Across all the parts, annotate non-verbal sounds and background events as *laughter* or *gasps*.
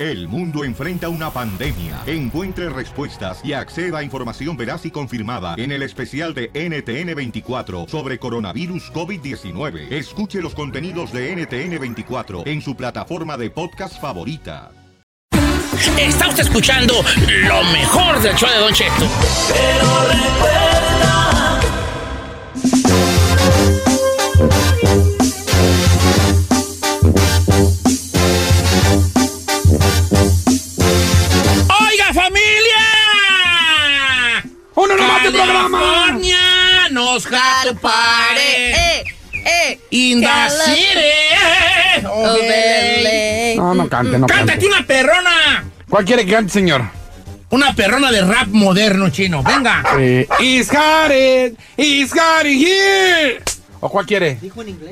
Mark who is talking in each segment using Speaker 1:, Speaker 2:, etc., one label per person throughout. Speaker 1: El mundo enfrenta una pandemia. Encuentre respuestas y acceda a información veraz y confirmada en el especial de NTN24 sobre coronavirus COVID-19. Escuche los contenidos de NTN24 en su plataforma de podcast favorita.
Speaker 2: Está usted escuchando lo mejor del show de Don Cheto. Pero recuerda. ¡Oiga, familia!
Speaker 3: ¡Uno nomás de programa!
Speaker 2: California nos jalpare. In the
Speaker 3: California.
Speaker 2: city.
Speaker 3: Oh,
Speaker 2: Obele.
Speaker 3: No, no cante, no cante.
Speaker 2: Mm, ¡Cántate una perrona!
Speaker 3: ¿Cuál quiere que cante, señor?
Speaker 2: Una perrona de rap moderno chino. Venga.
Speaker 3: Eh, he's got it, he's got it here. ¿O cuál quiere?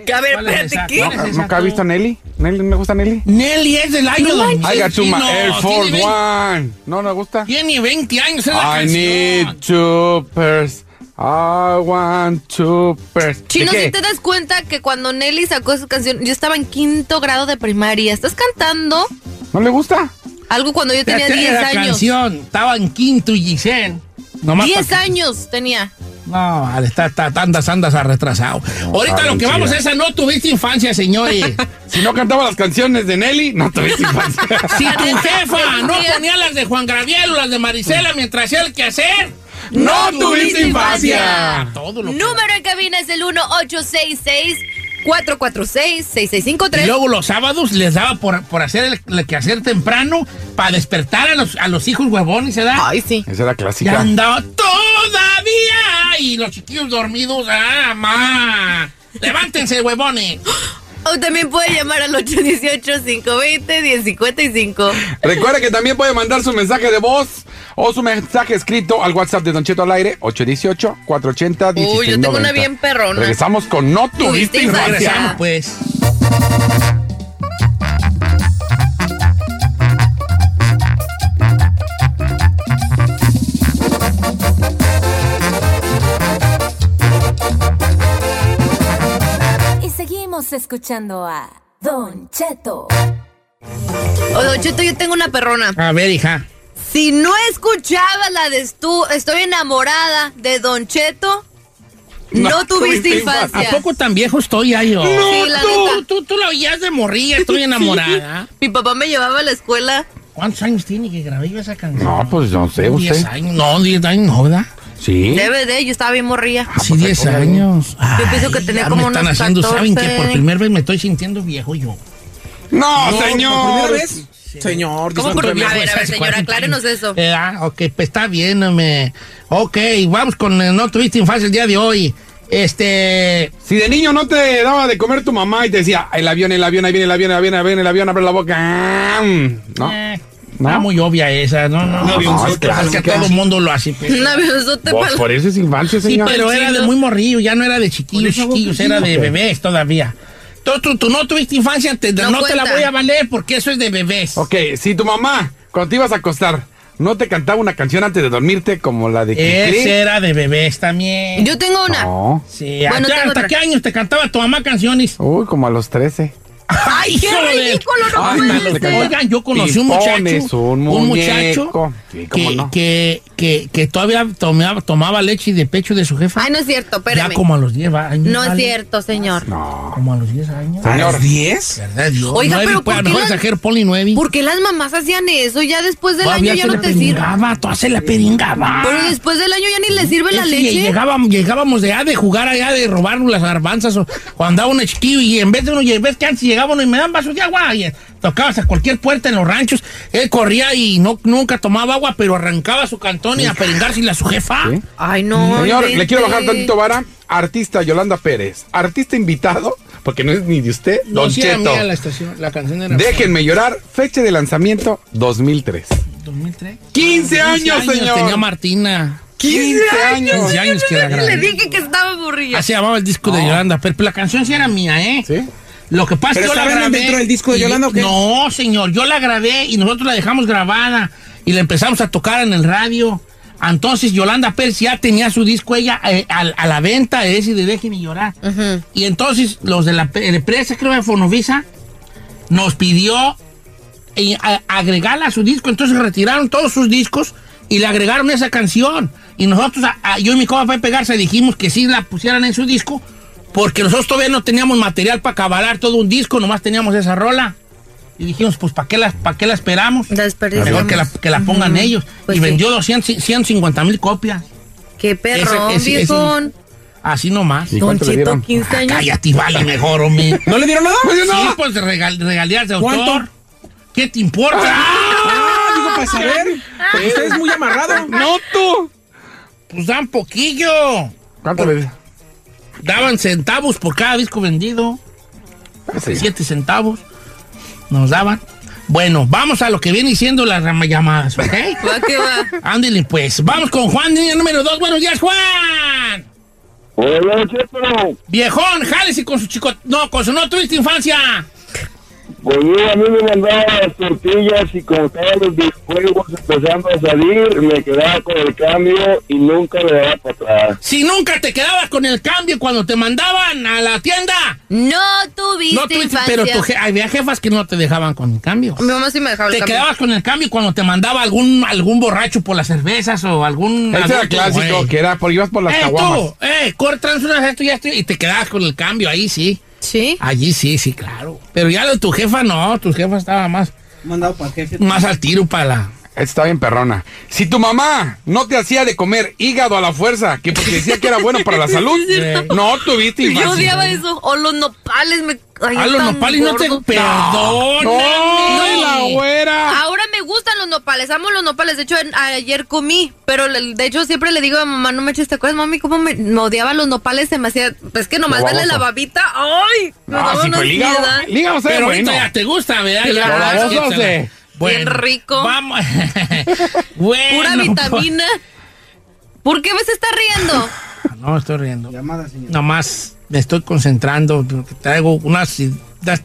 Speaker 2: Que a ver, espérate, ¿qué?
Speaker 3: ¿No, ¿Nunca ha visto a Nelly? ¿Nelly no le gusta Nelly?
Speaker 2: Nelly es del año
Speaker 3: I
Speaker 2: 2000.
Speaker 3: got to my
Speaker 2: chino.
Speaker 3: Air Force
Speaker 2: Tiene
Speaker 3: One. ¿No le gusta?
Speaker 2: Tiene 20 años es la
Speaker 3: I
Speaker 2: canción.
Speaker 3: need two pairs. I want two pairs.
Speaker 4: Chino,
Speaker 3: ¿De
Speaker 4: si
Speaker 3: qué?
Speaker 4: te das cuenta que cuando Nelly sacó esa canción, yo estaba en quinto grado de primaria. ¿Estás cantando
Speaker 3: ¿No le gusta?
Speaker 4: algo cuando yo tenía
Speaker 2: Esta era
Speaker 4: 10
Speaker 2: la
Speaker 4: años?
Speaker 2: canción. Estaba en quinto y Giselle. Nomás
Speaker 4: 10
Speaker 2: pa' que-
Speaker 4: años tenía.
Speaker 2: No, vale, está, está, andas, andas a retrasado. Ahorita
Speaker 3: está
Speaker 2: lo
Speaker 3: bien
Speaker 2: que vamos
Speaker 3: chida.
Speaker 2: es esa no tuviste infancia,
Speaker 3: *laughs*
Speaker 2: señores.
Speaker 3: Si no cantaba las canciones de Nelly, no
Speaker 2: *laughs*
Speaker 3: tuviste infancia.
Speaker 2: si tu jefa no
Speaker 4: Mira.
Speaker 2: ponía las de Juan Gabriel o las de Marisela mientras hacía el quehacer,
Speaker 3: ¡No tuviste
Speaker 4: infancia.
Speaker 2: Todo lo que-
Speaker 4: Número en cabina es el 1-866-446-6653.
Speaker 2: Y luego los sábados les daba por, por hacer el, el quehacer temprano para despertar a los, a los hijos huevones, ¿verdad?
Speaker 4: Ay, sí.
Speaker 3: Esa era
Speaker 2: Y
Speaker 3: clásica.
Speaker 2: andaba todavía. Y los chiquillos dormidos. ¡Ah, ma!
Speaker 4: *gasps*
Speaker 2: ¡Levántense, huevones!
Speaker 4: O Oh, también puede llamar al 818-520-1055.
Speaker 3: Recuerda que también puede mandar su mensaje de voz o su mensaje escrito al WhatsApp de Don Cheto al aire, 818-480-1690.
Speaker 4: Uy, yo tengo una bien perrona.
Speaker 3: Regresamos con No
Speaker 4: Tuviste
Speaker 3: Tuviste
Speaker 4: infancia.
Speaker 3: Infancia.
Speaker 2: Regresamos, pues.
Speaker 5: Y seguimos escuchando a Don Cheto.
Speaker 4: O Don Cheto, yo tengo una perrona.
Speaker 2: A ver, hija.
Speaker 4: Si no escuchabas la de tú, estoy enamorada de Don Cheto, no,
Speaker 3: No
Speaker 4: tuviste
Speaker 3: tuviste
Speaker 4: infancia.
Speaker 2: ¿A poco tan viejo estoy ya yo?
Speaker 4: Sí, la
Speaker 2: tú,
Speaker 4: neta.
Speaker 2: tú, tú la oías de morrilla,
Speaker 4: *laughs*
Speaker 2: estoy enamorada.
Speaker 4: Mi papá me llevaba a la escuela.
Speaker 2: ¿Cuántos años tiene que grabé yo esa canción?
Speaker 3: No, pues no sé, usted.
Speaker 2: 10 años. No, 10 años, no, ¿verdad?
Speaker 3: Sí. Ah, pues,
Speaker 4: Debe de, yo estaba bien morría.
Speaker 2: Sí, 10 años.
Speaker 4: Yo pienso que
Speaker 2: Ay,
Speaker 4: tenía
Speaker 2: ya
Speaker 4: como
Speaker 2: me están
Speaker 4: unos
Speaker 2: haciendo, ¿saben qué?
Speaker 4: 14.
Speaker 2: Por primera vez me estoy sintiendo viejo yo.
Speaker 3: No,
Speaker 6: No, ¿por
Speaker 3: señor.
Speaker 6: primera vez? Señor,
Speaker 4: ¿Cómo
Speaker 6: discúlpeme.
Speaker 4: por primera A ver, a ver,
Speaker 2: Hace
Speaker 4: señora,
Speaker 2: 40 años.
Speaker 4: aclárenos eso.
Speaker 2: Eh, ah, ok, pues está bien, hombre. Ok, vamos con eh, No tuviste infancia el día de hoy. Este...
Speaker 3: Si de niño no te daba de comer tu mamá y te decía, el avión, el avión, ahí viene el avión, el avión, el avión, el avión, abre la boca. No.
Speaker 2: eh,
Speaker 3: ¿No?
Speaker 2: Está muy obvia esa, ¿no? No, no,
Speaker 3: avionzote,
Speaker 2: es clásica,
Speaker 3: clásica.
Speaker 2: que todo el mundo lo hace. pues.
Speaker 4: Un avionzote
Speaker 3: Por,
Speaker 4: pa'l-
Speaker 3: por eso es infancia,
Speaker 2: Sí,
Speaker 3: señor.
Speaker 2: pero era de muy morrillo, ya no era de chiquillos, chiquillos, era de bebés todavía. Tú, tú, tú no tuviste infancia, te- no,
Speaker 4: No
Speaker 2: te la
Speaker 4: cuenta.
Speaker 2: voy a valer porque eso es de bebés.
Speaker 3: Ok, si tu mamá, cuando te ibas a acostar, no te cantaba una canción antes de dormirte como la de
Speaker 2: Esa
Speaker 3: Kikri.
Speaker 2: era
Speaker 4: *laughs*
Speaker 2: de bebés también.
Speaker 4: Yo tengo una.
Speaker 3: No.
Speaker 2: Sí,
Speaker 4: Bueno,
Speaker 2: ¿hasta-
Speaker 4: tengo
Speaker 2: ¿hasta
Speaker 4: otra.
Speaker 2: qué años te cantaba tu mamá canciones?
Speaker 3: Uy, como a los 13.
Speaker 2: ¡Ay,
Speaker 4: qué
Speaker 2: joder!
Speaker 4: ridículo, no
Speaker 2: Ay,
Speaker 3: puede
Speaker 2: hasta los-
Speaker 3: ser.
Speaker 2: Oigan, yo conocí un
Speaker 3: Pipones,
Speaker 2: muchacho,
Speaker 3: un
Speaker 2: un, muchacho
Speaker 3: muñeco. Sí, cómo
Speaker 2: que,
Speaker 3: no.
Speaker 2: que, que, que todavía tomaba, tomaba leche de pecho de su jefa.
Speaker 4: Ay, no es cierto, espérame.
Speaker 2: ya como a los 10 años.
Speaker 4: No es
Speaker 2: ¿vale?
Speaker 4: cierto, señor.
Speaker 2: Como a los 10 años.
Speaker 3: Señor.
Speaker 6: ¿A los 10?
Speaker 2: ¿Verdad, Dios?
Speaker 4: Oiga,
Speaker 2: Nueve,
Speaker 4: pero ¿por
Speaker 2: pues, a
Speaker 4: qué
Speaker 2: lo mejor
Speaker 4: la-
Speaker 2: exagero, ponle nueve.
Speaker 4: ¿Por qué las mamás hacían eso? Ya después del
Speaker 2: Todavía
Speaker 4: año ya
Speaker 2: se
Speaker 4: no
Speaker 2: la
Speaker 4: te sirve.
Speaker 2: peringaba, toda se la peringaba.
Speaker 4: Pero después del año ya ni le sirve la
Speaker 2: Ese,
Speaker 4: leche.
Speaker 2: Llegábamos, llegábamos de, ah, de jugar allá, de robarnos las garbanzas, o, o andaba un chiquillo y en vez de uno, y en vez que antes llegaba uno y me dan vasos de agua, y eh, tocabas a cualquier puerta en los ranchos, él corría y no, nunca tomaba agua, pero arrancaba su cantón y a peringarse y la su jefa.
Speaker 3: ¿Sí?
Speaker 4: Ay, no.
Speaker 3: Señor, le
Speaker 4: invente.
Speaker 3: quiero bajar tantito vara. Artista Yolanda Pérez. Artista invitado, porque no es ni de usted,
Speaker 2: No,
Speaker 3: Don
Speaker 2: sí era
Speaker 3: Cheto.
Speaker 2: mía la estación, la canción de
Speaker 3: Déjenme llorar. Fecha de lanzamiento 2003.
Speaker 2: 2003.
Speaker 3: 15 años, señor.
Speaker 2: Tenía Martina.
Speaker 3: 15 años.
Speaker 2: 15 años que era
Speaker 4: Le
Speaker 2: grande.
Speaker 4: dije que estaba aburrida.
Speaker 2: Así llamaba el disco de Yolanda, pero, pero la canción sí era mía, ¿eh?
Speaker 3: ¿Sí?
Speaker 2: Lo que pasa es que
Speaker 6: ¿Pero
Speaker 2: yo la
Speaker 6: estaban
Speaker 2: grabé.
Speaker 6: dentro del disco de
Speaker 2: y-
Speaker 6: Yolanda o qué?
Speaker 2: No, señor, yo la grabé y nosotros la dejamos grabada y la empezamos a tocar en el radio. Entonces Yolanda Pérez ya tenía su disco ella eh, a, a la venta ese de Déjenme llorar. Y entonces los de la pe- empresa, creo de Fonovisa, nos pidió eh, a- agregarla a su disco. Entonces retiraron todos sus discos y le agregaron esa canción. Y nosotros, a- a- yo y mi compa Pepe Garza, dijimos que sí la pusieran en su disco porque nosotros todavía no teníamos material para acabar todo un disco, nomás teníamos esa rola. Y dijimos, pues, ¿para qué, la- pa' qué la esperamos?
Speaker 4: Desperdiciamos.
Speaker 2: Mejor que la, que la pongan ellos.
Speaker 4: Pues
Speaker 2: y
Speaker 4: sí.
Speaker 2: vendió 200, 150 mil copias.
Speaker 4: Qué perrón,
Speaker 2: Ese- ese- ese-
Speaker 4: viejón.
Speaker 2: Así nomás.
Speaker 3: ¿Y
Speaker 4: Don
Speaker 3: cuánto le
Speaker 4: Cheto,
Speaker 3: dieron?
Speaker 4: 15
Speaker 2: Ah,
Speaker 4: años.
Speaker 2: cállate, vale, mejor, hombre.
Speaker 6: *laughs* ¿No le dieron nada?
Speaker 2: Sí, pues, regal, regalías de autor.
Speaker 6: ¿Cuánto?
Speaker 2: ¿Qué te importa?
Speaker 6: Ah, digo para saber. Porque usted es muy amarrado.
Speaker 3: Ah. No tú.
Speaker 2: Pues dan poquillo.
Speaker 3: ¿Cuánto le dieron?
Speaker 2: Daban centavos por cada disco vendido.
Speaker 3: Sí.
Speaker 2: Siete centavos nos daban. Bueno, vamos a lo que viene siendo las rama- llamadas, ¿ok?
Speaker 4: *laughs* Va que va.
Speaker 2: Ándele, pues. Vamos con Juan, línea número dos. Buenos días, Juan.
Speaker 7: Hola, Cheto.
Speaker 2: Viejón, jálese con su chico. No, con su no tuviste infancia.
Speaker 7: Pues yo a mí me mandaba las tortillas y como estaban los videojuegos empezando a salir, me quedaba con el cambio y nunca me daba para atrás.
Speaker 2: Si nunca te quedabas con el cambio cuando te mandaban a la tienda.
Speaker 4: No tuviste,
Speaker 2: No tuviste,
Speaker 4: infancia.
Speaker 2: pero tu je- había jefas que no te dejaban con el cambio.
Speaker 4: Mi mamá sí me dejaba el
Speaker 2: Te
Speaker 4: cambio.
Speaker 2: quedabas con el cambio cuando te mandaba algún algún borracho por las cervezas o algún...
Speaker 3: Ese era
Speaker 2: adulto,
Speaker 3: clásico,
Speaker 2: güey.
Speaker 3: que era por ibas por las
Speaker 2: eh,
Speaker 3: caguamas.
Speaker 2: tú, eh, cortas unas esto y esto y te quedabas con el cambio, ahí sí.
Speaker 4: Sí.
Speaker 2: Allí sí, sí, claro. Pero ya lo de tu jefa no, tu jefa estaba más,
Speaker 6: Mandado para jefe.
Speaker 2: más al tiro para la...
Speaker 3: Esta está bien perrona. Si tu mamá no te hacía de comer hígado a la fuerza, que porque decía que era bueno para la
Speaker 2: *laughs*
Speaker 3: salud, no tuviste
Speaker 4: Yo
Speaker 3: infancia.
Speaker 4: odiaba eso. O los nopales me. Ay,
Speaker 3: Ah,
Speaker 2: A los
Speaker 4: tan
Speaker 2: nopales no te...
Speaker 4: gordo.
Speaker 2: Perdóname.
Speaker 3: ¡No, la güera!
Speaker 4: Ahora me gustan los nopales, amo los nopales. De hecho, en- ayer comí, pero le- de hecho siempre le digo a mamá, no me eches, ¿te acuerdas, mami? ¿Cómo me, me odiaba los nopales? Se me hacía, pues que nomás
Speaker 3: Lo
Speaker 4: dale
Speaker 3: baboso.
Speaker 4: la babita. ¡Ay! Me
Speaker 3: No,
Speaker 4: daba
Speaker 3: Ah, sí,
Speaker 4: una
Speaker 3: pero el hígado,
Speaker 4: ansiedad.
Speaker 3: el hígado sabe
Speaker 2: Pero
Speaker 3: bueno.
Speaker 2: ahorita ya te gusta, ¿verdad? Ya
Speaker 4: Claro.
Speaker 2: vas,
Speaker 3: Los dos,
Speaker 2: échala.
Speaker 3: eh.
Speaker 4: Bien rico.
Speaker 2: Vamos. bueno, *laughs* pues.
Speaker 4: Pura vitamina. ¿Por qué me se está
Speaker 3: *laughs*
Speaker 4: riendo?
Speaker 2: pues, no, estoy riendo. Nomás me estoy concentrando porque traigo unas, unas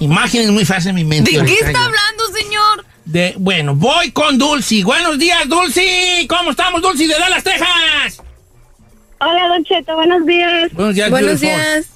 Speaker 2: imágenes muy feas en mi mente.
Speaker 4: ¿De qué
Speaker 2: ahorita
Speaker 4: está
Speaker 2: yo.
Speaker 4: hablando, señor?
Speaker 2: De- bueno, voy con Dulce. Buenos días, Dulce. ¿Cómo estamos, Dulce de Dallas, Texas?
Speaker 8: Hola, Don Cheto, buenos días.
Speaker 2: Buenos días,
Speaker 4: Buenos
Speaker 2: beautiful.
Speaker 4: días.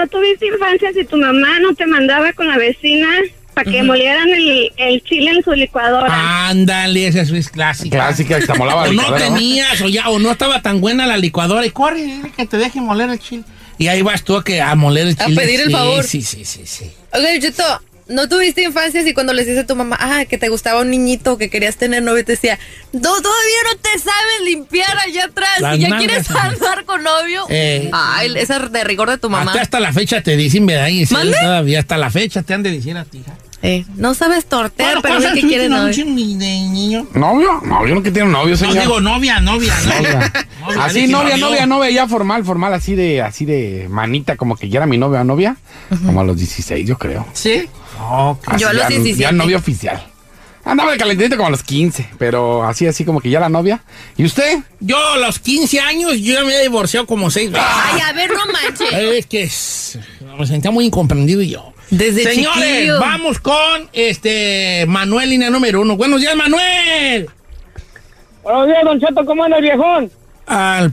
Speaker 8: ¿No tuviste infancia si tu mamá no te mandaba con la vecina para que molieran el, el chile en su licuadora?
Speaker 2: Ándale, esa es clásica.
Speaker 3: Clásica, que te molaba
Speaker 2: O
Speaker 3: la
Speaker 2: no
Speaker 3: licuadora, ¿no?
Speaker 2: tenías, o ya, o no estaba tan buena la licuadora. Y corre, dile que te deje moler el chile. Y ahí vas tú a, que, a moler el
Speaker 4: A
Speaker 2: chile.
Speaker 4: pedir el
Speaker 2: Sí,
Speaker 4: favor.
Speaker 2: Sí, sí, sí, sí.
Speaker 4: Oye, Cheto, ¿no tuviste infancia si cuando les dice a tu mamá, ah, que te gustaba un niñito, que querías tener novio, te decía, no, todavía no te sabes limpiar allá atrás
Speaker 2: Las
Speaker 4: y ya
Speaker 2: nalgas,
Speaker 4: quieres
Speaker 2: ajá.
Speaker 4: andar con novio?
Speaker 2: Eh.
Speaker 4: Ay, esa de rigor de tu mamá.
Speaker 2: Hasta, hasta la fecha te dicen, ¿verdad? Y sí,
Speaker 4: ¿Mande?
Speaker 2: todavía hasta la fecha te han de decir a ti. hija.
Speaker 4: Eh, no sabes tortear,
Speaker 2: Bueno,
Speaker 4: pero
Speaker 2: ¿cuál
Speaker 4: es
Speaker 2: es
Speaker 4: que
Speaker 2: tu
Speaker 4: quieres
Speaker 2: última
Speaker 4: novio.
Speaker 2: noche ni de niño?
Speaker 3: ¿Novio? No, yo no que tiene novio,
Speaker 2: No
Speaker 3: señor.
Speaker 2: digo novia, novia, novia. Novia,
Speaker 3: Así,
Speaker 2: dije,
Speaker 3: novia,
Speaker 2: novio.
Speaker 3: novia, novia, ya formal, formal, así de, así de manita, como que ya era mi novia o novia, como a los 16, yo creo.
Speaker 2: ¿Sí? Ok.
Speaker 3: Así
Speaker 4: Yo a los
Speaker 3: ya-
Speaker 4: 17.
Speaker 3: Ya novia oficial. Andaba de calentito como a los 15, pero así, así como que ya la novia. ¿Y usted?
Speaker 2: Yo a los 15 años, yo ya me he divorciado como seis veces.
Speaker 4: Ay, a ver, no manches.
Speaker 2: Ay, *laughs* Es que es- me sentía muy incomprendido y yo.
Speaker 4: Desde
Speaker 2: Señores,
Speaker 4: chiquillo.
Speaker 2: vamos con este Manuel, línea número uno. Buenos días, Manuel.
Speaker 7: Buenos días, Don Cheto, ¿cómo anda, viejón?
Speaker 2: Al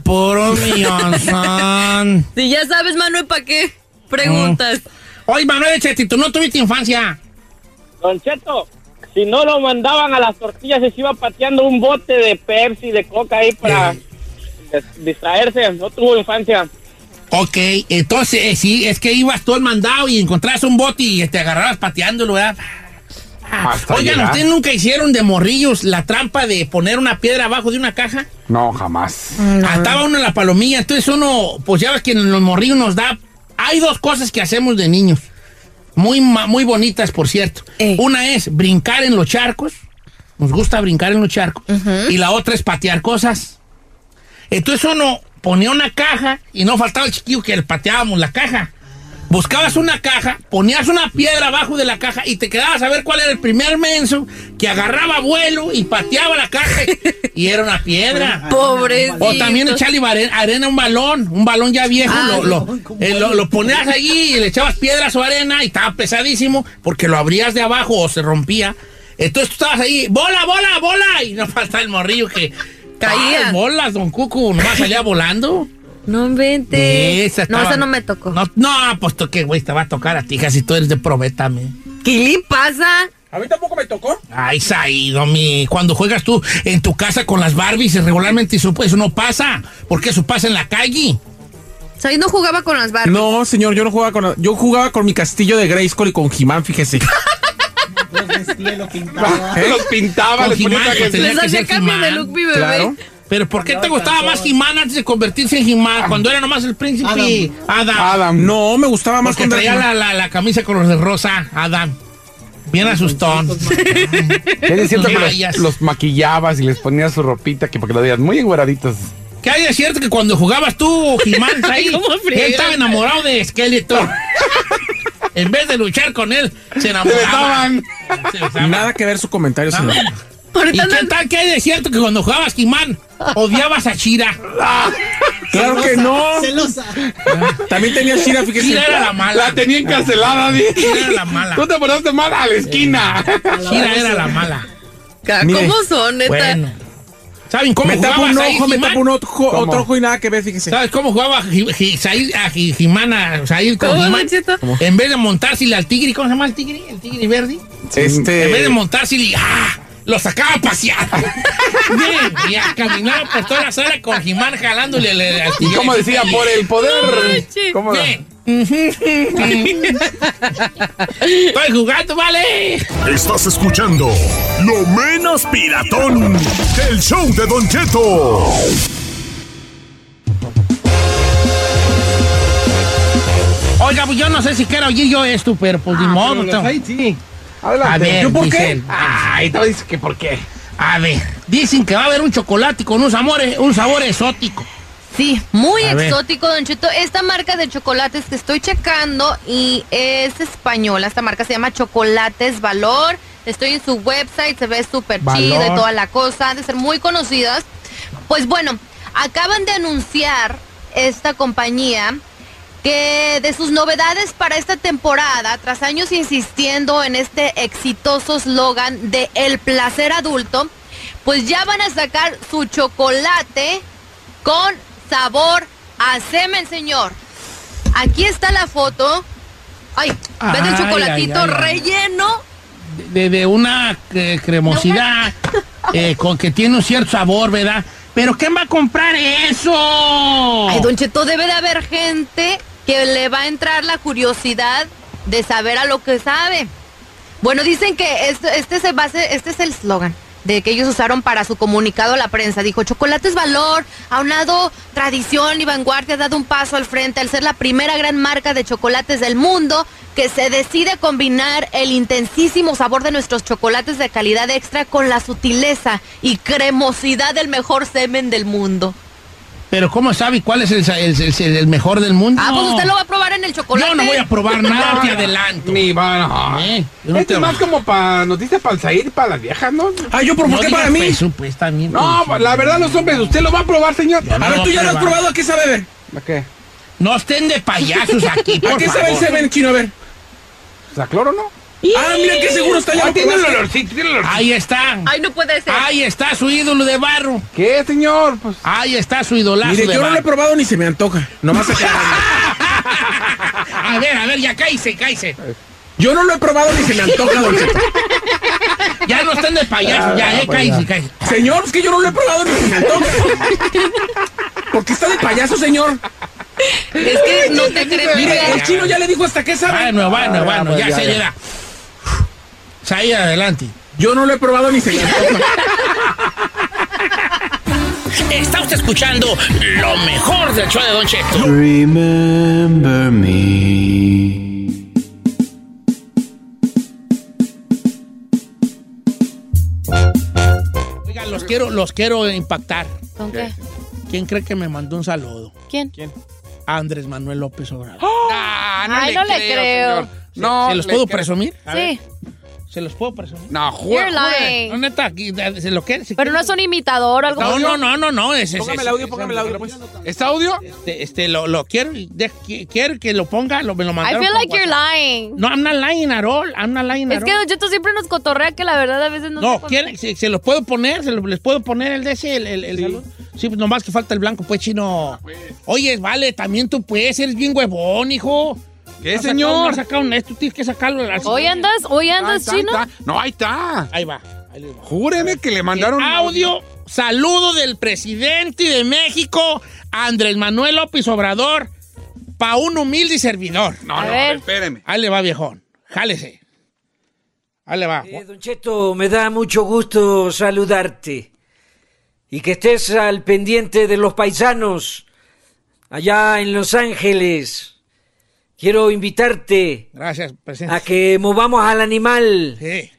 Speaker 4: *laughs*
Speaker 2: puro millón. son.
Speaker 4: Si ya sabes, Manuel, ¿para qué preguntas?
Speaker 2: Mm. Oye, Manuel, échate, tú no tuviste infancia.
Speaker 7: Don Cheto,
Speaker 9: si no lo mandaban a las tortillas, se iba pateando un bote de Pepsi, de coca ahí
Speaker 2: Eh.
Speaker 9: para des- distraerse. No tuvo infancia.
Speaker 2: Ok, entonces eh, sí, es que ibas todo el mandado y encontrabas un bote y te agarrabas pateándolo, ¿verdad? Ah,
Speaker 3: Hasta
Speaker 2: Oigan,
Speaker 3: llegar.
Speaker 2: ¿ustedes nunca hicieron de morrillos la trampa de poner una piedra abajo de una caja?
Speaker 3: No, jamás.
Speaker 2: Ataba uno en la palomilla, entonces uno, pues ya ves que en los morrillos nos da. Hay dos cosas que hacemos de niños, muy, ma- muy bonitas, por cierto. Una es brincar en los charcos, nos gusta brincar en los charcos, y la otra es patear cosas. Entonces uno ponía una caja y no faltaba el chiquillo que le pateábamos la caja. Buscabas una caja, ponías una piedra abajo de la caja y te quedabas a ver cuál era el primer menso que agarraba vuelo y pateaba la caja y, y era una piedra.
Speaker 4: Pobrecito.
Speaker 2: O también echarle are- arena a un balón, un balón ya viejo,
Speaker 4: Ah,
Speaker 2: lo, lo, eh, lo- lo ponías allí y le echabas piedras o arena y estaba pesadísimo porque lo abrías de abajo o se rompía. Entonces tú estabas ahí, bola, bola, bola, y no falta el morrillo que caía. bolas, don Cucu, nomás salía volando.
Speaker 4: No inventes.
Speaker 2: Esa
Speaker 4: no,
Speaker 2: estaba-
Speaker 4: esa no me tocó.
Speaker 2: No, no pues tú qué, güey, te va a tocar a ti, hija, si tú eres de probétame.
Speaker 4: ¿Qué le pasa?
Speaker 6: A mí tampoco me tocó.
Speaker 2: Ay, Saido, mi. Cuando juegas tú en tu casa con las Barbies, regularmente eso, pues, eso no pasa. Porque eso pasa en la calle.
Speaker 4: Said no jugaba con las barras.
Speaker 6: No, señor, yo no jugaba con. Yo jugaba con mi castillo de Grayskull y con He-Man, fíjese.
Speaker 3: ¿Eh? Los pintaba,
Speaker 2: Con
Speaker 3: les ponía
Speaker 2: He-Man,
Speaker 3: una
Speaker 2: pues,
Speaker 3: que-
Speaker 2: tenía que ser
Speaker 4: cambio de
Speaker 2: He-Man.
Speaker 4: look, mi bebé.
Speaker 6: Claro.
Speaker 2: Pero ¿por qué te gustaba más He-Man antes de convertirse en He-Man? Cuando era nomás el príncipe Adam.
Speaker 6: Adam, no, me gustaba más
Speaker 2: Porque
Speaker 6: cuando
Speaker 2: traía
Speaker 6: era-
Speaker 2: la, la- la camisa color de rosa, Adam. Bien asustón. *laughs*
Speaker 3: Ya es cierto que
Speaker 2: Rayas.
Speaker 3: los, los maquillabas y les ponías su ropita que para que lo veas muy engueraditos.
Speaker 2: ¿Qué hay de cierto que cuando jugabas tú, He-Man,
Speaker 4: *laughs*
Speaker 2: ahí,
Speaker 4: ¿Cómo
Speaker 2: él
Speaker 4: friega?
Speaker 2: estaba enamorado de *laughs* Skeletor? en vez de luchar con él, se enamoraba.
Speaker 3: besaban.
Speaker 2: Se besaban.
Speaker 6: Nada que ver su comentario, señor.
Speaker 2: ¿Y
Speaker 4: Ahorita
Speaker 2: qué
Speaker 4: no.
Speaker 2: tal que hay de cierto que cuando jugabas He-Man, odiabas a Shira?
Speaker 6: Ah, Claro que no.
Speaker 4: *laughs*
Speaker 6: También
Speaker 3: *laughs*
Speaker 6: tenía Shira, fíjese.
Speaker 2: Shira era la mala.
Speaker 3: La tenía encarcelada, dije.
Speaker 2: Shira era la mala.
Speaker 3: Tú te ponías mal Eh, a la esquina.
Speaker 2: Shira era la mala.
Speaker 4: Ca-
Speaker 6: Mire.
Speaker 4: ¿Cómo son, neta?
Speaker 2: Bueno. ¿Saben cómo
Speaker 6: Me tapa
Speaker 2: jugabas
Speaker 6: un
Speaker 2: ahí,
Speaker 6: ojo, me
Speaker 2: He-Man?
Speaker 6: tapa un ojo,
Speaker 3: ¿Cómo?
Speaker 6: otro ojo y nada que ver, fíjese.
Speaker 2: ¿Sabes cómo jugaba Ji- Ji- Said- a Ji- Jimana? O sea, ir con
Speaker 4: ¿Cómo,
Speaker 2: Jimán?
Speaker 4: Don Cheto?
Speaker 2: En vez de montársele al tigre, ¿cómo se llama el tigre? ¿El tigre verde? En vez de
Speaker 6: Este.
Speaker 2: montársele, ¡ah! Lo sacaba a
Speaker 3: *laughs*
Speaker 2: pasear. Bien, y a caminar por toda la sala con Jimán jalándole al- al
Speaker 3: Y
Speaker 2: tigre.
Speaker 3: como decía, por el poder.
Speaker 4: manches.
Speaker 3: ¿Cómo la-
Speaker 2: Bien.
Speaker 6: *laughs*
Speaker 2: Estoy jugando, vale.
Speaker 10: Estás escuchando Lo menos piratón del show de Don Cheto.
Speaker 2: Oiga, pues yo no sé si quiero oír yo esto, pero pues
Speaker 6: Ah,
Speaker 2: ni modo. tengo- A
Speaker 3: Adelante.
Speaker 2: ver,
Speaker 3: ¿Yo por qué?
Speaker 2: dicen.
Speaker 3: Ay, te dices que por qué.
Speaker 2: A ver, dicen que va a haber un chocolate con un sabor, un sabor exótico.
Speaker 4: Sí, muy
Speaker 2: A ver.
Speaker 4: exótico, Don Cheto. Esta marca de chocolates que estoy checando y es española. Esta marca se llama Chocolates Valor. Estoy en su website, se ve súper chido y toda la cosa. Han de ser muy conocidas. Pues bueno, acaban de anunciar esta compañía que de sus novedades para esta temporada, tras años insistiendo en este exitoso slogan de El placer adulto, pues ya van a sacar su chocolate con sabor a semen, señor. Aquí está la foto. Ay, ven
Speaker 2: Ay,
Speaker 4: el chocolatito
Speaker 2: ay, ay, ay.
Speaker 4: relleno.
Speaker 2: de, de una eh, cremosidad *laughs* eh, con que tiene un cierto sabor, ¿verdad? Pero ¿quién va a comprar eso?
Speaker 4: Ay, Don Cheto, debe de haber gente que le va a entrar la curiosidad de saber a lo que sabe. Bueno, dicen que esto- este, se base, este es el slogan de que ellos usaron para su comunicado a la prensa. Dijo, chocolate es valor, aunado tradición y vanguardia, ha dado un paso al frente al ser la primera gran marca de chocolates del mundo que se decide a combinar el intensísimo sabor de nuestros chocolates de calidad extra con la sutileza y cremosidad del mejor semen del mundo.
Speaker 2: Pero ¿cómo sabe cuál es el, sa- el- el- el mejor del mundo?
Speaker 4: Ah, pues usted lo va a probar en el chocolate.
Speaker 2: Yo no voy a
Speaker 4: *laughs*
Speaker 2: probar nada, te adelanto.
Speaker 3: Ni van a.
Speaker 2: Eh, yo no
Speaker 3: Esto
Speaker 2: te-
Speaker 3: es más como para noticias para el salir para las viejas, ¿no?
Speaker 6: Ah, yo por
Speaker 2: No
Speaker 6: qué
Speaker 2: digas
Speaker 6: para mí.
Speaker 2: peso, pues, también,
Speaker 3: No,
Speaker 2: pues,
Speaker 3: la verdad, los hombres, usted lo va a probar, señor.
Speaker 2: Ya
Speaker 6: A ver, tú ya lo has probado, ¿a qué sabe ver?
Speaker 3: ¿A qué?
Speaker 2: No estén de payasos aquí,
Speaker 6: *laughs* ¿A
Speaker 2: por
Speaker 6: qué sabe el
Speaker 2: favor.
Speaker 6: semen chino? A ver.
Speaker 3: ¿Pues a cloro, no?
Speaker 6: Ah, mira qué seguro está ya.
Speaker 3: Ah,
Speaker 6: lo
Speaker 3: tiene el
Speaker 6: probaste.
Speaker 3: olorcito, tiene el olorcito.
Speaker 2: Ahí está.
Speaker 4: Ay, no puede ser.
Speaker 2: Ahí está su ídolo de barro.
Speaker 3: ¿Qué, señor? Pues.
Speaker 2: Ahí está su idolazo
Speaker 6: Mire,
Speaker 2: de
Speaker 6: yo no lo he
Speaker 2: barro.
Speaker 6: probado ni se me antoja. Nomás acá.
Speaker 2: A ver, a ver, ya cáise, cáise. *laughs*
Speaker 6: Yo no lo he probado ni se me antoja, don Cheto.
Speaker 2: están de payaso,
Speaker 6: Ah,
Speaker 2: ya, eh,
Speaker 6: pues
Speaker 2: cállese,
Speaker 6: ya.
Speaker 2: cállese.
Speaker 6: Señor, es que yo no le he probado ni me toca. ¿Por qué está de payaso, señor?
Speaker 4: Es que no te crees.
Speaker 6: Mire, el chino ya le dijo hasta qué sabe.
Speaker 2: Bueno, bueno, Ah,
Speaker 6: Ah, pues
Speaker 2: bueno, ya, se
Speaker 6: llega.
Speaker 2: llega. Ahí adelante.
Speaker 6: Yo no lo he probado ni se me
Speaker 4: *laughs*
Speaker 6: antoja.
Speaker 2: Está usted escuchando lo mejor del show de Don Cheto.
Speaker 11: Remember me.
Speaker 2: Oiga, los quiero, los quiero impactar.
Speaker 4: ¿Con qué?
Speaker 2: ¿Quién cree que me mandó un saludo?
Speaker 4: ¿Quién?
Speaker 2: Andrés Manuel López Obrador.
Speaker 3: no
Speaker 4: Ay,
Speaker 3: le
Speaker 4: Ah, no le
Speaker 3: creo,
Speaker 4: creo.
Speaker 3: señor. No
Speaker 2: ¿Se los
Speaker 3: le
Speaker 2: puedo
Speaker 3: creo.
Speaker 2: presumir?
Speaker 3: A
Speaker 4: Sí,
Speaker 2: ¿Se los puedo presumir?
Speaker 3: No,
Speaker 4: You're lying.
Speaker 2: No, neta, aquí, da- se lo quiere. si
Speaker 4: pero no es un imitador o algo
Speaker 2: No,
Speaker 4: así.
Speaker 2: no, no, no, no. Es, es-
Speaker 3: Póngame
Speaker 2: es-
Speaker 3: el audio,
Speaker 2: es-
Speaker 3: póngame el audio, pues.
Speaker 2: ¿Este audio? Este, lo, lo quiero, de- qui- quiero que lo ponga, lo, me lo
Speaker 4: I
Speaker 2: mandaron.
Speaker 4: feel
Speaker 2: por
Speaker 4: like you're
Speaker 2: WhatsApp.
Speaker 4: lying.
Speaker 2: No, I'm not lying at all, I'm not lying at
Speaker 4: Es que
Speaker 2: all.
Speaker 4: Don Cheto siempre nos cotorrea que la verdad a veces no
Speaker 2: No,
Speaker 4: se-
Speaker 2: ¿quieren? ¿Se, se los puedo poner? ¿Se los, ¿Les puedo poner el de ese, el, el, el saludo? Sí, pues nomás que falta el blanco, pues, chino. Oye, vale, también tú puedes, eres bien huevón, hijo.
Speaker 3: ¿Qué,
Speaker 2: No has sacado- no
Speaker 3: señor?
Speaker 2: has sacado nada, tú tienes que sacarlo. así.
Speaker 4: Hoy andas, hoy andas,
Speaker 3: Ahí
Speaker 4: chino.
Speaker 3: está, ahí está. No, ahí está.
Speaker 2: Ahí va. ahí les va.
Speaker 3: Júreme que le mandaron un
Speaker 2: Audio, saludo del presidente de México, Andrés Manuel López Obrador, pa' un humilde servidor.
Speaker 3: No,
Speaker 4: A
Speaker 3: no,
Speaker 4: ver.
Speaker 3: espéreme.
Speaker 2: Ahí le va, viejón. Jálese. Ahí le va.
Speaker 12: Don Cheto, me da mucho gusto saludarte y que estés al pendiente de los paisanos allá en Los Ángeles. Quiero invitarte
Speaker 2: Gracias, presidente.
Speaker 12: a que movamos al animal,
Speaker 2: Sí,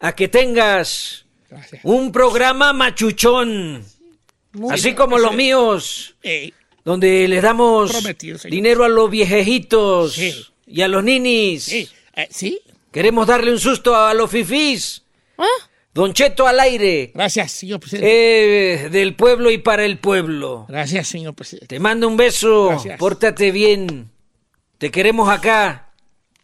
Speaker 12: a que tengas
Speaker 2: gracias.
Speaker 12: un programa machuchón, así como los míos,
Speaker 2: Ey,
Speaker 12: donde les damos
Speaker 2: Prometido, señor.
Speaker 12: dinero a los viejejitos
Speaker 2: Sí.
Speaker 12: y a los ninis.
Speaker 2: sí. Eh, ¿Sí?
Speaker 12: Queremos darle un susto a los fifís. Don Cheto al aire.
Speaker 2: Gracias, señor presidente.
Speaker 12: Eh, del pueblo y para el pueblo.
Speaker 2: Gracias, señor presidente.
Speaker 12: Te mando un beso.
Speaker 2: Gracias.
Speaker 12: Pórtate bien. Te queremos acá.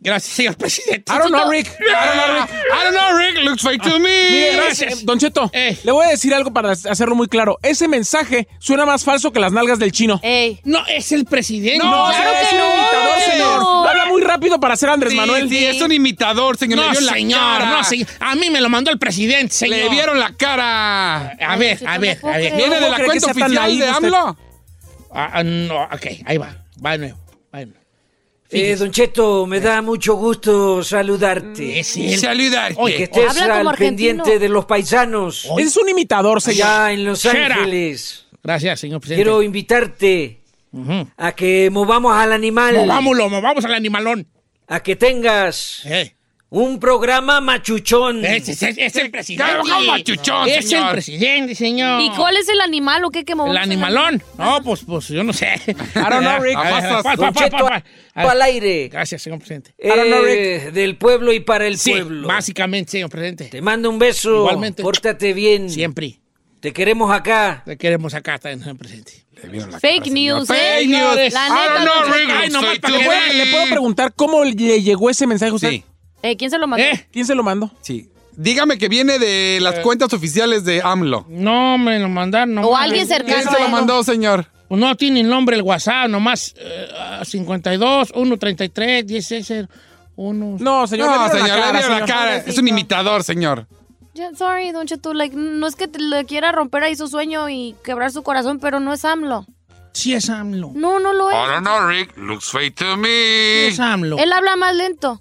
Speaker 2: Gracias, señor presidente.
Speaker 6: I don't know, Rick. I don't know, Rick. Ah,
Speaker 3: I don't know, Rick. Looks fake to me.
Speaker 6: Mire,
Speaker 2: gracias.
Speaker 6: eh, Don Cheto,
Speaker 2: Eh.
Speaker 6: le voy a decir algo para hacerlo muy claro. Ese mensaje suena más falso que las nalgas del chino.
Speaker 4: Ey.
Speaker 2: No, es el presidente.
Speaker 6: No,
Speaker 2: claro
Speaker 6: es
Speaker 2: que
Speaker 6: un
Speaker 2: no.
Speaker 6: imitador, señor.
Speaker 4: No.
Speaker 6: Habla muy rápido para ser Andrés
Speaker 3: Sí,
Speaker 6: Manuel.
Speaker 3: sí, es un imitador, señor. Le
Speaker 2: No,
Speaker 3: vio la
Speaker 2: señor,
Speaker 3: cara.
Speaker 2: no, señor. A mí me lo mandó el presidente, señor.
Speaker 3: Le vieron la cara.
Speaker 2: A ver, a ver, a ver.
Speaker 3: ¿Viene de la
Speaker 6: cree que
Speaker 3: cuenta
Speaker 6: sea tan
Speaker 3: oficial
Speaker 6: naíve
Speaker 3: de
Speaker 6: usted?
Speaker 3: AMLO?
Speaker 2: Ah, ah, no, ok, ahí va. Va de nuevo. Va de nuevo.
Speaker 12: Eh, don Cheto, me da mucho gusto saludarte.
Speaker 2: Es él.
Speaker 3: Saludarte.
Speaker 12: Que
Speaker 2: Oye,
Speaker 12: estés
Speaker 4: Habla como
Speaker 12: al
Speaker 4: argentino.
Speaker 12: pendiente de los paisanos.
Speaker 2: Oye.
Speaker 6: Es un imitador, señor.
Speaker 12: Allá en Los
Speaker 2: Shut up.
Speaker 12: Ángeles.
Speaker 2: gracias, señor presidente.
Speaker 12: Quiero invitarte
Speaker 2: Ujú.
Speaker 12: a que movamos al animal.
Speaker 2: Movámoslo, movamos al animalón.
Speaker 12: A que tengas
Speaker 2: Eh,
Speaker 12: un programa machuchón.
Speaker 2: Es, es- es- es el presidente.
Speaker 3: Claro, machuchón,
Speaker 2: es el
Speaker 3: señor.
Speaker 2: presidente, señor.
Speaker 4: ¿Y cuál es el animal o qué que movemos?
Speaker 2: El animalón. No, pues, pues yo no sé. I
Speaker 3: don't know, Rick.
Speaker 2: Pa, pa,
Speaker 12: Don
Speaker 2: pa,
Speaker 12: Cheto
Speaker 2: pa, pa.
Speaker 12: al aire.
Speaker 2: Gracias, señor presidente.
Speaker 12: Eh, del pueblo y para el
Speaker 2: Sí,
Speaker 12: pueblo.
Speaker 2: básicamente, señor presidente.
Speaker 12: Te mando un beso.
Speaker 2: Igualmente.
Speaker 12: Pórtate bien.
Speaker 2: Siempre.
Speaker 12: Te queremos acá.
Speaker 2: Le queremos acá, también, señor presidente.
Speaker 4: Fake news, eh.
Speaker 3: Fake news.
Speaker 4: La
Speaker 3: I
Speaker 4: neta,
Speaker 2: Ah,
Speaker 3: don't
Speaker 4: Don
Speaker 3: know,
Speaker 4: Cheto.
Speaker 3: Rick.
Speaker 2: Ay, nomás
Speaker 3: Fake
Speaker 2: para
Speaker 3: to
Speaker 2: que
Speaker 3: me.
Speaker 2: vean,
Speaker 6: ¿Le puedo preguntar cómo le llegó ese mensaje a usted?
Speaker 3: Sí,
Speaker 4: Eh, ¿Quién se lo mandó?
Speaker 2: ¿Eh?
Speaker 6: ¿Quién se lo mandó? Eh.
Speaker 3: sí. Dígame que viene de las cuentas oficiales de AMLO.
Speaker 2: No, me lo mandaron.
Speaker 4: O
Speaker 2: nomás.
Speaker 4: alguien cercano.
Speaker 3: ¿Quién se
Speaker 4: a
Speaker 3: lo
Speaker 4: él.
Speaker 3: mandó, señor?
Speaker 2: Pues No tiene nombre el WhatsApp, nomás eh, ah, 52 133 16 1.
Speaker 6: No, señor.
Speaker 3: No,
Speaker 6: le vieron
Speaker 3: señor,
Speaker 6: la
Speaker 3: le
Speaker 6: cara,
Speaker 3: vieron la
Speaker 6: señor.
Speaker 3: cara. Es un imitador, señor.
Speaker 4: Ya, sorry, Don Cheto, like, no es que te- le quiera romper ahí su sueño y quebrar su corazón, pero no es AMLO.
Speaker 2: Sí es AMLO.
Speaker 4: No, no lo es.
Speaker 3: know, Rick. Looks fake to
Speaker 2: Sí
Speaker 3: me.
Speaker 2: es AMLO.
Speaker 4: Él habla más lento.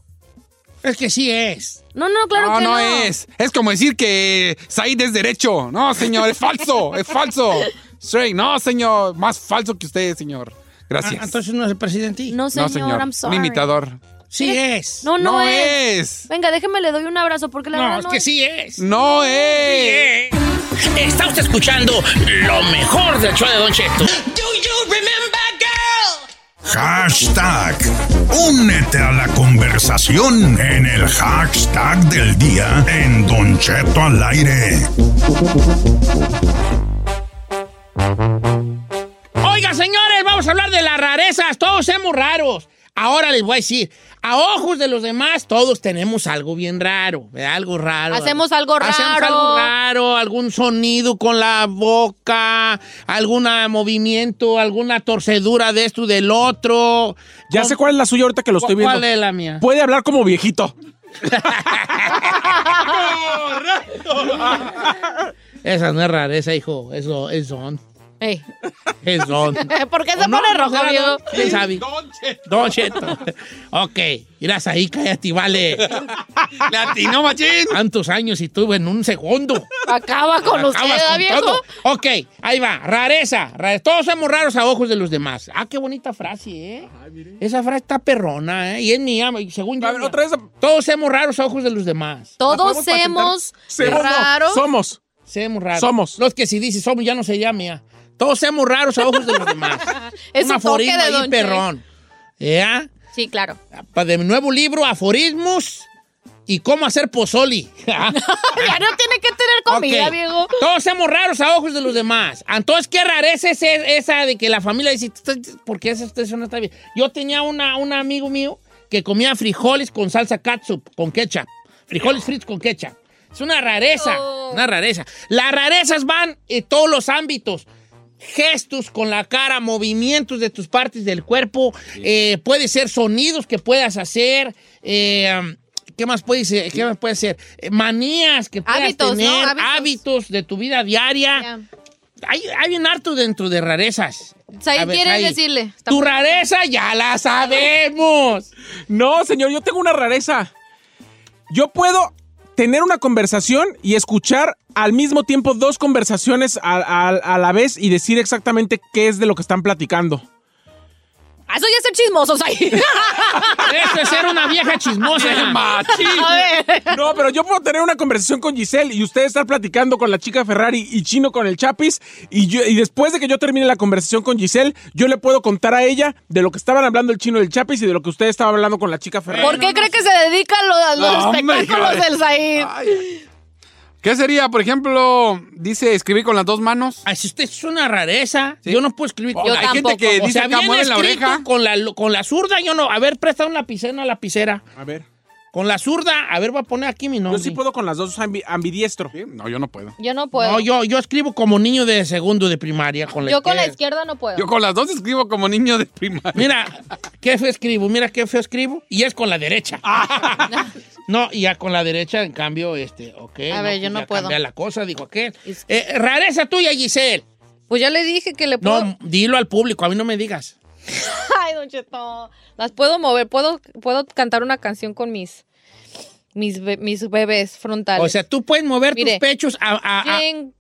Speaker 2: Es que sí es.
Speaker 4: No, no, claro
Speaker 3: no,
Speaker 4: que no.
Speaker 3: no es. Es como decir que Said es derecho. No, señor, es falso, es falso. Straight, no, señor, más falso que usted, señor. Gracias.
Speaker 2: Ah, entonces no es el presidente.
Speaker 4: No, señor, I'm sorry.
Speaker 3: Un imitador.
Speaker 2: Sí eh. es.
Speaker 4: No, no,
Speaker 3: No
Speaker 4: es.
Speaker 3: es.
Speaker 4: Venga, déjeme, le doy un abrazo porque la
Speaker 2: No,
Speaker 4: verdad
Speaker 2: es
Speaker 4: no
Speaker 2: que
Speaker 4: es.
Speaker 2: sí es.
Speaker 3: No es.
Speaker 2: eh. Está usted escuchando lo mejor del show de Don Cheto.
Speaker 10: Hashtag. Únete a la conversación en el hashtag del día en Don Cheto al aire.
Speaker 2: Oiga, señores, vamos a hablar de las rarezas. Todos somos raros. Ahora les voy a decir, a ojos de los demás, todos tenemos algo bien raro, ¿verdad? Algo raro.
Speaker 4: Hacemos algo
Speaker 2: Hacemos
Speaker 4: raro.
Speaker 2: algo raro, algún sonido con la boca, algún movimiento, alguna torcedura de esto y del otro. Oh,
Speaker 6: Ya sé cuál es la suya ahorita que lo estoy
Speaker 2: ¿Cuál
Speaker 6: viendo.
Speaker 2: es la mía?
Speaker 6: Puede hablar como viejito.
Speaker 2: Esa no es rareza, hijo. Eso es don.
Speaker 5: Ey.
Speaker 2: Es
Speaker 5: *laughs*
Speaker 2: don.
Speaker 5: ¿Por qué se pone rojo, viejo?
Speaker 2: ¿Quién sabe? Don Cheto. Don Cheto. ok. Irás ahí, cállate, vale. Latino, machín. Tantos años y tú en un segundo.
Speaker 5: Acaba *laughs* con usted,
Speaker 2: Acabas
Speaker 5: ¿da,
Speaker 2: con
Speaker 5: viejo.
Speaker 2: todo. Ok, ahí va. Rareza. Ra- Todos somos raros a ojos de los demás. Ah, qué bonita frase, ¿eh? Esa frase está perrona, ¿eh? Y es mía, según yo. mía. Todos somos raros a ojos de los demás.
Speaker 5: Todos hemos raros.
Speaker 2: Somos. Somos raros.
Speaker 5: Somos.
Speaker 2: Los que si dice somos ya no se llama ya. Todos somos raros a ojos de los demás.
Speaker 5: *laughs* Es un toque
Speaker 2: aforismo
Speaker 5: de
Speaker 2: ahí,
Speaker 5: Don Che.
Speaker 2: perrón. ¿Ya?
Speaker 5: Sí,
Speaker 4: *laughs*
Speaker 5: claro.
Speaker 2: Pa- De mi nuevo libro, Aforismos y cómo hacer pozoli. *laughs*
Speaker 5: *laughs* ya no tiene que tener comida,
Speaker 2: Ok.
Speaker 5: viejo.
Speaker 2: Todos somos raros a ojos de los demás. Entonces, qué rareza es e- esa de que la familia dice, "Tú estás- ¿por qué eso, eso no está bien? Yo tenía una, un amigo mío que comía frijoles con salsa catsup, con ketchup. Frijoles fritos con ketchup. Es una rareza, una rareza. Las rarezas van en todos los ámbitos. Gestos con la cara, movimientos de tus partes del cuerpo, eh, puede ser sonidos que puedas hacer, eh, ¿qué más puede ser? ¿Qué más puede ser? Eh, manías que puedas
Speaker 5: Hábitos, ¿no?
Speaker 2: tener,
Speaker 5: Hábitos.
Speaker 2: hábitos de tu vida diaria. Hay, hay bien harto dentro de rarezas. A
Speaker 5: Said
Speaker 2: ver,
Speaker 5: quiere
Speaker 2: Said,
Speaker 5: decirle.
Speaker 2: Tu rareza ya la sabemos.
Speaker 6: No, señor, yo tengo una rareza. Yo puedo tener una conversación y escuchar al mismo tiempo dos conversaciones a, a- a la vez y decir exactamente qué es de lo que están platicando.
Speaker 5: Ah, Eso ya es ser chismosos
Speaker 2: *laughs*
Speaker 5: ahí.
Speaker 2: Eso es ser una vieja chismosa.
Speaker 5: A ver.
Speaker 6: No, pero yo puedo tener una conversación con Giselle y usted estar platicando con la chica Ferrari y Chino con el Chapis y, yo- y después de que yo termine la conversación con Giselle, yo le puedo contar a ella de lo que estaban hablando el Chino y el Chapis y de lo que usted estaba hablando con la chica Ferrari.
Speaker 5: ¿Por qué cree que se dedica a lo- a los,
Speaker 6: No, hombre,
Speaker 5: espectáculos
Speaker 6: hija de-
Speaker 5: del Said?
Speaker 3: ¿Qué sería, por ejemplo, dice escribir con las dos manos?
Speaker 2: Así usted es una rareza. *laughs* Yo no puedo escribir.
Speaker 3: Hay gente que dice
Speaker 2: o sea,
Speaker 3: acá
Speaker 2: bien
Speaker 3: mueve la
Speaker 2: escrito
Speaker 3: oreja.
Speaker 2: Con la, con la zurda, yo no. A ver, presta un lapicero, una lapicera.
Speaker 6: A ver.
Speaker 2: Con la zurda, a ver, voy a poner aquí mi nombre.
Speaker 6: Yo sí puedo con las dos ambi- ambidiestro. No, yo no puedo.
Speaker 5: Yo no puedo.
Speaker 2: No, yo, yo escribo como niño de segundo de primaria. Con la
Speaker 5: Yo con la
Speaker 2: izquierda.
Speaker 5: izquierda no puedo.
Speaker 2: las dos escribo como niño de primaria. Mira, qué feo escribo, mira qué feo escribo. Y es con la derecha.
Speaker 6: Ah.
Speaker 2: *laughs* no, y ya con la derecha, en cambio, este, ok.
Speaker 5: A ver, yo no
Speaker 2: ya
Speaker 5: puedo.
Speaker 2: cambia la cosa, dijo aquel. Eh, rareza tuya, Giselle.
Speaker 5: Pues ya le dije que le puedo.
Speaker 2: No, dilo al público, a mí no me digas.
Speaker 5: *laughs* Ay, Don Cheto. Las puedo mover, puedo, puedo cantar una canción con mis, mis, be- mis bebés frontales.
Speaker 2: O sea, tú puedes mover
Speaker 5: Mire.
Speaker 2: tus pechos a... a- a-
Speaker 5: Jing-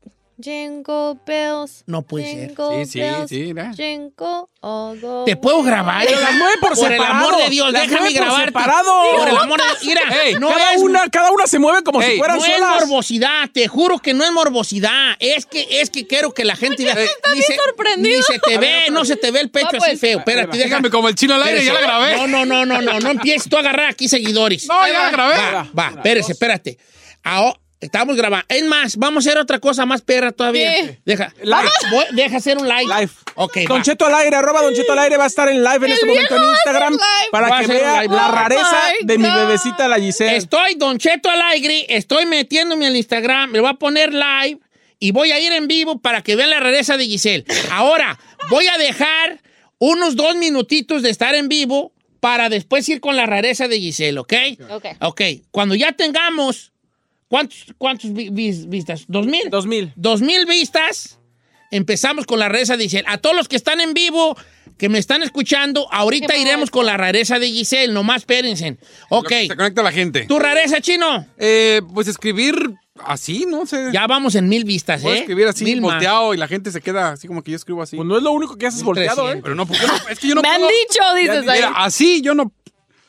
Speaker 5: Jingle bells.
Speaker 2: No puede ser.
Speaker 5: jingle
Speaker 2: Sí, sí,
Speaker 5: bells,
Speaker 2: sí, mira.
Speaker 5: jingle all the
Speaker 2: Te puedo
Speaker 5: way.
Speaker 2: grabar. el amor de Dios, déjame grabar. Por el amor de Dios. Mira, no es
Speaker 6: cada una se mueve como
Speaker 2: Ey, no es morbosidad, te juro que no es morbosidad. Es que, es que quiero que la gente vea. Ni se-
Speaker 5: sorprendido.
Speaker 2: Ni se te
Speaker 5: A ver,
Speaker 2: ve,
Speaker 5: otra
Speaker 2: no
Speaker 5: vez.
Speaker 2: se te ve el pecho
Speaker 5: Va,
Speaker 2: así
Speaker 5: pues.
Speaker 2: feo. Espérate,
Speaker 3: Déjame como el chino al aire, ya la grabé.
Speaker 2: No, no, no, no, no, no empieces tú a agarrar aquí seguidores.
Speaker 3: No, ya la grabé.
Speaker 2: Va, va, espérese, espérate. Ahora, estamos grabando. Es más, vamos a hacer otra cosa más perra todavía.
Speaker 6: ¿Qué?
Speaker 2: Deja,
Speaker 6: Live.
Speaker 2: voy- deja hacer un live. Live. Ok,
Speaker 6: Don
Speaker 2: va.
Speaker 6: Cheto al aire, arroba Don Cheto al aire va a estar en live en este momento en Instagram
Speaker 2: Va a
Speaker 6: para que
Speaker 2: hacer un
Speaker 6: vea
Speaker 2: live.
Speaker 6: la
Speaker 2: Oh
Speaker 6: rareza
Speaker 2: my
Speaker 6: de mi
Speaker 2: God.
Speaker 6: bebecita la Giselle.
Speaker 2: Estoy Don Cheto Alegre, estoy metiéndome al Instagram, me voy a poner live y voy a ir en vivo para que vean la rareza de Giselle. Ahora, voy a dejar unos dos minutitos de estar en vivo para después ir con la rareza de Giselle, ¿ok?
Speaker 5: Ok.
Speaker 2: Ok, cuando ya tengamos, ¿cuántos, cuántos vi- vis- vistas? ¿Dos mil? Dos mil. Dos mil vistas. Empezamos con la rareza de Giselle. A todos los que están en vivo, que me están escuchando, ahorita iremos con la rareza de Giselle, nomás espérense. Ok.
Speaker 3: Se conecta la gente.
Speaker 2: ¿Tu rareza, chino?
Speaker 3: Eh, pues escribir así, no sé.
Speaker 2: Ya vamos en mil vistas,
Speaker 3: Puedo
Speaker 2: ¿eh?
Speaker 3: escribir así,
Speaker 2: Mil más.
Speaker 3: volteado, y la gente se queda así como que yo escribo así. Pues
Speaker 6: no es lo único que haces
Speaker 2: volteado, ¿eh?
Speaker 3: Pero no, porque yo no- es que yo no
Speaker 2: Me han
Speaker 3: puedo-
Speaker 2: dicho, dices
Speaker 3: mira,
Speaker 2: ahí.
Speaker 3: así yo no...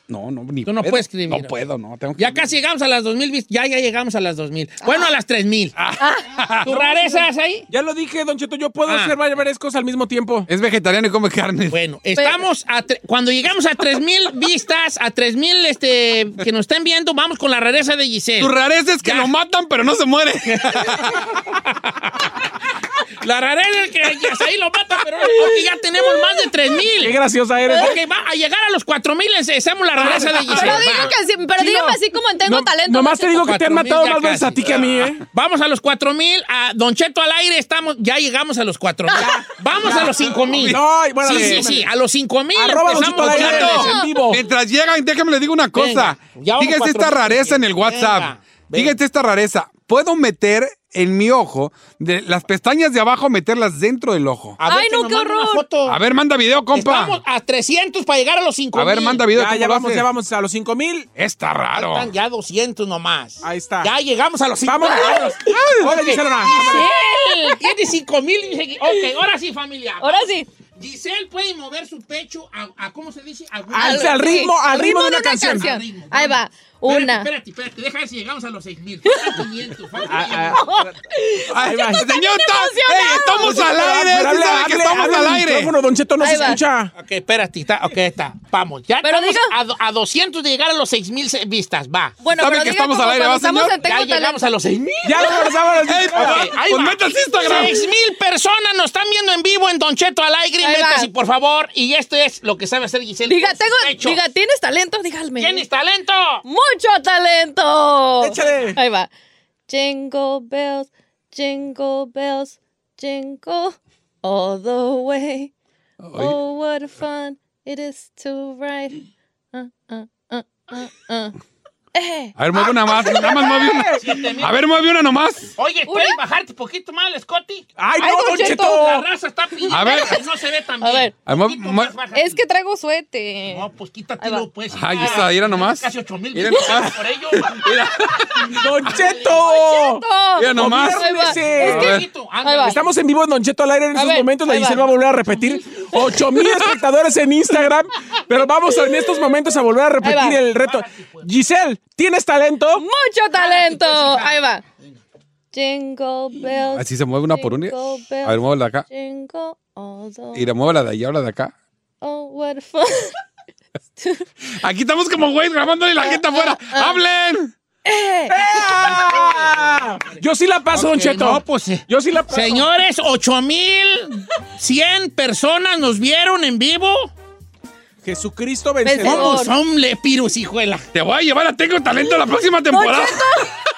Speaker 3: No, no, ni
Speaker 2: Tú no
Speaker 3: puedo.
Speaker 2: puedes escribir.
Speaker 3: No puedo, no. Tengo que... Ah.
Speaker 2: Ya casi llegamos a las dos mil vistas. Ya, ya llegamos a las dos mil. Bueno, a las tres mil.
Speaker 13: Ah,
Speaker 2: ¿Tu rareza es ahí?
Speaker 6: Ya lo dije, Don Cheto, yo puedo
Speaker 2: Ah.
Speaker 6: hacer varias cosas al mismo tiempo.
Speaker 3: Es vegetariano y come carne.
Speaker 2: Bueno, Estamos a tre- cuando llegamos a
Speaker 3: *laughs*
Speaker 2: 3000 vistas, a 3000 este que nos estén viendo, vamos con la rareza de Giselle.
Speaker 3: Tu rareza es que lo matan, pero no se muere.
Speaker 2: *laughs* La rarera es que ahí lo mata, pero porque ya tenemos más de 3000.
Speaker 6: Qué graciosa eres.
Speaker 2: Ok, va a llegar a los 4000, hacemos la rareza de Giselle.
Speaker 4: Pero, digo que sí- pero
Speaker 2: Sí,
Speaker 4: dígame
Speaker 2: no.
Speaker 4: así como en tengo
Speaker 2: No,
Speaker 4: talento.
Speaker 6: Nomás te
Speaker 4: muchacho.
Speaker 6: digo que te han matado
Speaker 2: 4,000 ya
Speaker 6: más veces a
Speaker 2: casi. Ah.
Speaker 6: ti que a mí, ¿eh?
Speaker 2: Vamos a los 4000, a Don Cheto al aire estamos, ya llegamos a los 4000. Vamos a los 5000.
Speaker 6: No, bueno,
Speaker 2: sí,
Speaker 6: sí,
Speaker 2: sí,
Speaker 6: hombre.
Speaker 2: sí, a los 5000
Speaker 6: Arroba Don Cheto
Speaker 2: empezamos
Speaker 6: al aire,
Speaker 2: Chato.
Speaker 6: en vivo.
Speaker 3: Mientras llegan, déjame le digo una cosa.
Speaker 2: ya vamos
Speaker 3: Fíjense
Speaker 2: cuatro
Speaker 3: esta
Speaker 2: mil.
Speaker 3: rareza en el WhatsApp.
Speaker 2: Venga,
Speaker 3: Fíjense esta rareza. Puedo meter en mi ojo, de las pestañas de abajo, meterlas dentro del ojo.
Speaker 2: A ver, que nos mande una foto.
Speaker 3: A ver, manda video, compa.
Speaker 2: Estamos a 300 para llegar a los 5000.
Speaker 3: A ver, manda video.
Speaker 6: Ya, ya vamos, ya vamos a los 5000.
Speaker 3: Está raro.
Speaker 2: Están ya 200 nomás.
Speaker 6: Ahí está.
Speaker 2: Ya llegamos a los 5
Speaker 6: Vamos, vámonos. Hola, Gisela.
Speaker 2: Giselle, tiene 5 mil. Ok, ahora sí, familia.
Speaker 4: Ahora sí.
Speaker 2: Giselle puede mover su pecho a, a- ¿cómo se dice? A-
Speaker 6: Al- al ritmo- al ritmo de una canción.
Speaker 2: Al ritmo.
Speaker 4: Ahí va. Una.
Speaker 2: Espérate, espérate, espérate. Deja ver si llegamos a los 6 *laughs* mil. Faltan 500. faltan 500.
Speaker 3: Ay,
Speaker 4: Yo
Speaker 3: va.
Speaker 4: estoy tan
Speaker 3: Señor, ta-
Speaker 4: emocionada.
Speaker 3: ey, estamos al aire.
Speaker 6: Ah, Pero
Speaker 3: Usted
Speaker 6: hable,
Speaker 3: sabe que
Speaker 6: hable,
Speaker 3: estamos
Speaker 6: hable
Speaker 3: al
Speaker 6: al
Speaker 3: aire.
Speaker 6: micrófono, Don Cheto, no
Speaker 4: Ahí
Speaker 6: se
Speaker 4: va. *laughs*
Speaker 6: escucha.
Speaker 2: Ok, espérate. Está, ok, está. Vamos. Ya
Speaker 4: Pero
Speaker 2: estamos
Speaker 4: diga-
Speaker 2: a do- a, 200 de llegar a los 6 mil vistas. Va.
Speaker 4: Bueno,
Speaker 3: ¿Sabe
Speaker 4: pero
Speaker 3: que
Speaker 4: diga
Speaker 3: estamos
Speaker 4: como
Speaker 3: al aire,
Speaker 4: cuando
Speaker 3: va,
Speaker 4: estamos
Speaker 3: señor?
Speaker 4: en Tengo
Speaker 2: Ya llegamos
Speaker 4: Talento.
Speaker 2: a los 6 mil.
Speaker 6: Ya, vámonos, vámonos.
Speaker 3: Ey,
Speaker 2: Ok, ahí
Speaker 3: pues
Speaker 2: va.
Speaker 3: métanse a Instagram.
Speaker 2: 6 mil personas nos están viendo en vivo en Don Cheto al aire.
Speaker 4: Ahí va.
Speaker 2: Métase, por favor. Y esto es lo que sabe hacer Giselle.
Speaker 4: Diga,
Speaker 2: con su
Speaker 4: tengo,
Speaker 2: pecho.
Speaker 4: diga, ¿tienes talento? Dígame.
Speaker 2: ¿Tienes talento?
Speaker 4: ¡Mucho talento!
Speaker 6: Échale.
Speaker 4: Ahí va. Jingle bells, jingle bells, jingle all the way. Oh, what a fun it is to ride. Uh, uh, uh, uh, uh. *laughs* Eh.
Speaker 3: A ver, mueve una
Speaker 2: Ah.
Speaker 3: más. Nada más mueve una. A ver, mueve una nomás.
Speaker 2: Oye, ¿puedes bajarte poquito más, Scotty?
Speaker 6: Ay,
Speaker 4: Ay,
Speaker 6: no,
Speaker 4: Don
Speaker 6: Don
Speaker 4: Cheto.
Speaker 2: La
Speaker 6: Cheto.
Speaker 2: raza está pidiendo
Speaker 3: A ver.
Speaker 2: que no se ve tan
Speaker 4: A
Speaker 2: bien.
Speaker 4: ver.
Speaker 3: A ver,
Speaker 2: Poquito
Speaker 3: mu-
Speaker 2: más baja.
Speaker 4: Es que traigo suéte.
Speaker 2: No, pues
Speaker 4: Ahí
Speaker 2: quítatelo,
Speaker 4: va.
Speaker 2: pues.
Speaker 3: Ay, esa, mira nomás.
Speaker 2: Casi 8 mil.
Speaker 3: Mira nomás.
Speaker 2: Por ello.
Speaker 6: Don Cheto.
Speaker 3: Mira nomás.
Speaker 4: Ahí va.
Speaker 6: Ese.
Speaker 4: Es que-
Speaker 3: ver.
Speaker 2: Poquito,
Speaker 4: Ahí va.
Speaker 2: ándale.
Speaker 6: Estamos en vivo en Don Cheto al aire en
Speaker 4: A
Speaker 6: estos
Speaker 4: ver,
Speaker 6: momentos. La
Speaker 4: ahí va.
Speaker 6: Giselle va a volver a repetir
Speaker 4: *laughs*
Speaker 6: 8000 espectadores en Instagram. Pero vamos en estos momentos a volver a
Speaker 4: Ahí
Speaker 6: repetir
Speaker 4: va.
Speaker 6: el reto. Giselle, ¿tienes talento?
Speaker 4: ¡Mucho talento! Ahí va. Jingle bells.
Speaker 3: Así se mueve una por una.
Speaker 4: jingle bells,
Speaker 3: A ver, muévela de acá.
Speaker 4: Jingle all the
Speaker 3: Mira, muévela de allá, ahora de acá.
Speaker 4: Oh, what fun.
Speaker 3: Aquí estamos como güey grabándole la
Speaker 2: Ah,
Speaker 3: gente afuera. ¡Hablen!
Speaker 6: ¡Ah! Yo sí la paso, Don
Speaker 2: Ok,
Speaker 6: Cheto.
Speaker 2: no, pues, eh.
Speaker 6: Yo sí la paso.
Speaker 2: Señores, 8100 personas nos vieron en vivo.
Speaker 6: Jesucristo vencedor.
Speaker 4: Vencedor.
Speaker 2: ¿Cómo son lepirus, hijuela?
Speaker 3: Te voy a llevar a Tengo Talento la próxima temporada.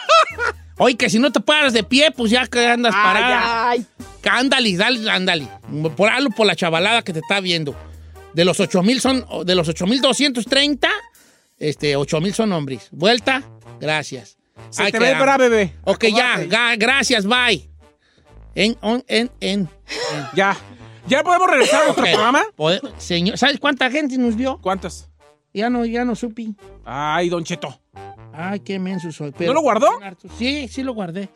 Speaker 2: *laughs* Oye, que si no te paras de pie, pues ya que andas parada.
Speaker 4: Ay,
Speaker 2: Que Ándale, dale, ándale. Por algo, por la chavalada que te está viendo. De los 8000 son, de los 8230, este, 8000 son hombres. Vuelta, gracias.
Speaker 6: Se
Speaker 2: Ahí
Speaker 6: te ve
Speaker 2: quedamos.
Speaker 6: para bebé.
Speaker 2: Ok, ya,
Speaker 6: Acomódate.
Speaker 2: ga- gracias, bye. En, on, en, en.
Speaker 6: Ya. ¿Ya
Speaker 2: *laughs*
Speaker 6: podemos regresar a nuestro
Speaker 2: Ok.
Speaker 6: programa?
Speaker 2: Poder- señor, ¿sabes cuánta gente nos vio?
Speaker 6: ¿Cuántas?
Speaker 2: Ya no, ya no supe.
Speaker 6: Ay, Don Cheto.
Speaker 2: Ay, qué menso soy.
Speaker 6: ¿No lo guardó?
Speaker 2: Sí, sí lo guardé.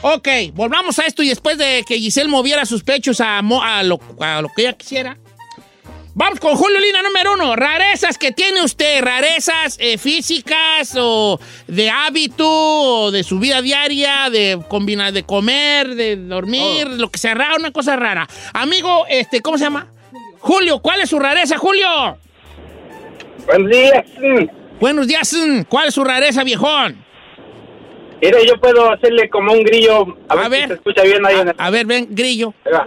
Speaker 2: Ok, volvamos a esto y después de que Giselle moviera sus pechos a, mo- a lo, a lo que ella quisiera. Vamos con Julio Lina número uno. Rarezas que tiene usted, rarezas eh, físicas o de hábito o de su vida diaria, de combina- de comer, de dormir, lo que sea raro, una cosa rara. Amigo, este, ¿cómo se llama? Julio, ¿cuál es su rareza, Julio?
Speaker 14: Buen día. Mm.
Speaker 2: Buenos días, mm. ¿cuál es su rareza, viejón?
Speaker 14: Mira, yo puedo hacerle como un grillo. A,
Speaker 2: A
Speaker 14: ver, si
Speaker 2: ver.
Speaker 14: se escucha bien ahí en el...
Speaker 2: A ver, ven, grillo.
Speaker 14: Ahí va.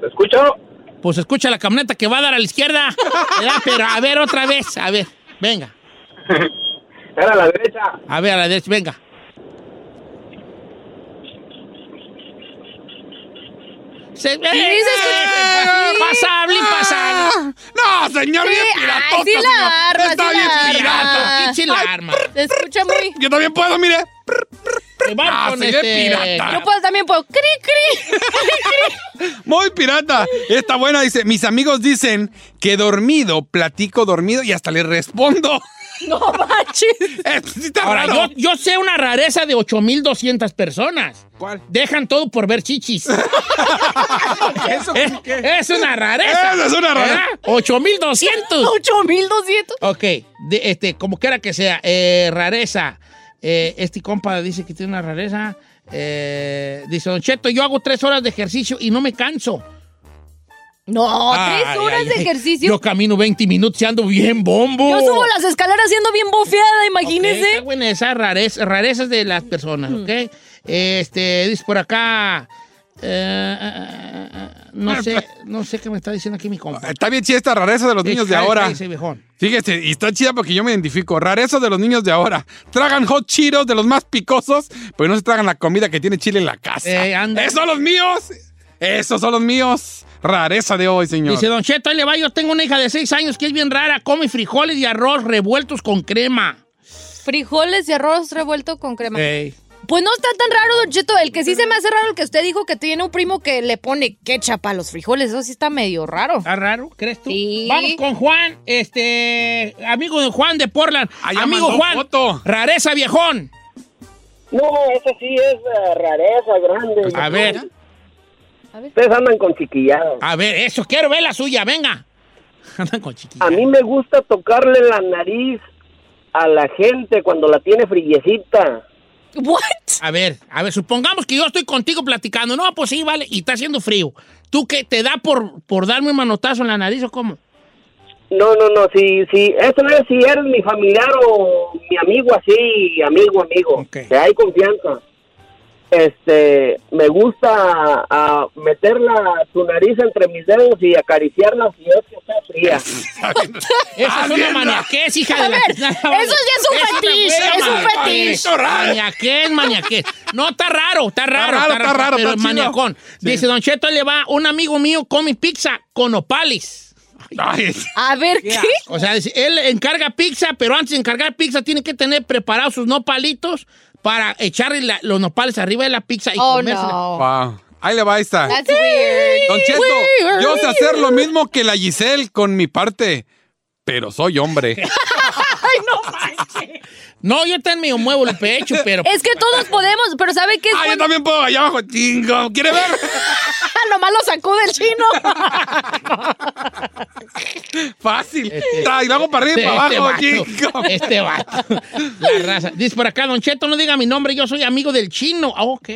Speaker 14: ¿Lo escucho?
Speaker 2: Pues escucha la camioneta que va a dar a
Speaker 14: *laughs*
Speaker 2: la izquierda. ¿verdad? Pero a ver otra vez. A ver, venga.
Speaker 14: Era a la derecha.
Speaker 2: A ver, a la derecha, venga. Se,
Speaker 4: se escucha.
Speaker 2: pasable, impasable.
Speaker 3: No, señor, bien
Speaker 4: Sí,
Speaker 3: piratota,
Speaker 4: ay, sí la
Speaker 3: señor.
Speaker 4: arma,
Speaker 3: Está
Speaker 4: sí
Speaker 3: bien
Speaker 4: la arma.
Speaker 2: Ah,
Speaker 3: pirata.
Speaker 2: Pinche la arma.
Speaker 4: Ah, Se escucha muy.
Speaker 3: Yo también puedo, mire.
Speaker 2: Se van
Speaker 3: Ah,
Speaker 2: con
Speaker 3: se ve
Speaker 2: este-
Speaker 3: pirata.
Speaker 4: Yo puedo también puedo. Cri, cri. *laughs*
Speaker 3: Muy pirata. Está buena, dice. Mis amigos dicen que dormido, platico dormido y hasta le respondo.
Speaker 2: *laughs*
Speaker 4: No manches.
Speaker 3: Eh, sí está
Speaker 2: Ahora,
Speaker 3: raro.
Speaker 2: yo, yo sé una rareza de 8,200 personas. *laughs*
Speaker 6: ¿Cuál?
Speaker 2: Dejan todo por ver
Speaker 3: *laughs*
Speaker 2: chichis.
Speaker 6: ¿Eso
Speaker 2: es,
Speaker 6: qué?
Speaker 2: Eh, es una rareza.
Speaker 3: *laughs*
Speaker 2: ¿Eh?
Speaker 3: Esa es una rareza.
Speaker 2: ¿verdad? 8,200.
Speaker 4: 8200.
Speaker 2: Ok, de- este, como quiera que sea, eh, rareza. Eh, este compa dice que tiene una rareza. Eh, dice, Don Cheto, yo hago tres horas de ejercicio y no me canso.
Speaker 4: No,
Speaker 2: Ay,
Speaker 4: tres horas
Speaker 2: ay,
Speaker 4: de
Speaker 2: ay.
Speaker 4: ejercicio.
Speaker 2: Yo camino 20 minutos y ando bien bombo.
Speaker 4: Yo subo las escaleras siendo bien bofeada, imagínese. Mm.
Speaker 2: Ok, bueno, esas rarezas, rarezas de las personas, ¿ok? Este, dice por acá. eh, eh, eh, no sé, no sé qué me está diciendo aquí mi compa.
Speaker 3: Está bien chida esta rareza de los niños de
Speaker 2: Cállate,
Speaker 3: ahora.
Speaker 2: ese viejón.
Speaker 3: Fíjese, y está chida porque yo me identifico. Rareza de los niños de ahora. Tragan hot chiros de los más picosos, pero no se tragan la comida que tiene chile en la casa.
Speaker 2: Eh, anda.
Speaker 3: ¡Esos son los míos! ¡Esos son los míos! Rareza de hoy, señor.
Speaker 2: Dice Don Cheto, ahí le va, yo tengo una hija de 6 años que es bien rara, come frijoles y arroz revueltos con crema.
Speaker 4: Frijoles y arroz revuelto con crema.
Speaker 2: Ey.
Speaker 4: Pues no está tan raro, Don Cheto. El que sí se me hace raro el que usted dijo que tiene un primo que le pone ketchup a los frijoles. Eso sí está medio raro.
Speaker 2: ¿Está raro? ¿Crees tú? Vamos con Juan, este, amigo de Juan de Portland. amigo
Speaker 3: mandó
Speaker 2: Juan, rareza viejón.
Speaker 15: No, esa sí es eh, rareza grande.
Speaker 2: A ver,
Speaker 15: Ustedes andan con chiquilladas.
Speaker 2: a ver, eso, quiero ver la suya, venga. Andan con chiquillos.
Speaker 15: A mí me gusta tocarle la nariz a la gente cuando la tiene frillecita.
Speaker 4: ¿What?
Speaker 2: A ver, a ver, supongamos que yo estoy contigo platicando. No, pues sí, vale, y está haciendo frío. ¿Tú qué te da por, por darme un manotazo en la nariz o cómo?
Speaker 15: No, no, no, si, si, eso no es si eres mi familiar o mi amigo así, amigo, amigo, que hay confianza. Este, me gusta a, meter la, su nariz entre mis dedos y acariciarla si es que está fría.
Speaker 2: *laughs* Esa es una maniaquez, hija de
Speaker 15: A
Speaker 2: la
Speaker 15: ver,
Speaker 2: chingada,
Speaker 15: eso
Speaker 2: vale.
Speaker 15: ya es un
Speaker 2: Esa
Speaker 15: fetiche,
Speaker 2: me
Speaker 15: es
Speaker 2: fue
Speaker 15: un
Speaker 2: maniaquez.
Speaker 15: fetiche.
Speaker 2: Maniaquez, maniaquez. No, está raro, está raro.
Speaker 3: raro, está raro,
Speaker 2: Pero
Speaker 3: está chido.
Speaker 2: maniacón. Dice, Don Cheto, ahí le va, un amigo mío come pizza con opales.
Speaker 4: A ver, ¿qué?
Speaker 2: O sea, dice, él encarga pizza, pero antes de encargar pizza tiene que tener preparados sus nopalitos para echarle la- los nopales arriba de la pizza y
Speaker 4: Oh,
Speaker 2: comérsela.
Speaker 4: no.
Speaker 3: Wow. Ahí le va esta.
Speaker 4: That's weird.
Speaker 3: Don Cheto,
Speaker 4: Weird.
Speaker 3: yo sé hacer lo mismo que la Giselle con mi parte, pero
Speaker 4: *laughs*
Speaker 3: soy hombre.
Speaker 4: Ay, no manches.
Speaker 2: No, yo también me muevo el pecho, pero...
Speaker 4: *laughs* Es que todos podemos, pues, pero ¿sabe
Speaker 2: *laughs*
Speaker 4: qué es
Speaker 3: Ah, yo también puedo allá abajo. Chingo. ¿Quiere ver?
Speaker 4: Nomás *laughs* lo sacó del
Speaker 2: *laughs*
Speaker 4: chino.
Speaker 3: Fácil. Tra- y lo hago para arriba y para abajo.
Speaker 2: Este
Speaker 3: *laughs* chingo.
Speaker 2: vato, este vato. La raza. Dice por acá, Don Cheto, no diga mi nombre, yo soy amigo del chino. Ah, ok.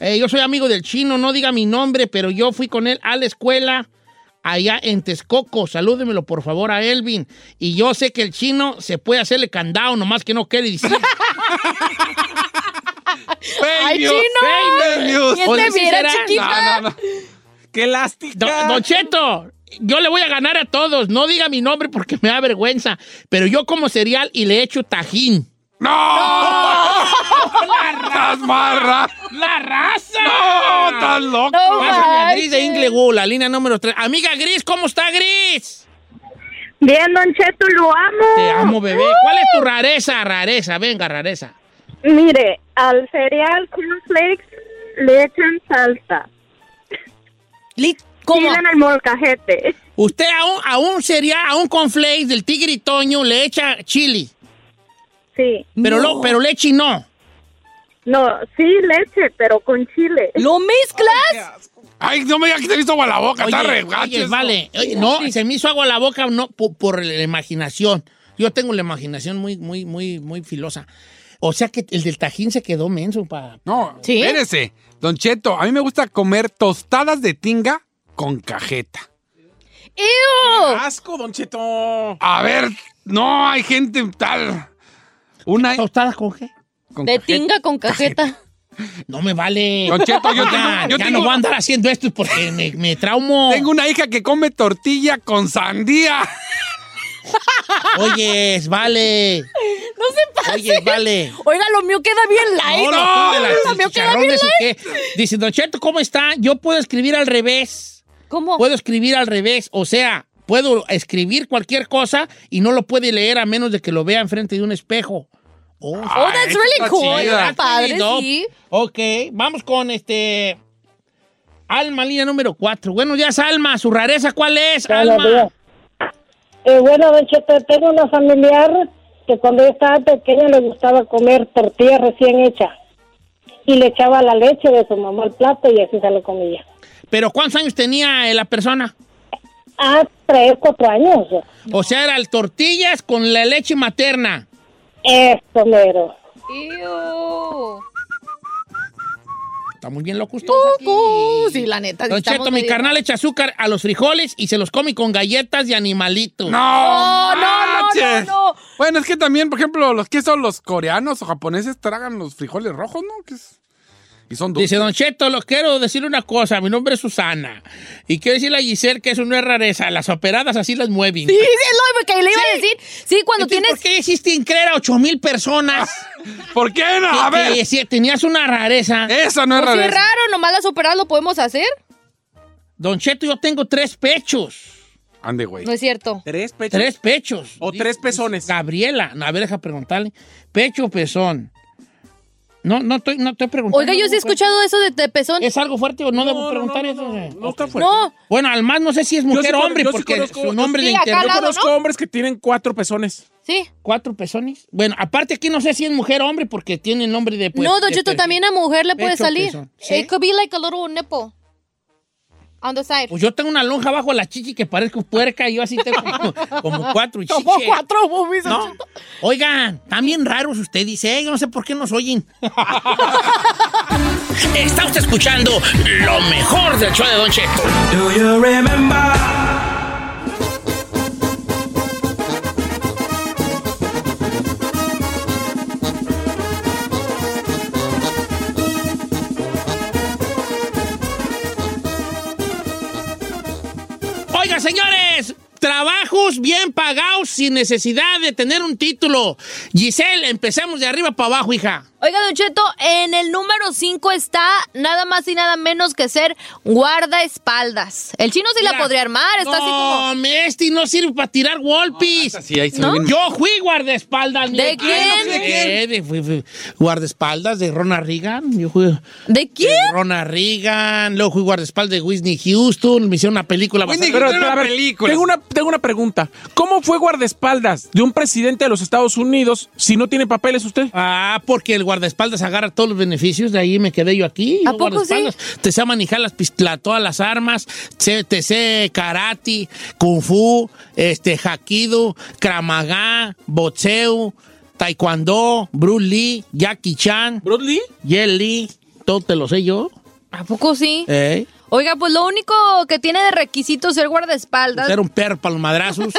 Speaker 2: Eh, yo soy amigo del chino, no diga mi nombre, pero yo fui con él a la escuela allá en Texcoco. Salúdemelo, por favor, a Elvin. Y yo sé que el chino se puede hacerle candado, nomás que no quiere decir.
Speaker 4: ¡Ay,
Speaker 2: news,
Speaker 4: chino!
Speaker 2: fake news.
Speaker 4: Y este
Speaker 2: O sea, sí
Speaker 4: viera,
Speaker 2: será.
Speaker 4: chiquita.
Speaker 2: ¡Qué lástima! Don, Don Cheto, yo le voy a ganar a todos. No diga mi nombre porque me da vergüenza. Pero yo como cereal y le echo tajín.
Speaker 3: ¡No!
Speaker 2: *laughs* ¡Estás
Speaker 3: marra!
Speaker 2: ¡La raza! ¡Oh,
Speaker 3: ¡No! ¡Estás loco! No
Speaker 2: Pásame a Gris de
Speaker 3: manches.
Speaker 2: Inglewood, la línea número 3. Amiga Gris, ¿cómo está Gris?
Speaker 16: Bien, Don Cheto, lo amo.
Speaker 2: Te amo, bebé. ¿Cuál es tu rareza? Rareza, venga, rareza.
Speaker 16: Mire, al cereal cornflakes le echan salsa.
Speaker 2: ¿Cómo?
Speaker 16: Tiran el molcajete.
Speaker 2: Usted a un, a un cereal, a un conflakes del tigre y Toño le echa chili.
Speaker 16: Sí.
Speaker 2: Pero,
Speaker 16: No.
Speaker 2: lo, pero leche no.
Speaker 16: No, sí leche, pero con chile.
Speaker 4: ¿Lo mezclas?
Speaker 3: Ay, no me digas que te he visto agua la boca. está
Speaker 2: Oye,
Speaker 3: re gacho
Speaker 2: oye,
Speaker 3: eso.
Speaker 2: vale. Oye, no, se me hizo agua la boca no, por, por la imaginación. Yo tengo la imaginación muy, muy, muy, muy filosa. O sea que el del tajín se quedó menso para...
Speaker 3: No, espérese. Don Cheto, a mí me gusta comer tostadas de tinga con cajeta.
Speaker 4: ¡Ew!
Speaker 6: ¡Asco, Don Cheto!
Speaker 3: A ver, no hay gente tal. Una
Speaker 2: tostadas con qué?
Speaker 4: De tinga con cajeta.
Speaker 2: No me vale.
Speaker 3: Don Cheto,
Speaker 2: *laughs*
Speaker 3: yo
Speaker 2: Ya,
Speaker 3: tengo- yo
Speaker 2: ya
Speaker 3: tengo-
Speaker 2: no voy a andar haciendo esto porque me, me traumo.
Speaker 3: Tengo una hija que come tortilla con sandía.
Speaker 2: *laughs* Oye, vale.
Speaker 4: No se pase.
Speaker 2: Oye, vale.
Speaker 4: Oiga, lo mío queda bien light.
Speaker 2: No, no, tú de las
Speaker 4: lo mío queda bien
Speaker 2: chicharrones, ¿o
Speaker 4: light.
Speaker 2: qué? Dice, Don Cheto, ¿cómo está? Yo puedo escribir al revés.
Speaker 4: ¿Cómo?
Speaker 2: Puedo escribir al revés. O sea, puedo escribir cualquier cosa y no lo puede leer a menos de que lo vea enfrente de un espejo. Oh,
Speaker 4: Oh, that's
Speaker 2: eso
Speaker 4: really
Speaker 2: está
Speaker 4: cool.
Speaker 2: chido.
Speaker 4: Está padre,
Speaker 2: dope.
Speaker 4: sí.
Speaker 2: Ok, vamos con este. Alma, línea número 4. Bueno, ya es Alma. ¿Su rareza cuál es,
Speaker 8: Buenos
Speaker 2: Alma?
Speaker 8: días. Eh, bueno, Don Cheto, tengo una familiar que cuando yo estaba pequeña le gustaba comer tortilla recién hecha y le echaba la leche de su mamá al plato y así se lo comía.
Speaker 2: ¿Pero cuántos años tenía eh, la persona?
Speaker 8: Ah, tres, cuatro años.
Speaker 2: O sea, era el tortillas con la leche materna.
Speaker 14: Eh.
Speaker 8: Eso, mero.
Speaker 4: Ew.
Speaker 2: Está muy bien loco usted.
Speaker 4: Cucú. Sí, la neta. sí
Speaker 2: Don
Speaker 4: estamos
Speaker 2: Cheto, mi
Speaker 4: medio-
Speaker 2: carnal echa azúcar a los frijoles y se los come con galletas de animalitos.
Speaker 4: Oh, No, no, no, no, no.
Speaker 14: Bueno, es que también, por ejemplo, los que son los coreanos o japoneses tragan los frijoles rojos, ¿no? Que es- Y son dulces.
Speaker 2: Dice Don Cheto, los quiero decir una cosa. Mi nombre es Susana. Y quiero decirle a Giselle que eso no es rareza. Las operadas así las mueven.
Speaker 4: Sí, sí, lo porque le iba a decir. Sí, cuando tienes.
Speaker 2: ¿Por qué hiciste increer a 8 mil personas?
Speaker 14: *laughs* ¿Por qué no?
Speaker 2: Que-
Speaker 14: A ver.
Speaker 2: que si tenías una rareza.
Speaker 14: Esa no
Speaker 4: Pues sí, es raro, nomás las operadas lo podemos hacer.
Speaker 2: Don Cheto, yo tengo tres pechos.
Speaker 14: Ande, güey.
Speaker 4: No es cierto.
Speaker 2: ¿Tres pechos? Tres pechos. O tres pezones. Gabriela, no, a ver, deja preguntarle. Pecho o pezón. No, no estoy, no estoy preguntando.
Speaker 4: Oiga, yo sí he escuchado eso de, de pezón.
Speaker 2: ¿Es algo fuerte o no, debo preguntar eso?
Speaker 6: No está fuerte.
Speaker 4: No.
Speaker 2: Bueno, al más no sé si es
Speaker 6: Yo sí
Speaker 2: mujer o
Speaker 6: con-
Speaker 2: hombre,
Speaker 6: yo sí
Speaker 2: porque
Speaker 6: conozco-
Speaker 2: su nombre
Speaker 6: yo
Speaker 2: de
Speaker 6: sí-
Speaker 2: internet.
Speaker 6: Yo conozco hombres que tienen cuatro pezones.
Speaker 4: Sí.
Speaker 2: ¿Cuatro pezones? Bueno, aparte aquí no sé si es mujer o hombre, porque tiene nombre de... pues,
Speaker 4: no, Don
Speaker 2: de
Speaker 4: Cheto,
Speaker 2: pe-
Speaker 4: también a mujer le puede
Speaker 2: pecho,
Speaker 4: salir.
Speaker 2: pezón. ¿Sí?
Speaker 4: It could be like a little nipple. On the side.
Speaker 2: Pues yo tengo una lonja bajo la chichi que parezco puerca y yo así
Speaker 4: *laughs*
Speaker 2: tengo como, como cuatro y
Speaker 4: Como
Speaker 2: chiche.
Speaker 4: cuatro boobies.
Speaker 2: No. Oigan, están bien raros ustedes, dice, yo no sé por qué
Speaker 4: *laughs*
Speaker 2: nos oyen. Está usted escuchando lo mejor del show de Don Cheto.
Speaker 11: Do you remember?
Speaker 2: Oiga, señores, trabajos bien pagados sin necesidad de tener un título. Giselle, empecemos de arriba para abajo, hija.
Speaker 4: Oiga, Don Cheto, en el número 5 está nada más y nada menos que ser guardaespaldas. El chino sí la
Speaker 2: Mira,
Speaker 4: podría armar, está así como.
Speaker 2: No, mi este no sirve para tirar golpes.
Speaker 4: ¿No? ven.
Speaker 2: Yo fui guardaespaldas. mi
Speaker 4: ¿De
Speaker 2: equipo.
Speaker 4: quién?
Speaker 2: Eh, de- fui- fui guardaespaldas de Rona Reagan. Yo fui
Speaker 4: ¿De quién?
Speaker 2: Rona Reagan. Luego fui guardaespaldas de Whitney Houston. Me hicieron una película
Speaker 6: Pero,
Speaker 2: basada-
Speaker 6: pero, a ver, Tengo una, tengo una pregunta. ¿Cómo fue guardaespaldas de un presidente de los Estados Unidos si no tiene papeles usted?
Speaker 2: Ah, porque el guardaespaldas agarra todos los beneficios, de ahí me quedé yo aquí.
Speaker 4: ¿A
Speaker 2: Yo
Speaker 4: poco
Speaker 2: guardaespaldas. Te sé manejar las pistolas, todas las armas, sé- te sé karate, kung fu, este, hakido, kramagá, boxeo, taekwondo, Bruce Lee, Jackie Chan.
Speaker 6: ¿Bruce Lee?
Speaker 2: Jet Li, todo te lo sé yo.
Speaker 4: ¿A poco sí?
Speaker 2: Eh,
Speaker 4: Oiga, pues lo único que tiene de requisito ser guardaespaldas.
Speaker 2: Ser un perro para
Speaker 4: *laughs*
Speaker 2: los madrazos.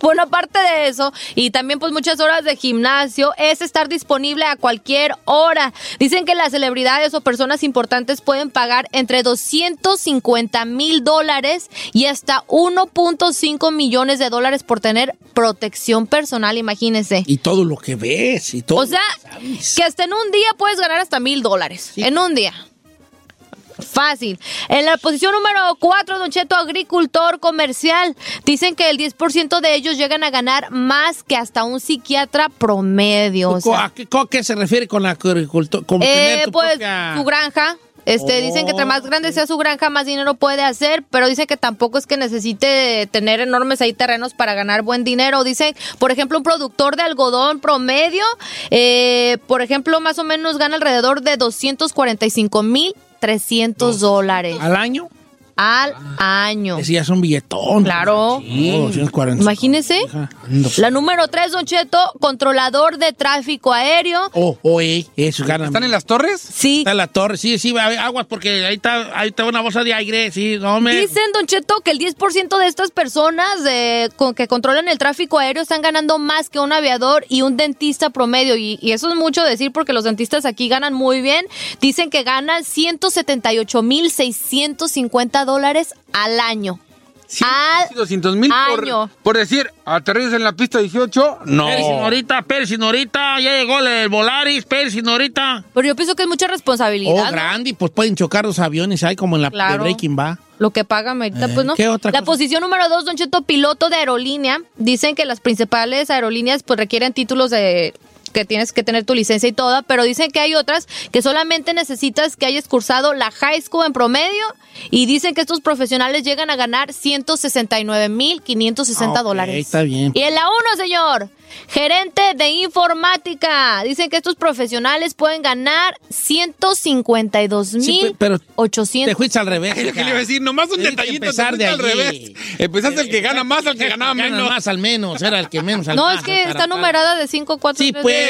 Speaker 4: Bueno, aparte de eso, y también pues muchas horas de gimnasio, es estar disponible a cualquier hora. Dicen que las celebridades o personas importantes pueden pagar entre 250 mil dólares y hasta 1.5 millones de dólares por tener protección personal, imagínense.
Speaker 2: y todo lo que ves y todo.
Speaker 4: O sea, que hasta en un día puedes ganar hasta mil dólares. En un día. Fácil. En la posición número 4, Don Cheto, agricultor comercial. Dicen que el 10% de ellos llegan a ganar más que hasta un psiquiatra promedio. o
Speaker 2: ¿Co-
Speaker 4: sea.
Speaker 2: ¿A qué, co- qué se refiere con la agricultura? Con
Speaker 4: Eh,
Speaker 2: tener tu
Speaker 4: pues
Speaker 2: propia-
Speaker 4: su granja. Este, dicen que entre más grande sea su granja, más dinero puede hacer, pero dicen que tampoco es que necesite tener enormes ahí terrenos para ganar buen dinero. Dicen, por ejemplo, un productor de algodón promedio, eh, por ejemplo, más o menos gana alrededor de 245 mil 300 dólares.
Speaker 2: ¿Al año?
Speaker 4: Al año.
Speaker 2: Ese ya es un billetón.
Speaker 4: Claro.
Speaker 2: Sí, 240.
Speaker 4: Imagínese. La número 3, Don Cheto, controlador de tráfico aéreo.
Speaker 2: Oh, oh, eh, eso ganan. ¿Están
Speaker 14: en las torres?
Speaker 4: Sí.
Speaker 2: Está en la torre, sí, sí, va, eh, aguas, porque ahí está, ahí está una bolsa de aire, sí, no me.
Speaker 4: Dicen, Don Cheto, que el 10% de estas personas eh, con, que controlan el tráfico aéreo están ganando más que un aviador y un dentista promedio. Y, y eso es mucho decir porque los dentistas aquí ganan muy bien. Dicen que ganan 178.650 dólares al año. al
Speaker 14: 200 mil
Speaker 4: año.
Speaker 14: por, por decir, aterrizas en la pista 18. No.
Speaker 2: Persin ahorita, Persin ahorita, ya llegó el Volaris, Persin ahorita.
Speaker 4: Pero yo pienso que es mucha responsabilidad.
Speaker 2: Oh,
Speaker 4: ¿no?
Speaker 2: grande, pues pueden chocar los aviones ahí como en la
Speaker 4: Claro.
Speaker 2: de Breaking Bad.
Speaker 4: Lo que pagan ahorita,
Speaker 2: Eh,
Speaker 4: pues no.
Speaker 2: ¿qué otra
Speaker 4: la
Speaker 2: cosa?
Speaker 4: posición número dos, Don Cheto, piloto de aerolínea. Dicen que las principales aerolíneas pues requieren títulos de que tienes que tener tu licencia y toda, pero dicen que hay otras que solamente necesitas que hayas cursado la high school en promedio y dicen que estos profesionales llegan a ganar 169.560
Speaker 2: Ah, ok,
Speaker 4: dólares.
Speaker 2: está bien.
Speaker 4: Y en la uno, señor, Gerente de informática. Dicen que estos profesionales pueden ganar 152 mil
Speaker 2: pero
Speaker 4: 800.
Speaker 2: te fuiste al revés.
Speaker 14: Es lo que le iba a decir, nomás un
Speaker 2: Tienes que
Speaker 14: detallito. te
Speaker 2: empezar de
Speaker 14: fuiste al
Speaker 2: allí. Eh,
Speaker 14: revés. Empezaste el que gana más, al que ganaba
Speaker 2: Gana
Speaker 14: menos.
Speaker 2: más al menos, era el que
Speaker 4: *laughs*
Speaker 2: menos al
Speaker 4: No,
Speaker 2: más,
Speaker 4: es que
Speaker 2: al
Speaker 4: está
Speaker 2: para-
Speaker 4: numerada de 5 4
Speaker 2: Sí, pues, sí,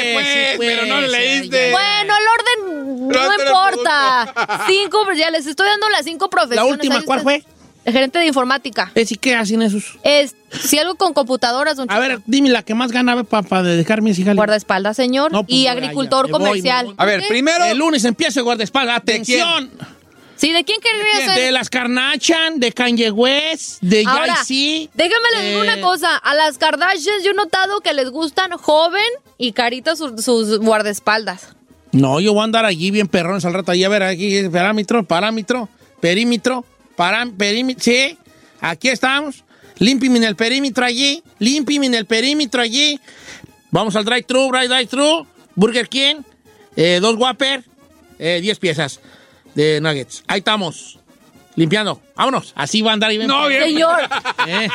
Speaker 2: pues,
Speaker 14: pero no le leíste.
Speaker 4: Bueno, el orden
Speaker 14: Pero
Speaker 4: no
Speaker 14: antes era
Speaker 4: importa. Cinco, pues, ya les estoy dando las cinco profesiones.
Speaker 2: última,
Speaker 4: Ahí
Speaker 2: ¿cuál
Speaker 4: está. Gerente de informática.
Speaker 2: Es, ¿Y qué hacen esos?
Speaker 4: Es, si algo con computadoras, don
Speaker 2: A ver, dime la que más gana para dejarme mis hijas.
Speaker 4: Guardaespaldas, señor.
Speaker 2: No, pues,
Speaker 4: y
Speaker 2: ya,
Speaker 4: agricultor
Speaker 2: ya, me voy,
Speaker 4: comercial.
Speaker 2: me voy. A ver,
Speaker 4: ¿Ok?
Speaker 2: primero- El lunes empiezo el guardaespaldas. Atención.
Speaker 4: Sí, ¿de quién querría ser?
Speaker 2: De las Carnachan, de Kanye West, de
Speaker 4: Ahora,
Speaker 2: Jay-Z.
Speaker 4: déjame les digo
Speaker 2: eh,
Speaker 4: una cosa. A las Kardashians yo he notado que les gustan joven y caritas sus, sus guardaespaldas.
Speaker 2: No, yo voy a andar allí bien perrones al rato. Allí, a ver, aquí es parámetro, parámetro, perímetro, pará- perímetro. Sí, aquí estamos. Límpime en el perímetro allí. Límpime en el perímetro allí. Vamos al drive-thru, drive- drive-thru. Burger King, eh, dos Whopper, eh, 10 piezas de nuggets. Ahí estamos. Limpiando. Vámonos. Así va a andar. y ven-
Speaker 14: No, bien.
Speaker 4: Señor.
Speaker 2: *laughs* Eh.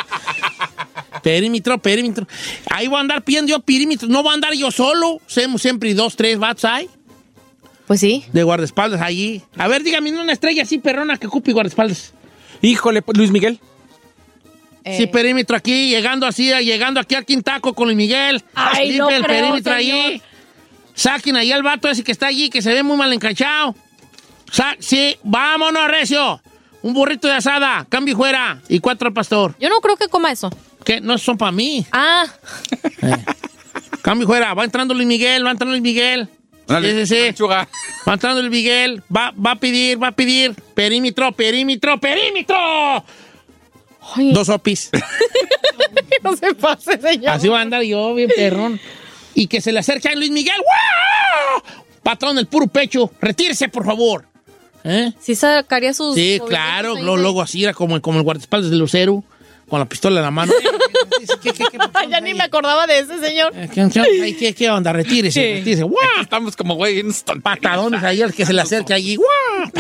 Speaker 2: Perímetro, perímetro. Ahí va a andar pidiendo yo perímetro. No va a andar yo solo. Semos siempre dos, tres bats ahí.
Speaker 4: Pues sí.
Speaker 2: De guardaespaldas allí. A ver, dígame una estrella así perrona que ocupe guardaespaldas.
Speaker 6: Híjole, pues, Luis Miguel.
Speaker 4: Eh.
Speaker 2: Sí, perímetro aquí, llegando así, llegando aquí al quintaco con Luis Miguel.
Speaker 4: Ay,
Speaker 2: Limpia
Speaker 4: no
Speaker 2: el
Speaker 4: creo,
Speaker 2: perímetro
Speaker 4: señor.
Speaker 2: ahí. Saquen ahí al vato ese que está allí, que se ve muy mal encachado. Sa- sí, vámonos, Recio. Un burrito de asada, cambio y fuera. Y cuatro al pastor.
Speaker 4: Yo no creo que coma eso.
Speaker 2: Que no son para mí.
Speaker 4: Ah,
Speaker 2: Cambio y fuera. Va entrando Luis Miguel, va entrando Luis Miguel. Sí, sí, sí. Va entrando Luis Miguel. Va, va a pedir, va a pedir. Perímetro, perímetro, perímetro. Dos opis.
Speaker 4: *laughs* no se pase, señor.
Speaker 2: Así va a andar yo, bien perrón. Y que se le acerque a Luis Miguel. ¡Wow! Patrón, el puro pecho. Retírese, por favor. ¿Eh?
Speaker 4: Sí sacaría sus...
Speaker 2: Sí,
Speaker 4: sus-
Speaker 2: claro. Luego, luego así era como, como el guardaespaldas de Lucero. Con la pistola en la mano.
Speaker 4: ya ni me acordaba de ese, señor.
Speaker 2: ¿Qué, qué, qué, qué onda? Retírese,
Speaker 4: Sí.
Speaker 2: retírese. ¡Guau!
Speaker 14: Estamos como, güey, en
Speaker 2: Patadones ahí al que se le acerque allí. ¡Guau!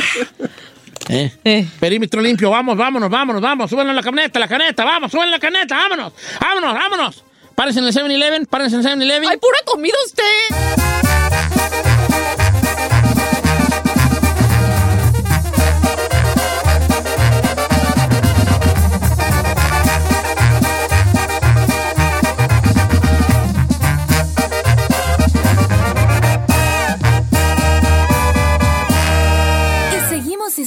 Speaker 2: Eh. Perímetro limpio, vamos, vámonos, vámonos, vamos. Súbanlo a la camioneta, la caneta, vamos, súbanlo a la caneta, vámonos, vámonos, vámonos. Párense en el 7-Eleven, párense en el 7-Eleven.
Speaker 4: ¡Ay, pura comida usted!
Speaker 13: Y seguimos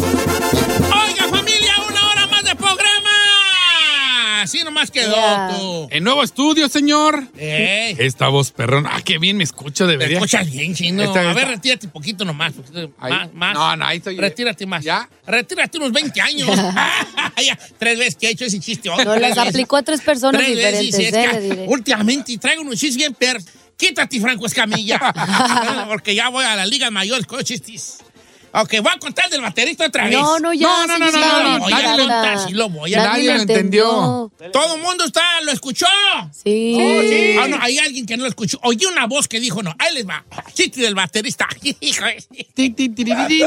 Speaker 2: Oiga, familia, una hora más de programa. Así nomás quedó.
Speaker 14: Ya.
Speaker 2: tú. Eh.
Speaker 14: En nuevo estudio, señor.
Speaker 2: Ey.
Speaker 14: Esta voz perrón. Ah, qué bien me escucho,
Speaker 2: Te
Speaker 14: debería.
Speaker 2: escuchas bien, chino.
Speaker 14: Esta-
Speaker 2: A
Speaker 14: esta-
Speaker 2: ver, retírate un poquito nomás. poquito
Speaker 14: Ahí.
Speaker 2: Más, más.
Speaker 14: No, no, ahí estoy.
Speaker 2: Retírate más. ¿Ya? Retírate unos
Speaker 14: *laughs*
Speaker 2: 20 años. *laughs* Ya, Tres veces que he hecho ese chiste.
Speaker 4: No,
Speaker 2: Tres
Speaker 4: les
Speaker 2: veces.
Speaker 4: aplicó a tres personas
Speaker 2: Tres veces,
Speaker 4: diferentes,
Speaker 2: y es
Speaker 4: eh,
Speaker 2: que
Speaker 4: le diré.
Speaker 2: Últimamente traigo unos chistes bien per... Quítate, Franco
Speaker 4: *laughs*
Speaker 2: Escamilla. Ah, Porque ya voy a la Liga Mayor con chistes. Ok, voy a contar del baterista otra vez.
Speaker 4: No, no, ya,
Speaker 2: No, no, no,
Speaker 4: señor,
Speaker 2: no, no,
Speaker 4: ya,
Speaker 2: voy a
Speaker 4: nadie lo-
Speaker 2: contar, sí lo voy a-
Speaker 4: nadie Nadie lo entendió.
Speaker 2: Todo el mundo está, lo escuchó.
Speaker 4: Sí.
Speaker 2: Oh, sí. Ah, no, hay alguien que no lo escuchó. Oye una voz que dijo, no, ahí les va. Chiste del baterista. *laughs* Hijo de- *laughs*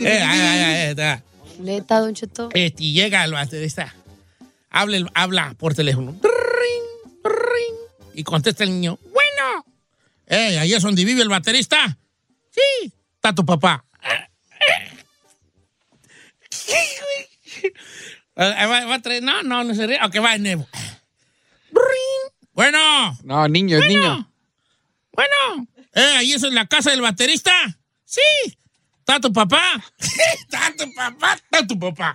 Speaker 2: Eh, ah, ah, ah, ah.
Speaker 4: Neta, Don Cheto.
Speaker 14: Eh.
Speaker 2: Este, y llega el baterista. Habla, el- habla por teléfono. Ring, ring. y contesta el niño. Bueno. Eh, ahí es donde vive el baterista. Sí. Está tu papá. Eh, eh, va- va a traer- No, no, no se ríe. Ok, va de nuevo. Ring. Bueno.
Speaker 14: No, niño,
Speaker 2: Bueno.
Speaker 14: niño.
Speaker 2: Bueno. Eh, ahí es en la casa del baterista. Sí. ¿Está tu papá? *laughs* ¿Está tu papá? ¿Está
Speaker 14: *laughs*
Speaker 2: tu papá?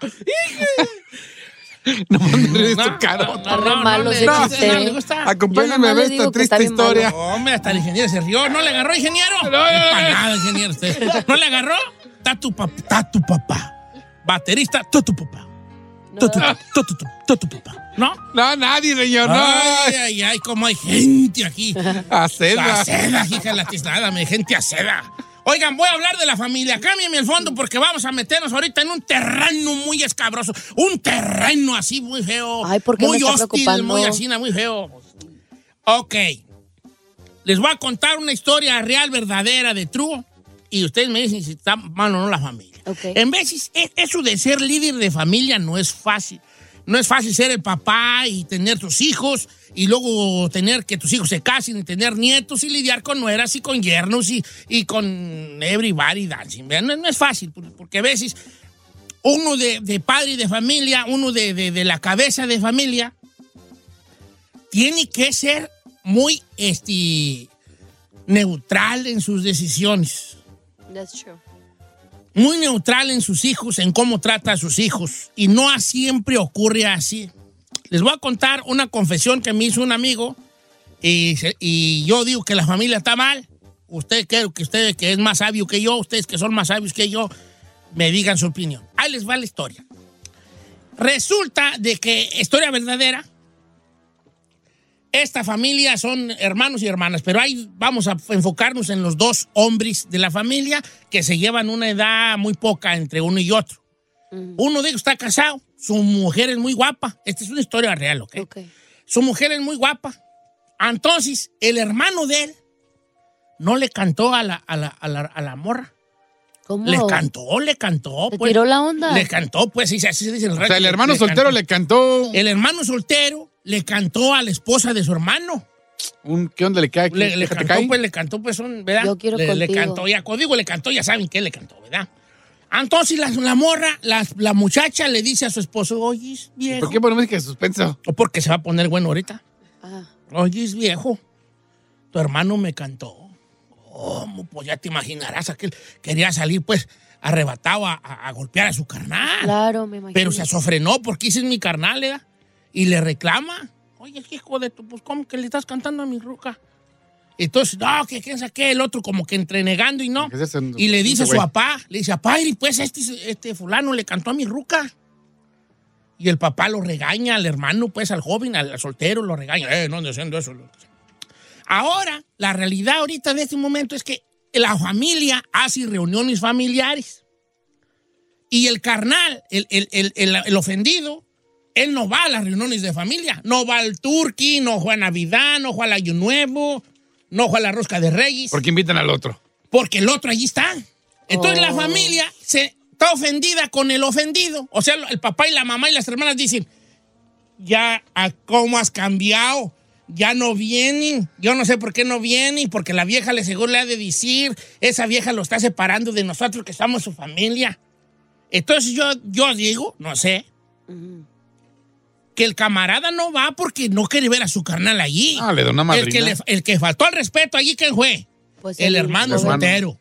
Speaker 14: tu cara.
Speaker 2: No, no, no,
Speaker 4: malo
Speaker 2: le-
Speaker 4: ese
Speaker 2: no,
Speaker 4: chiste,
Speaker 2: no le
Speaker 4: ¿eh?
Speaker 2: gusta.
Speaker 4: Yo nomás
Speaker 14: Acompáñame a
Speaker 4: le
Speaker 14: ver
Speaker 4: digo
Speaker 14: esta
Speaker 4: que está
Speaker 14: triste
Speaker 4: bien malo.
Speaker 14: historia.
Speaker 2: Hombre, hasta el ingeniero se rió. ¿No le agarró, ingeniero? No, Para nada, ingeniero. usted.
Speaker 14: *laughs*
Speaker 2: ¿No le agarró? Está tu papá. Está tu papá. Baterista, tú tu papá. Tú tu papá. Tú tu, tú, tú tu papá. ¿No?
Speaker 14: No, nadie, señor. No.
Speaker 2: Ay, ay, ay, cómo hay gente aquí.
Speaker 14: *laughs* Aceda.
Speaker 2: Aceda, hija de la tiznada, me gente aceda. Oigan, voy a hablar de la familia. Cámbiame el fondo porque vamos a meternos ahorita en un terreno muy escabroso. Un terreno así muy feo.
Speaker 4: Ay, ¿por qué me
Speaker 2: Muy
Speaker 4: está
Speaker 2: hostil,
Speaker 4: preocupando?
Speaker 2: muy así, muy feo. Ok. Les voy a contar una historia real, verdadera, de True. Y ustedes me dicen si está mal o no la familia. En veces, e- eso de ser líder de familia no es fácil. No es fácil ser el papá y tener tus hijos y luego tener que tus hijos se casen y tener nietos y lidiar con nueras y con yernos y, y con everybody dancing. ¿verdad? No, no es fácil por- porque a veces uno de, de padre y de familia, uno de, de- de la cabeza de familia, tiene que ser muy este, neutral en sus decisiones
Speaker 4: That's true.
Speaker 2: muy neutral en sus hijos, en cómo trata a sus hijos. Y no a- siempre ocurre así. Les voy a contar una confesión que me hizo un amigo y, se- y yo digo que la familia está mal. Usted creo que usted que es más sabio que yo, ustedes que son más sabios que yo, me digan su opinión. Ahí les va la historia. Resulta de que, historia verdadera, esta familia son hermanos y hermanas, pero ahí vamos a enfocarnos en los dos hombres de la familia que se llevan una edad muy poca entre uno y otro.
Speaker 4: Mm.
Speaker 2: Uno de ellos está casado, su mujer es muy guapa. Esta es una historia real, ¿ok? Su mujer es muy guapa. Entonces, el hermano de él no le cantó a la, a la- a la- a la morra.
Speaker 4: ¿Cómo?
Speaker 2: Le cantó, le cantó.
Speaker 4: ¿Le
Speaker 2: pues.
Speaker 4: tiró la onda?
Speaker 2: Le cantó, pues, y así se dice el
Speaker 14: O sea, el
Speaker 2: rancho,
Speaker 14: hermano soltero
Speaker 2: cantó.
Speaker 14: le cantó
Speaker 2: El hermano soltero le cantó a la esposa de su hermano.
Speaker 14: un ¿qué onda le cae? aquí?
Speaker 2: Le, le
Speaker 14: Déjate
Speaker 2: cantó,
Speaker 14: caer.
Speaker 2: pues, le cantó, pues, un, ¿verdad?
Speaker 14: Yo quiero
Speaker 2: le, le
Speaker 14: contigo.
Speaker 2: cantó, ya, código le cantó, ya saben que le cantó, ¿verdad? Entonces la, la morra, la, la muchacha le dice a su esposo, oye, viejo.
Speaker 14: ¿Por qué ponemos música de suspenso?
Speaker 2: O porque se va a poner bueno ahorita. Oye, viejo, tu hermano me cantó. ¿Cómo? Pues ya te imaginarás, aquel quería salir, pues, arrebatado a, a- a golpear a su carnal.
Speaker 4: Claro, me imagino.
Speaker 2: Pero se sofrenó porque hice mi carnal, ¿verdad? Y le reclama. Oye, hijo de tu, pues, ¿cómo que le estás cantando a mi ruca? Entonces, no, que quién sabe qué, el otro como que entre negando y no.
Speaker 14: ¿Qué es eso?
Speaker 2: Y le dice a su
Speaker 14: Güey.
Speaker 2: papá, le dice, papá, y pues este, este fulano le cantó a mi ruca. Y el papá lo regaña al hermano, pues al joven, al soltero, lo regaña. Eh, no ande haciendo eso. Ahora, la realidad ahorita de este momento es que la familia hace reuniones familiares. Y el carnal, el, el- el- el- el ofendido, él no va a las reuniones de familia. No va al turqui, no juega a Navidad, no juega al Año Nuevo, no juega a la Rosca de Reyes.
Speaker 14: Porque invitan al otro.
Speaker 2: Porque el otro allí está. Entonces
Speaker 14: Oh.
Speaker 2: la familia se está ofendida con el ofendido. O sea, el papá y la mamá y las hermanas dicen, ya, ¿a ¿cómo has cambiado? Ya no vienen. Yo no sé por qué no vienen, porque la vieja le seguro le ha de decir, esa vieja lo está separando de nosotros que somos su familia. Entonces yo, yo digo, no sé, que el camarada no va porque no quiere ver a su carnal allí.
Speaker 14: Ah, le da una
Speaker 2: el que,
Speaker 14: madrina.
Speaker 2: le- el que faltó al respeto allí, ¿quién fue?
Speaker 4: Pues
Speaker 2: el,
Speaker 4: el
Speaker 2: hermano
Speaker 4: joven.
Speaker 2: soltero.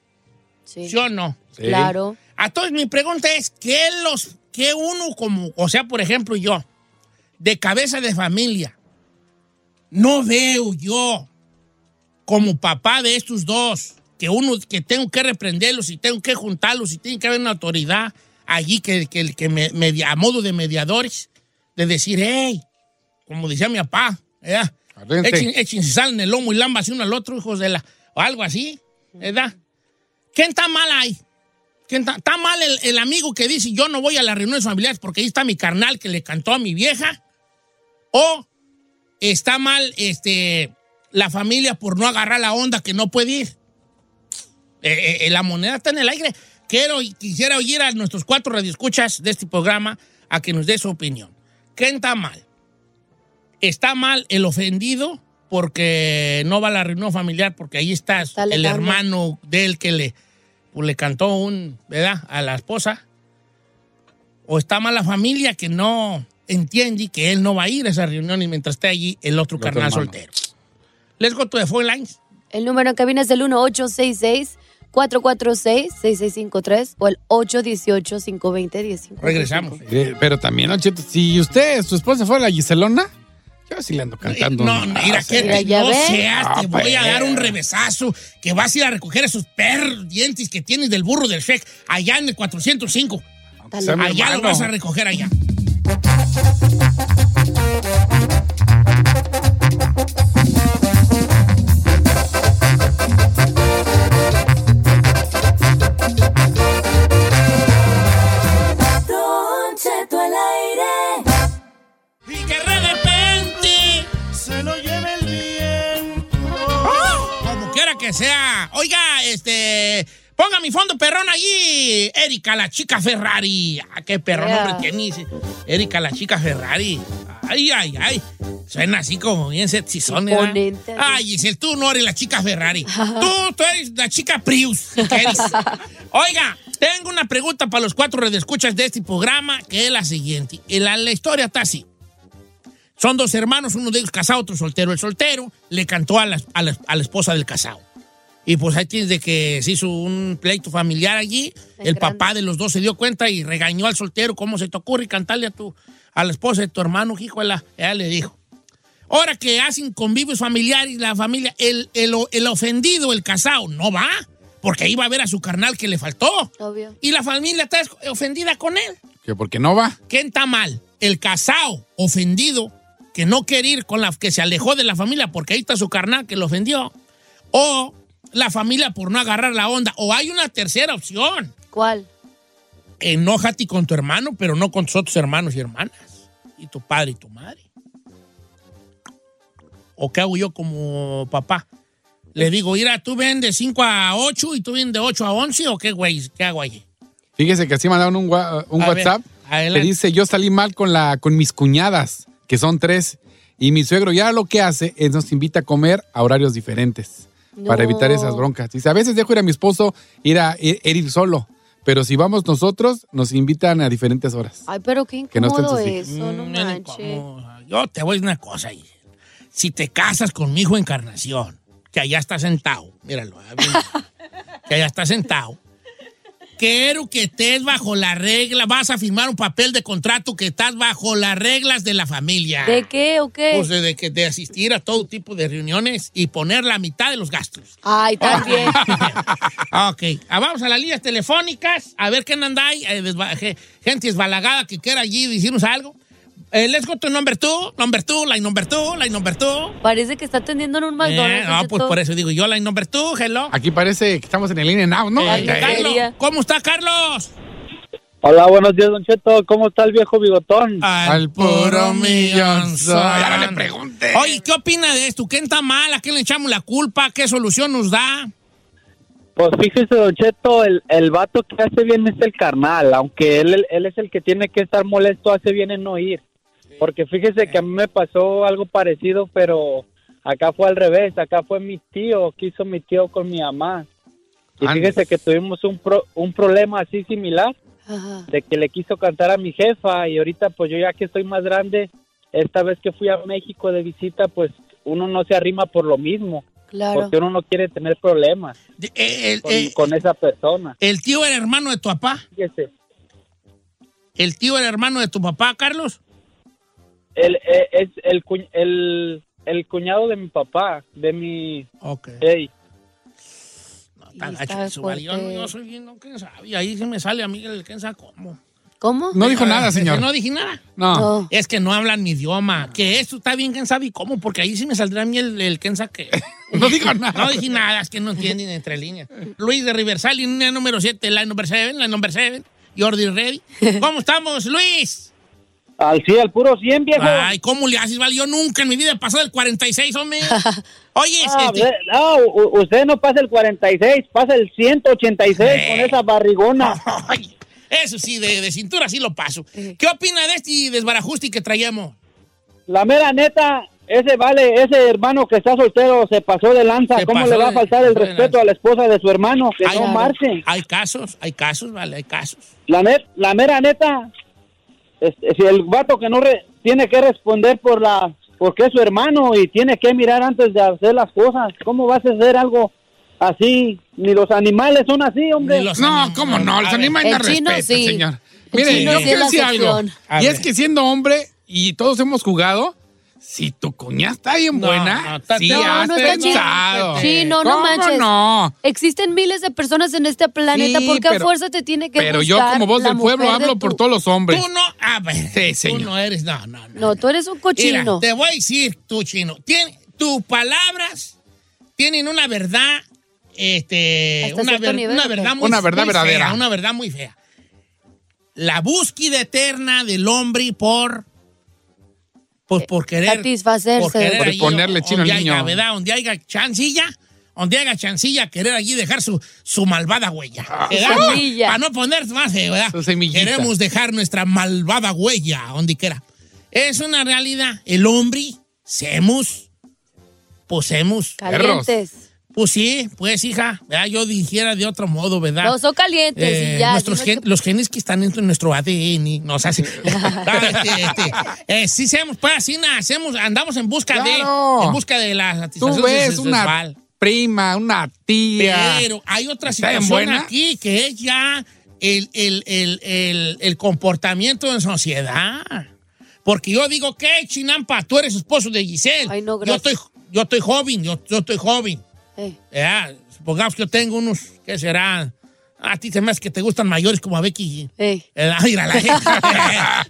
Speaker 4: Sí.
Speaker 2: Sí. o no?
Speaker 4: Sí. Claro.
Speaker 2: A todos mi pregunta es, ¿qué los, qué uno como, o sea, por ejemplo yo, de cabeza de familia, no veo yo como papá de estos dos, que uno, que tengo que reprenderlos y tengo que juntarlos y tiene que haber una autoridad allí que, que, que me, media- a modo de mediadores, de decir, hey, como decía mi papá, ¿verdad?
Speaker 14: Arrente.
Speaker 2: Echen- echen sal en el lomo y lambas uno al otro, hijos de la. o algo así, ¿verdad? ¿Quién está mal ahí? ¿Quién está, está mal el, el amigo que dice yo no voy a las reuniones familiares porque ahí está mi carnal que le cantó a mi vieja? ¿O está mal este, la familia por no agarrar la onda que no puede ir? Eh, eh, eh, la moneda está en el aire. Quiero, quisiera oír a nuestros cuatro radioescuchas de este programa a que nos dé su opinión. ¿Qué está mal? ¿Está mal el ofendido porque no va a la reunión familiar? Porque ahí está, el
Speaker 4: lejano.
Speaker 2: hermano de él que le, pues, le cantó un, ¿verdad? a la esposa. ¿O está mal la familia que no entiende que él no va a ir a esa reunión y mientras esté allí el otro carnal
Speaker 14: hermano.
Speaker 2: soltero? Let's go to the phone lines.
Speaker 4: El número en cabina es el 1866-446-6653 o el 818-520-1050.
Speaker 2: Regresamos.
Speaker 14: Eh, Pero también, Don Cheto, si usted, su esposa fuera la Giselona, yo sí le ando cantando.
Speaker 2: Eh, No,
Speaker 14: un-
Speaker 2: no, mira,
Speaker 14: Ah,
Speaker 2: que
Speaker 14: sí.
Speaker 2: te- no seas,
Speaker 14: Ah,
Speaker 2: te voy a
Speaker 14: pues.
Speaker 2: dar un revesazo, que vas a ir a recoger esos perros dientes que tienes del burro del Shrek, allá en el 405.
Speaker 14: sea mi
Speaker 2: Allá lo
Speaker 14: hermano.
Speaker 2: vas a recoger allá.
Speaker 14: ¡Ah!
Speaker 2: que sea. Oiga, este. Ponga mi fondo perrón allí. Erika, la chica Ferrari. Ah, qué perrón
Speaker 17: Yeah.
Speaker 2: hombre tienes. Erika, la chica Ferrari. Ay, ay, ay. Suena así como bien sexizón, ¿verdad?
Speaker 17: Imponente.
Speaker 2: Ay, Giselle, tú no eres la chica Ferrari. Tú, tú eres la chica Prius. ¿qué eres? Oiga, tengo una pregunta para los cuatro redescuchas de este programa, que es la siguiente. Y La, la historia está así. Son dos hermanos, uno de ellos casado, otro soltero. El soltero le cantó a la, a la- a la esposa del casado. Y pues ahí tienes de que se hizo un pleito familiar allí.
Speaker 17: Es
Speaker 2: el
Speaker 17: grande.
Speaker 2: papá de los dos se dio cuenta y regañó al soltero. ¿Cómo se te ocurre cantarle a tu a la esposa de tu hermano, hijo de la? Ella le dijo. Ahora que hacen convivios familiares, la familia, el, el, el ofendido, el casado, no va, porque iba a ver a su carnal que le faltó.
Speaker 5: Obvio.
Speaker 2: Y la familia está ofendida con él.
Speaker 14: Que porque no va.
Speaker 2: ¿Quién está mal? El casado ofendido que no quiere ir con la que se alejó de la familia porque ahí está su carnal que lo ofendió. O la familia por no agarrar la onda. O hay una tercera opción.
Speaker 5: ¿Cuál?
Speaker 2: Enójate con tu hermano, pero no con tus otros hermanos y hermanas. Y tu padre y tu madre. ¿O qué hago yo como papá? Le digo, mira, tú ven de 5 a 8 y tú ven de 8 a 11 o qué güey, ¿qué hago allí?
Speaker 14: Fíjese que así mandaron un, wa- un
Speaker 2: A ver,
Speaker 14: WhatsApp
Speaker 2: adelante.
Speaker 14: que dice, yo salí mal con, la, con mis cuñadas, que son tres, y mi suegro ya lo que hace es nos invita a comer a horarios diferentes para evitar
Speaker 6: No.
Speaker 14: esas broncas. Dice, a veces dejo ir a mi esposo ir a ir, ir solo, pero si vamos nosotros, nos invitan a diferentes horas.
Speaker 5: Ay, pero qué
Speaker 14: Que no estén
Speaker 5: incómodo
Speaker 14: sus hijos.
Speaker 5: eso, no manches.
Speaker 2: Yo te voy a decir una cosa, Giselle. Si te casas con mi hijo Encarnación, que allá está sentado, míralo, ahí viene,
Speaker 5: *laughs*
Speaker 2: que allá está sentado, quiero que estés bajo la regla, vas a firmar un papel de contrato que estás bajo las reglas de la familia.
Speaker 5: ¿De qué o qué?
Speaker 2: Pues de, de que- de asistir a todo tipo de reuniones y poner la mitad de los gastos.
Speaker 5: Ay, también.
Speaker 2: Ok, ah, vamos a las líneas telefónicas, a ver qué anda ahí, eh, desba- ge- gente desbalagada que quiera allí decirnos algo. Eh, let's go to number two, number two, line number two, line number two.
Speaker 5: Parece que está atendiendo en un McDonald's.
Speaker 2: Eh, no,
Speaker 5: Don
Speaker 2: pues
Speaker 5: Cheto.
Speaker 2: por eso digo yo, line number two, hello.
Speaker 14: Aquí parece que estamos en el INE now, ¿no?
Speaker 2: Eh,
Speaker 14: Eh,
Speaker 2: Carlos, ¿cómo está Carlos?
Speaker 18: Hola, buenos días, Don Cheto. ¿Cómo está el viejo bigotón?
Speaker 2: Al
Speaker 14: puro millón.
Speaker 2: Ya no le pregunté. Oye, ¿qué opina de esto? ¿Qué está mal? ¿A quién le echamos la culpa? ¿Qué solución nos da?
Speaker 18: Pues fíjese, Don Cheto, el, el vato que hace bien es el carnal. Aunque él, él es el que tiene que estar molesto, hace bien en no ir. Porque fíjese que a mí me pasó algo parecido, pero acá fue al revés. Acá fue mi tío, que hizo mi tío con mi mamá. Y
Speaker 14: Ande.
Speaker 18: fíjese que tuvimos un, pro- un problema así similar.
Speaker 5: Ajá.
Speaker 18: de que le quiso cantar a mi jefa y ahorita pues yo ya que estoy más grande, esta vez que fui a México de visita pues uno no se arrima por lo mismo,
Speaker 5: Claro.
Speaker 18: porque uno no quiere tener problemas con, con esa persona.
Speaker 2: eh, ¿El tío era hermano de tu papá? ¿El tío era hermano de tu papá, Carlos?
Speaker 18: El, eh, es el, cu- el, el cuñado de mi papá, de mi... Ey.
Speaker 2: Tan gacho
Speaker 5: Pues,
Speaker 2: que su valió,
Speaker 5: eh,
Speaker 2: no, yo soy bien, no, quién sabe. Y ahí se me sale a mí el quién sabe cómo.
Speaker 5: ¿Cómo?
Speaker 14: No dijo nada, señor.
Speaker 2: No dije nada.
Speaker 14: No. No.
Speaker 2: Es que no hablan mi idioma. Que esto está bien, quién sabe y cómo, porque ahí sí me saldrá a mí el, el quién sabe qué.
Speaker 14: *laughs* No dijo nada.
Speaker 2: No dije nada, es que no entienden entre líneas. Luis de Riversal, línea número 7, la número 7, la número 7, Jordi Reddy. ¿Cómo estamos, Luis?
Speaker 18: Al sí, al puro 100, viejo.
Speaker 2: Ay, ¿cómo le haces? Vale, yo nunca en mi vida he pasado el
Speaker 18: *laughs*
Speaker 2: 46, hombre. Oye,
Speaker 18: Ah,
Speaker 2: este-
Speaker 18: ve- no, u- usted no pasa el 46, pasa el 186 con esa barrigona.
Speaker 2: Eso sí, de, de cintura sí lo paso. ¿Qué opina de este desbarajuste que traíamos?
Speaker 18: La mera neta, ese vale, ese hermano que está soltero se pasó de lanza.
Speaker 2: Se
Speaker 18: ¿Cómo
Speaker 2: pasó
Speaker 18: le va a
Speaker 2: de-
Speaker 18: faltar el
Speaker 2: pasó de
Speaker 18: respeto a la esposa de su hermano? Que
Speaker 2: Ay,
Speaker 18: no
Speaker 2: claro.
Speaker 18: marche.
Speaker 2: Hay casos, hay casos, vale, hay casos.
Speaker 18: La, net- la mera neta, este, si el vato que no re- tiene que responder por la porque es su hermano y tiene que mirar antes de hacer las cosas, ¿cómo vas a hacer algo así? Ni los animales son así, hombre.
Speaker 14: No, cómo no, los animales dan respeto, señor. Mire, yo quiero decir algo. Y es que siendo hombre, y todos hemos jugado, si tu cuñada está bien
Speaker 2: No, no,
Speaker 14: buena,
Speaker 2: está-
Speaker 14: sí
Speaker 2: no,
Speaker 14: has
Speaker 2: no está chido.
Speaker 14: pensado.
Speaker 4: Chino, no
Speaker 14: ¿Cómo
Speaker 4: manches.
Speaker 14: no?
Speaker 4: Existen miles de personas en este planeta.
Speaker 14: Sí,
Speaker 4: ¿Por qué a
Speaker 14: pero-
Speaker 4: fuerza te tiene que
Speaker 14: Pero yo
Speaker 4: gustar
Speaker 14: como voz
Speaker 4: la
Speaker 14: del pueblo
Speaker 4: mujer de
Speaker 14: hablo
Speaker 4: tu-
Speaker 14: por todos los hombres.
Speaker 2: Tú no, a ver,
Speaker 14: Sí,
Speaker 2: tú
Speaker 14: señor.
Speaker 2: no eres, no, no, no.
Speaker 4: No, tú eres un cochino.
Speaker 2: Mira, te voy a decir, tú chino, tien- tus palabras tienen una verdad, este,
Speaker 4: Hasta
Speaker 2: una,
Speaker 4: cierto
Speaker 2: ver-
Speaker 4: nivel,
Speaker 2: una
Speaker 4: ¿o qué?
Speaker 2: verdad muy
Speaker 14: Una verdad
Speaker 2: muy fea,
Speaker 14: verdadera.
Speaker 2: una verdad muy fea. La búsqueda eterna del hombre por, pues, por querer
Speaker 4: Eh, Satisfacerse.
Speaker 2: por querer allí,
Speaker 14: ponerle chino al
Speaker 2: donde
Speaker 14: niño.
Speaker 2: haya, ¿verdad? Donde haya chancilla, donde haga chancilla querer allí dejar su, su malvada huella.
Speaker 14: Ah,
Speaker 2: ¿verdad?
Speaker 4: semilla.
Speaker 2: Para no poner más, eh, ¿verdad? Queremos dejar nuestra malvada huella donde quiera. Es una realidad. El hombre, semos, posemos.
Speaker 4: Calientes.
Speaker 2: Pues sí, pues hija, ¿verdad? yo dijera de otro modo, ¿verdad?
Speaker 4: No, son calientes
Speaker 2: Eh,
Speaker 4: y ya.
Speaker 2: nuestros
Speaker 4: dime
Speaker 2: gen- Los genes que están dentro de nuestro ADN, nos
Speaker 14: *laughs*
Speaker 2: hacen. Ah, este, sí, seamos, pues así na, hacemos, andamos en busca
Speaker 14: Claro.
Speaker 2: de en busca de la
Speaker 14: Tú
Speaker 2: satisfacción
Speaker 14: ves
Speaker 2: ses-
Speaker 14: una
Speaker 2: sexual.
Speaker 14: prima, una tía.
Speaker 2: Pero ah, hay otra
Speaker 14: ¿Está bien
Speaker 2: situación
Speaker 14: buena?
Speaker 2: aquí que es ya el, el- el- el- el comportamiento en sociedad. Porque yo digo, ¿qué, Chinampa? Tú eres esposo de Giselle. yo, estoy, yo estoy joven, yo, yo estoy joven.
Speaker 4: Eh.
Speaker 2: Ya, supongamos que yo tengo unos, ¿qué será? A ti se me hace que te gustan mayores como a Becky.
Speaker 4: Eh.
Speaker 2: Eh, ay, la- la- eh,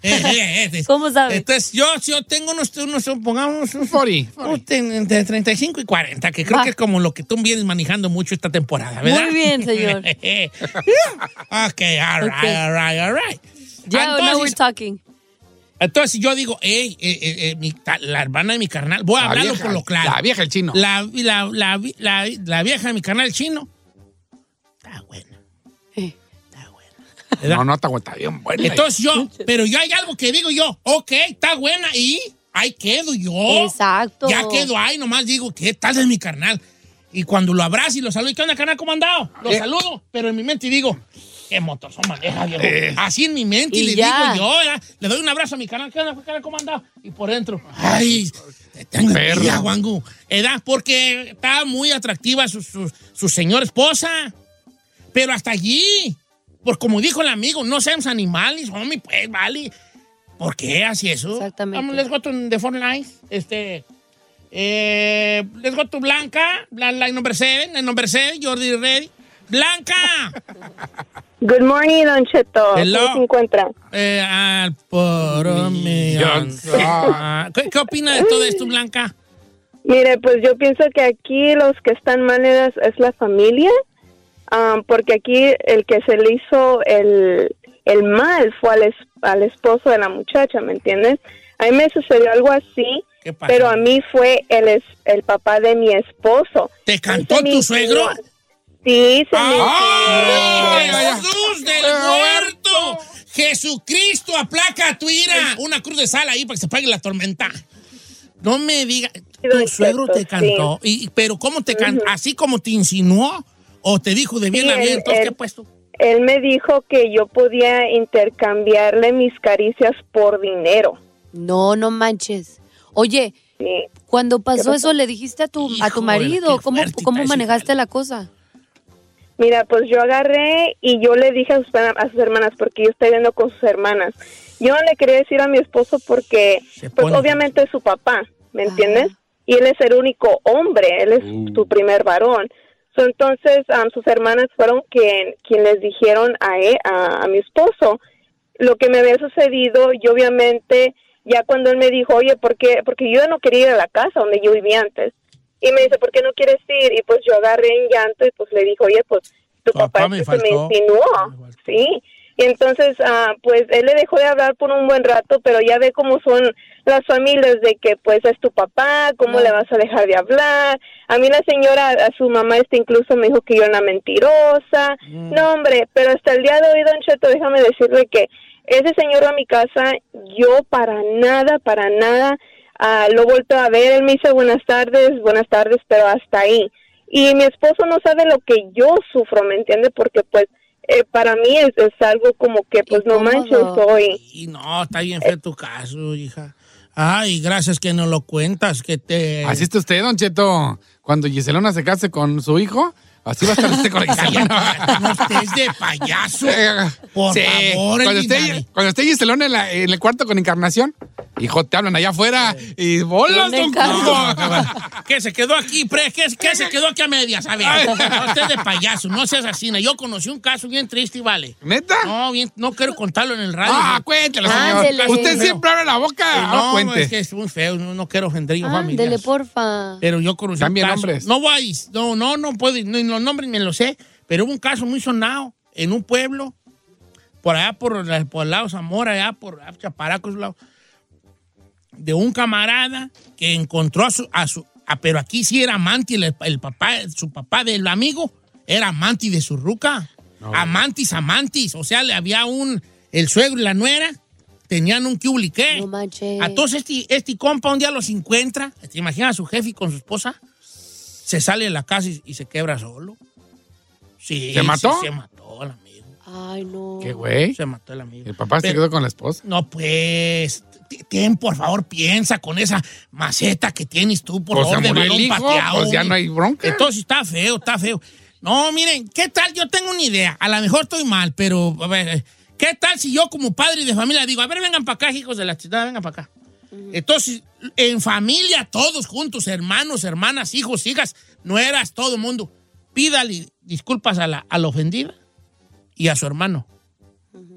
Speaker 2: eh, eh, eh.
Speaker 4: ¿Cómo sabes?
Speaker 2: Entonces, yo, yo tengo unos, unos pongamos, unos, unos ten- entre 35 y 40, que creo
Speaker 4: Va.
Speaker 2: que es como lo que tú vienes manejando mucho esta temporada, ¿verdad?
Speaker 4: Muy bien, señor.
Speaker 2: *laughs* ok, all right,
Speaker 4: Ok.
Speaker 2: all right, all right.
Speaker 4: Ya, now we're
Speaker 2: Entonces,
Speaker 4: talking.
Speaker 2: entonces yo digo, hey, eh, eh, eh, mi ta- la hermana de mi carnal, voy a
Speaker 14: La
Speaker 2: hablarlo
Speaker 14: vieja,
Speaker 2: por lo claro.
Speaker 14: la vieja, el chino.
Speaker 2: La, la- la- la- la vieja de mi carnal, chino.
Speaker 14: No, no te aguanta bien, buena.
Speaker 2: Entonces yo, pero yo hay algo que digo yo, ok, está buena y ahí quedo yo.
Speaker 4: Exacto.
Speaker 2: Ya quedo ahí, nomás digo, ¿qué tal es mi carnal? Y cuando lo abrazo y lo saludo, ¿qué onda, carnal? ¿Cómo han dado? Lo
Speaker 14: Eh.
Speaker 2: saludo, pero en mi mente digo, ¿qué motor son maneja, viejo?
Speaker 14: Eh.
Speaker 2: Así en mi mente
Speaker 14: Y
Speaker 2: y le
Speaker 14: ya.
Speaker 2: digo yo, ¿verdad? le doy un abrazo a mi carnal, ¿qué onda, carnal? ¿Cómo han dado? Y por dentro, ay, te tengo envidia, Wangu. Edad, porque está muy atractiva su, su, su señora esposa. Pero hasta allí, por como dijo el amigo, no seamos animales, homie, pues, vale. ¿Por qué así eso? Exactamente. Vamos, let's go to the phone lines. Este, eh, let's go to Blanca, la, la number seven, la number seven, Jordi Reddy. ¡Blanca!
Speaker 7: Good morning, Don Cheto. ¿Cómo se encuentra?
Speaker 2: Eh, al poro mío. Ah, ¿Qué, ¿Qué opina de todo esto, Blanca?
Speaker 7: Mire, pues yo pienso que aquí los que están mal es, es la familia, am, porque aquí el que se le hizo el, el mal fue al, es- al esposo de la muchacha, ¿me entiendes? A mí me sucedió algo así, pero a mí fue el, es- el papá de mi esposo.
Speaker 2: ¿Te cantó tu suegro?
Speaker 7: Sí, se me-
Speaker 2: Ah, ¡Jesús del muerto! ¡Jesucristo, aplaca tu ira! Una cruz de sal ahí para que se pague la tormenta. No me digas. Tu suegro te cantó. Y, ¿Pero cómo te cantó? ¿Así como te insinuó? ¿O te dijo de bien
Speaker 7: Sí,
Speaker 2: a bien?
Speaker 7: él-
Speaker 2: Entonces, ¿qué
Speaker 7: él-
Speaker 2: puesto?
Speaker 7: Él me dijo que yo podía intercambiarle mis caricias por dinero.
Speaker 4: No, no manches. Oye, cuando pasó,
Speaker 7: pasó?
Speaker 4: eso, ¿le dijiste a tu, a tu marido? ¿Cómo, cómo manejaste la cosa?
Speaker 7: Mira, pues yo agarré y yo le dije a sus, a sus hermanas, porque yo estoy viendo con sus hermanas. Yo no le quería decir a mi esposo porque, pues
Speaker 17: pone-
Speaker 7: obviamente es su papá, ¿me entiendes? Y él es el único hombre, él es su primer varón. So, entonces, am, sus hermanas fueron quien, quien les dijeron a, e- a, a mi esposo lo que me había sucedido y obviamente ya cuando él me dijo, oye, ¿por qué? Porque yo no quería ir a la casa donde yo vivía antes. Y me dice, ¿por qué no quieres ir? Y pues yo agarré en llanto y pues le dije, oye, pues tu papá,
Speaker 17: me
Speaker 7: es que se me
Speaker 17: faltó.
Speaker 7: insinuó. Sí. Y entonces, ah, pues él le dejó de hablar por un buen rato, pero ya ve cómo son las familias de que pues es tu papá, cómo le vas a dejar de hablar. A mí la señora, a su mamá este incluso me dijo que yo era una mentirosa. No, hombre, pero hasta el día de hoy, Don Cheto, déjame decirle que ese señor va a mi casa, yo para nada, para nada, ah, lo vuelto a ver, él me dice buenas tardes, buenas tardes, pero hasta ahí. Y mi esposo no sabe lo que yo sufro, ¿me entiende? Porque pues eh, para mí es, es algo como que pues no manches hoy.
Speaker 2: Y no, está bien feo tu caso, hija. Ay, gracias que nos lo cuentas, que te...
Speaker 14: Así está usted, Don Cheto. Cuando Giselona se case con su hijo, así va a estar usted con
Speaker 2: *laughs*
Speaker 14: la Giselona.
Speaker 2: no estés de payaso. Por
Speaker 14: Sí.
Speaker 2: favor,
Speaker 14: cuando
Speaker 2: el
Speaker 14: esté,
Speaker 2: dinami-
Speaker 14: cuando esté Giselona en, la- en el cuarto con Encarnación, hijo, te hablan allá afuera y bolas,
Speaker 2: ¿Dónde
Speaker 14: Don
Speaker 2: encarna?
Speaker 14: Cuco.
Speaker 2: que se quedó aquí, pre, que, que se quedó aquí a medias, a ver. No estés de payaso, no seas así. na. Yo conocí un caso bien triste y vale.
Speaker 14: ¿Neta?
Speaker 2: No, bien, no quiero contarlo en el radio.
Speaker 14: Ah,
Speaker 2: no.
Speaker 14: cuéntelo, señor. Ándele. Usted siempre abre la boca,
Speaker 2: Eh,
Speaker 14: ahora
Speaker 2: no,
Speaker 14: cuente.
Speaker 2: es que es muy feo, no, no Eh. quiero ofender yo familia.
Speaker 4: Ándele, Ah, porfa.
Speaker 2: Pero yo conocí
Speaker 14: Cambien
Speaker 2: un caso.
Speaker 14: nombres.
Speaker 2: No voy, a- no, no, no puedo, ir, ni los nombres ni los sé, pero hubo un caso muy sonado en un pueblo, por allá por, la- por el lado de Zamora, allá por ah, Chaparacos, lado, de un camarada que encontró a su, a su, Ah, pero aquí sí era amante, el, el papá, su papá del amigo era amante de su ruca. Amantis, amantis. O sea, le había un. El suegro y la nuera tenían un cubliqué.
Speaker 4: No manches.
Speaker 2: Entonces, este, este compa un día los encuentra. ¿Te imaginas a su jefe y con su esposa? Se sale de la casa y, y se quebra solo. Sí.
Speaker 14: ¿Se mató?
Speaker 2: sí, se mató el amigo.
Speaker 4: Ay, no.
Speaker 14: ¿Qué güey?
Speaker 2: Se mató el amigo.
Speaker 14: El papá se
Speaker 2: Pero-
Speaker 14: quedó con la esposa.
Speaker 2: No, pues. t- Ten, por favor, piensa con esa maceta que tienes tú, por
Speaker 14: Pues, se
Speaker 2: favor, de
Speaker 14: murió el
Speaker 2: balón
Speaker 14: hijo,
Speaker 2: pateado.
Speaker 14: pues, ya no hay bronca.
Speaker 2: Entonces está feo, está feo. No, miren, ¿qué tal? Yo tengo una idea. A lo mejor estoy mal, pero a ver, eh, ¿qué tal si yo como padre de familia digo, a ver, vengan para acá, hijos de la ciudad, vengan para acá? Entonces, en familia, todos juntos, hermanos, hermanas, hijos, hijas, nueras, todo el mundo, pídale disculpas a la, a la ofendida y a su hermano.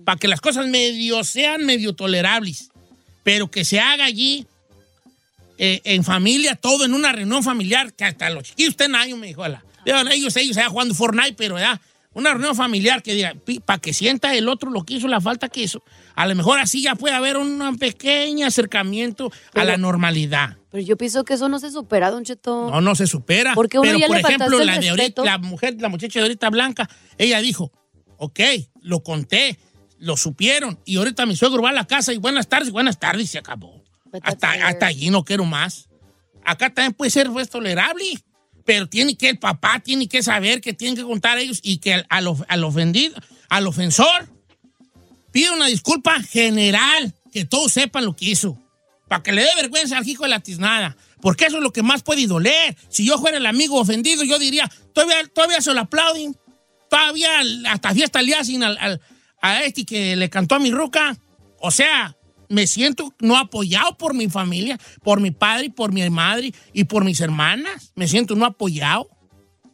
Speaker 2: Para que las cosas medio sean medio tolerables, pero que se haga allí eh, en familia, todo en una reunión familiar, que hasta los chiquillos estén ahí, me dijo, ala. Vean, ellos, ellos allá jugando Fortnite, pero ya, una reunión familiar que diga, para que sienta el otro lo que hizo, la falta que hizo. A lo mejor así ya puede haber un pequeño acercamiento a la normalidad.
Speaker 17: Pero yo pienso que eso no se supera, don Cheto.
Speaker 2: No, no se supera.
Speaker 17: Porque uno
Speaker 2: Pero,
Speaker 17: ya
Speaker 2: por
Speaker 17: le faltaste
Speaker 2: ejemplo,
Speaker 17: el
Speaker 2: la de ahorita,
Speaker 17: respeto.
Speaker 2: la mujer, la muchacha de ahorita blanca, ella dijo, ok, lo conté, lo supieron, y ahorita mi suegro va a la casa y buenas tardes, buenas tardes, y se acabó. Hasta, hasta allí no quiero más. Acá también puede ser pues, tolerable, pero tiene que el papá, tiene que saber que tienen que contar ellos y que al, al of- al ofendido, al ofensor, pide una disculpa general, que todos sepan lo que hizo, para que le dé vergüenza al hijo de la tiznada, porque eso es lo que más puede doler. Si yo fuera el amigo ofendido, yo diría, todavía, todavía se lo aplauden, todavía hasta fiesta le hacen al, al- a este que le cantó a mi ruca. O sea, me siento no apoyado por mi familia, por mi padre, por mi madre y por mis hermanas. Me siento no apoyado.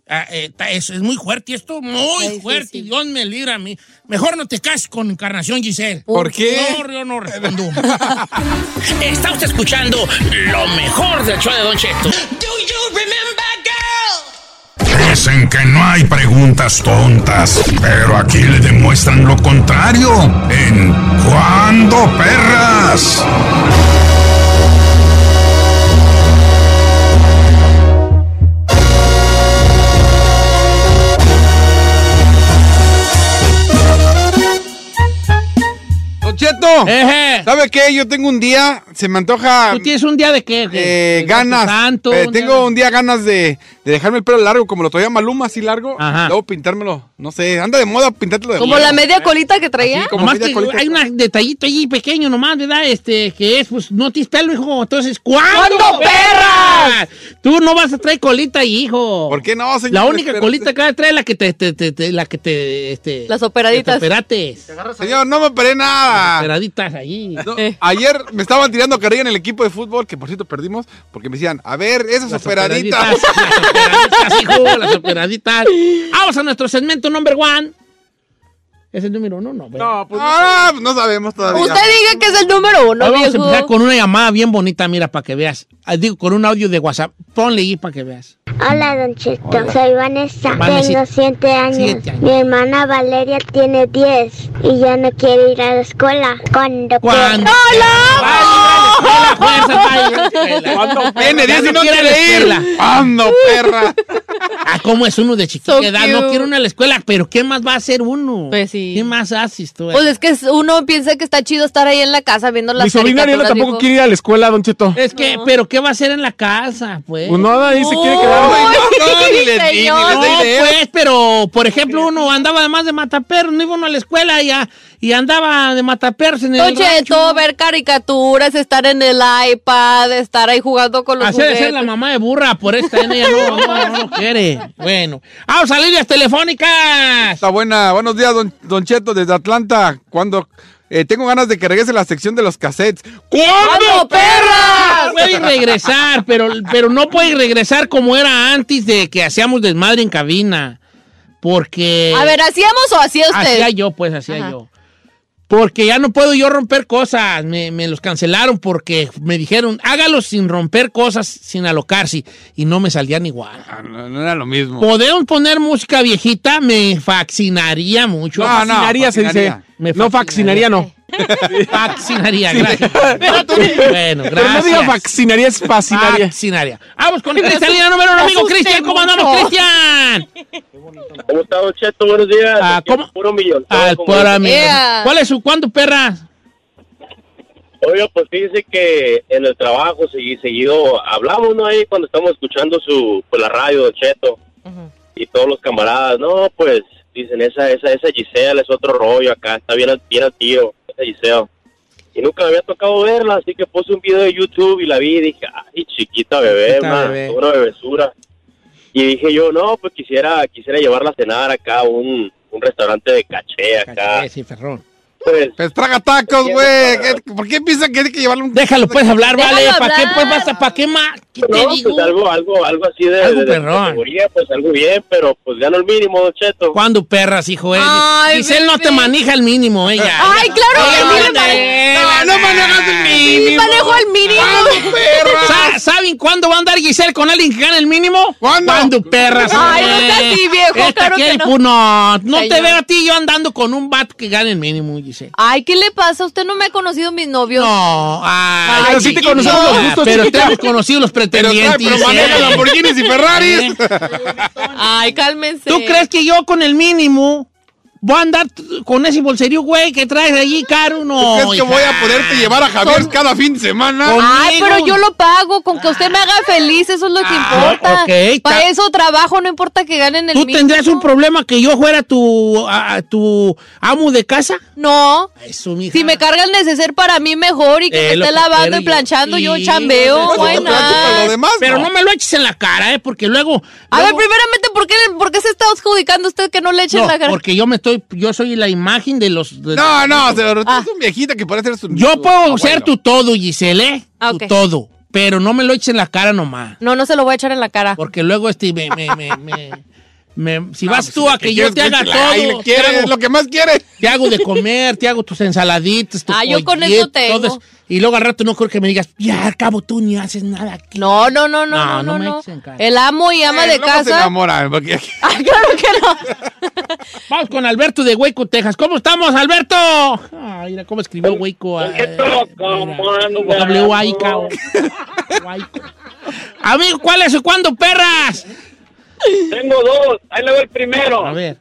Speaker 2: Ah, eh, ta- es, es muy fuerte esto, muy fuerte. Dios me libra a mí. Mejor no te cases con Encarnación Giselle.
Speaker 14: ¿Por qué?
Speaker 2: No, yo no respondo. *laughs* Está usted escuchando lo mejor del show de Don Cheto.
Speaker 10: Dicen que no hay preguntas tontas, pero aquí le demuestran lo contrario en Cuando Perras.
Speaker 3: Don Cheto, ¿sabe qué? Yo tengo un día, se me antoja. ¿Tú
Speaker 2: tienes un día de qué?
Speaker 3: Eh, ganas.
Speaker 2: Santo,
Speaker 3: Eh,
Speaker 2: un día
Speaker 3: tengo un día ganas de, de dejarme el pelo largo, como lo traía Maluma, así largo.
Speaker 2: Ajá.
Speaker 3: Luego pintármelo, no sé, anda de moda pintártelo de
Speaker 17: Como
Speaker 3: largo.
Speaker 17: la media colita que traía.
Speaker 3: ¿eh? Así como
Speaker 2: Nomás
Speaker 3: media
Speaker 2: que
Speaker 3: colita.
Speaker 2: hay un detallito allí pequeño nomás, ¿verdad? Este, que es, pues, no tienes pelo, hijo. Entonces, ¿cuándo,
Speaker 3: ¿Cuándo,
Speaker 2: perras? Tú no vas a traer colita ahí, hijo. ¿Por
Speaker 3: qué no, señor?
Speaker 2: La única
Speaker 3: Espérate.
Speaker 2: colita que vas a traer es la que te, te- te- te- la que te, este...
Speaker 17: Las operaditas.
Speaker 2: que te operates.
Speaker 3: Señor, no me operé nada.
Speaker 2: Operaditas ahí.
Speaker 3: No, ayer me estaban tirando carrilla en el equipo de fútbol, que por cierto perdimos, porque me decían, a ver, esas
Speaker 2: Las
Speaker 3: operaditas.
Speaker 2: Las hijo, las operaditas. Vamos a nuestro segmento number one. Es el número uno, no,
Speaker 3: No, pues, ah, no sabemos todavía.
Speaker 17: Usted diga que es el número uno,
Speaker 2: Ahora vamos a
Speaker 17: viejo.
Speaker 2: empezar con una llamada bien bonita, mira, para que veas. Ah, Digo, con un audio de WhatsApp. Ponle ahí para que veas.
Speaker 19: Hola, don Cheto.
Speaker 2: Hola.
Speaker 19: Soy Vanessa.
Speaker 2: Vanessa.
Speaker 19: Tengo 7 años.
Speaker 2: Siete años.
Speaker 19: Mi hermana Valeria tiene 10 y ya no quiere ir a la escuela. Cuando.
Speaker 2: Cuando-
Speaker 19: quiera.
Speaker 2: Cuando
Speaker 3: Tiene 10 y no quiere ir.
Speaker 2: ¡Ando, perra! *laughs* Ah, ¿cómo es uno de chiquita
Speaker 4: So
Speaker 2: edad? No
Speaker 4: cute.
Speaker 2: quiero ir a la escuela, pero ¿qué más va a hacer uno? Pues sí. ¿Qué más haces tú?
Speaker 4: Pues es que es- uno piensa que está chido estar ahí en la casa viendo las
Speaker 6: Mi sobrina Ariela
Speaker 4: caricaturas,
Speaker 6: tampoco
Speaker 4: viejo.
Speaker 6: quiere ir a la escuela, Don Cheto.
Speaker 2: *laughs* Es que, ¿pero qué va a hacer en la casa, pues?
Speaker 6: Pues nada, ahí se quiere quedar.
Speaker 2: *laughs* No,
Speaker 6: no, ni les- ni
Speaker 2: señor.
Speaker 6: les dé
Speaker 2: No,
Speaker 6: ideas.
Speaker 2: pues, pero, por ejemplo, uno andaba además de mataperros, no iba uno a la escuela y, a- y andaba de mataperros en el
Speaker 4: Don Cheto, ver caricaturas, estar en el iPad, estar ahí jugando con los
Speaker 2: Así de ser la
Speaker 4: juguetes.
Speaker 2: mamá de burra, por esta ella no, no, no quiere. Bueno, vamos a líneas telefónicas.
Speaker 3: Está buena. Buenos días, don, don Cheto, desde Atlanta. Cuando eh, tengo ganas de que regrese la sección de los cassettes.
Speaker 2: ¿Cuándo,
Speaker 3: perras?
Speaker 2: Puede regresar, pero, pero no puede regresar como era antes de que hacíamos desmadre en cabina. Porque.
Speaker 4: A ver, ¿hacíamos o hacía usted?
Speaker 2: Hacía yo, pues, hacía
Speaker 4: Ajá.
Speaker 2: yo. Porque ya no puedo yo romper cosas. Me, me los cancelaron porque me dijeron, hágalo sin romper cosas, sin alocarse. Y no me salían igual.
Speaker 3: Ah, No, no era lo mismo.
Speaker 2: Podemos poner música viejita, me fascinaría mucho.
Speaker 6: No, no, fascinaría se dice.
Speaker 2: Me
Speaker 6: No, fascinaría no.
Speaker 2: Vaccinaria,
Speaker 6: *laughs*
Speaker 2: gracias. bueno,
Speaker 6: Pero no
Speaker 2: gracias.
Speaker 6: diga vaccinaria, es Ah, fascinaria.
Speaker 2: Vaccinaria. Vamos con Cristalina número uno, amigo Cristian. ¿Cómo andamos, Cristian?
Speaker 20: ¿Cómo está, Don Cheto? Buenos días.
Speaker 2: Ah,
Speaker 20: Aquí al Puro millón.
Speaker 2: Al
Speaker 20: Como
Speaker 2: por
Speaker 20: dice.
Speaker 2: amigo. ¿Cuál es su cuánto, perra?
Speaker 20: Oiga, pues fíjese que en el trabajo segui- seguido hablamos, ¿no? Ahí cuando estamos escuchando su, pues, la radio, Don Cheto. Y todos los camaradas, no, pues, dicen, esa, esa, esa Gisela es otro rollo acá, está bien al, bien al tiro, esa Gisela. Y nunca me había tocado verla, así que puse un video de YouTube y la vi y dije, ay, chiquita bebé,
Speaker 21: Chiquita
Speaker 20: man,
Speaker 21: bebé.
Speaker 20: una bebesura. Y dije yo, no, pues quisiera, quisiera llevarla a cenar acá a un, un restaurante de caché acá.
Speaker 2: sí, ferrón.
Speaker 20: Pues,
Speaker 3: traga tacos, güey. ¿Qué- ¿Por qué piensan que hay que llevarle un...
Speaker 2: Déjalo, puedes hablar, vale. ¿Para qué, pues, vas a, ¿Para qué más? ¿Qué te
Speaker 20: No,
Speaker 2: digo?
Speaker 20: pues algo, algo, algo así de,
Speaker 2: Algo
Speaker 20: de- de
Speaker 2: perrón.
Speaker 20: categoría, pues algo bien, pero pues gano el mínimo, Don Cheto.
Speaker 2: ¿Cuándo perras, hijo? eh? él? Giselle no te maneja el mínimo, ella.
Speaker 17: Ay, claro que sí le mane-
Speaker 2: No, no manejas el mínimo.
Speaker 17: Sí, manejo el mínimo.
Speaker 2: *laughs* Sa- ¿Saben cuándo va a andar Giselle con alguien que gane el mínimo? ¿Cuándo? perras?
Speaker 17: Ay, no
Speaker 2: hombre?
Speaker 17: seas así, viejo,
Speaker 2: Esta
Speaker 17: claro que
Speaker 2: quiere
Speaker 17: no.
Speaker 2: pu- No, no te
Speaker 17: Señor.
Speaker 2: veo a ti yo andando con un vato que gane el mínimo, Giselle.
Speaker 4: Ay, ¿qué le pasa? Usted no me ha conocido mis novios.
Speaker 2: No, ay,
Speaker 4: Pero sí te conocemos los gustos,
Speaker 2: Pero te
Speaker 4: chiquita.
Speaker 2: hemos conocido los pretendientes.
Speaker 4: pero maneja
Speaker 2: Giselle.
Speaker 4: Lamborghinis y Ferraris.
Speaker 2: ¿Eh?
Speaker 4: Ay, cálmense.
Speaker 2: ¿Tú crees que yo con el mínimo voy a andar t- con ese bolserío, güey, que traes allí, caro? No.
Speaker 3: ¿Crees que
Speaker 2: hija.
Speaker 3: voy a poderte llevar a Javier cada fin de semana?
Speaker 4: Ay, pero yo lo pago, con que usted me haga feliz, eso es lo que importa.
Speaker 2: Ah. ok,
Speaker 4: Para
Speaker 2: ta-
Speaker 4: eso trabajo, no importa que ganen el
Speaker 2: ¿Tú
Speaker 4: mínimo.
Speaker 2: tendrías un problema que yo fuera tu, a- a tu amo de casa?
Speaker 4: No.
Speaker 2: Eso, mija.
Speaker 4: Si me carga el neceser para mí mejor y que
Speaker 2: Eh,
Speaker 4: me
Speaker 2: lo
Speaker 4: esté
Speaker 2: que
Speaker 4: lavando
Speaker 2: quiero
Speaker 4: y planchando, yo
Speaker 2: Sí,
Speaker 4: chambeo,
Speaker 2: pues,
Speaker 4: why
Speaker 2: no te
Speaker 4: not?
Speaker 2: preocupes, lo demás, Pero no. me lo eches en la cara, ¿eh? Porque luego...
Speaker 4: A
Speaker 2: luego-
Speaker 4: ver, primeramente, ¿por qué, por qué se está adjudicando usted que no le echen
Speaker 2: No,
Speaker 4: la cara?
Speaker 2: porque yo me estoy... Yo soy la imagen de los... de-
Speaker 3: No, no, pero
Speaker 4: Ah.
Speaker 3: tú eres un viejita que parece ser su...
Speaker 2: Yo puedo ser tu todo, Giselle, ¿eh?
Speaker 4: Ah,
Speaker 2: Tu
Speaker 4: ok.
Speaker 2: todo. Pero no me lo eches en la cara nomás.
Speaker 4: No, no se lo voy a echar en la cara.
Speaker 2: Porque luego este me... me, me, me- me- si
Speaker 3: No,
Speaker 2: vas
Speaker 3: pues,
Speaker 2: tú
Speaker 3: si
Speaker 2: a
Speaker 3: lo
Speaker 2: que,
Speaker 3: que
Speaker 2: yo te
Speaker 3: quieres,
Speaker 2: haga
Speaker 3: pues, ay,
Speaker 2: todo,
Speaker 3: le quieres,
Speaker 2: te hago-
Speaker 3: lo que más quieres.
Speaker 2: Te hago de comer, te hago tus ensaladitas, tu
Speaker 4: Ah, yo con
Speaker 2: pollito,
Speaker 4: eso tengo.
Speaker 2: todo eso. Y luego al rato no creo que me digas, ya, al cabo tú ni haces nada aquí.
Speaker 4: No, no, no, no, no, no,
Speaker 2: me
Speaker 4: no.
Speaker 2: eches en cara.
Speaker 4: El amo y ama de
Speaker 3: Se
Speaker 4: casa.
Speaker 3: enamora, porque...
Speaker 4: Ah, *laughs* claro que no.
Speaker 2: Vamos con Alberto de Hueco, Texas. ¿Cómo estamos, Alberto? Ah, mira cómo escribió Hueco. eh,
Speaker 20: anda?
Speaker 2: W A I K O. Huaico. Amigo, ¿cuál es su cuándo, perras?
Speaker 20: Tengo dos, ahí le va el primero.
Speaker 2: A ver.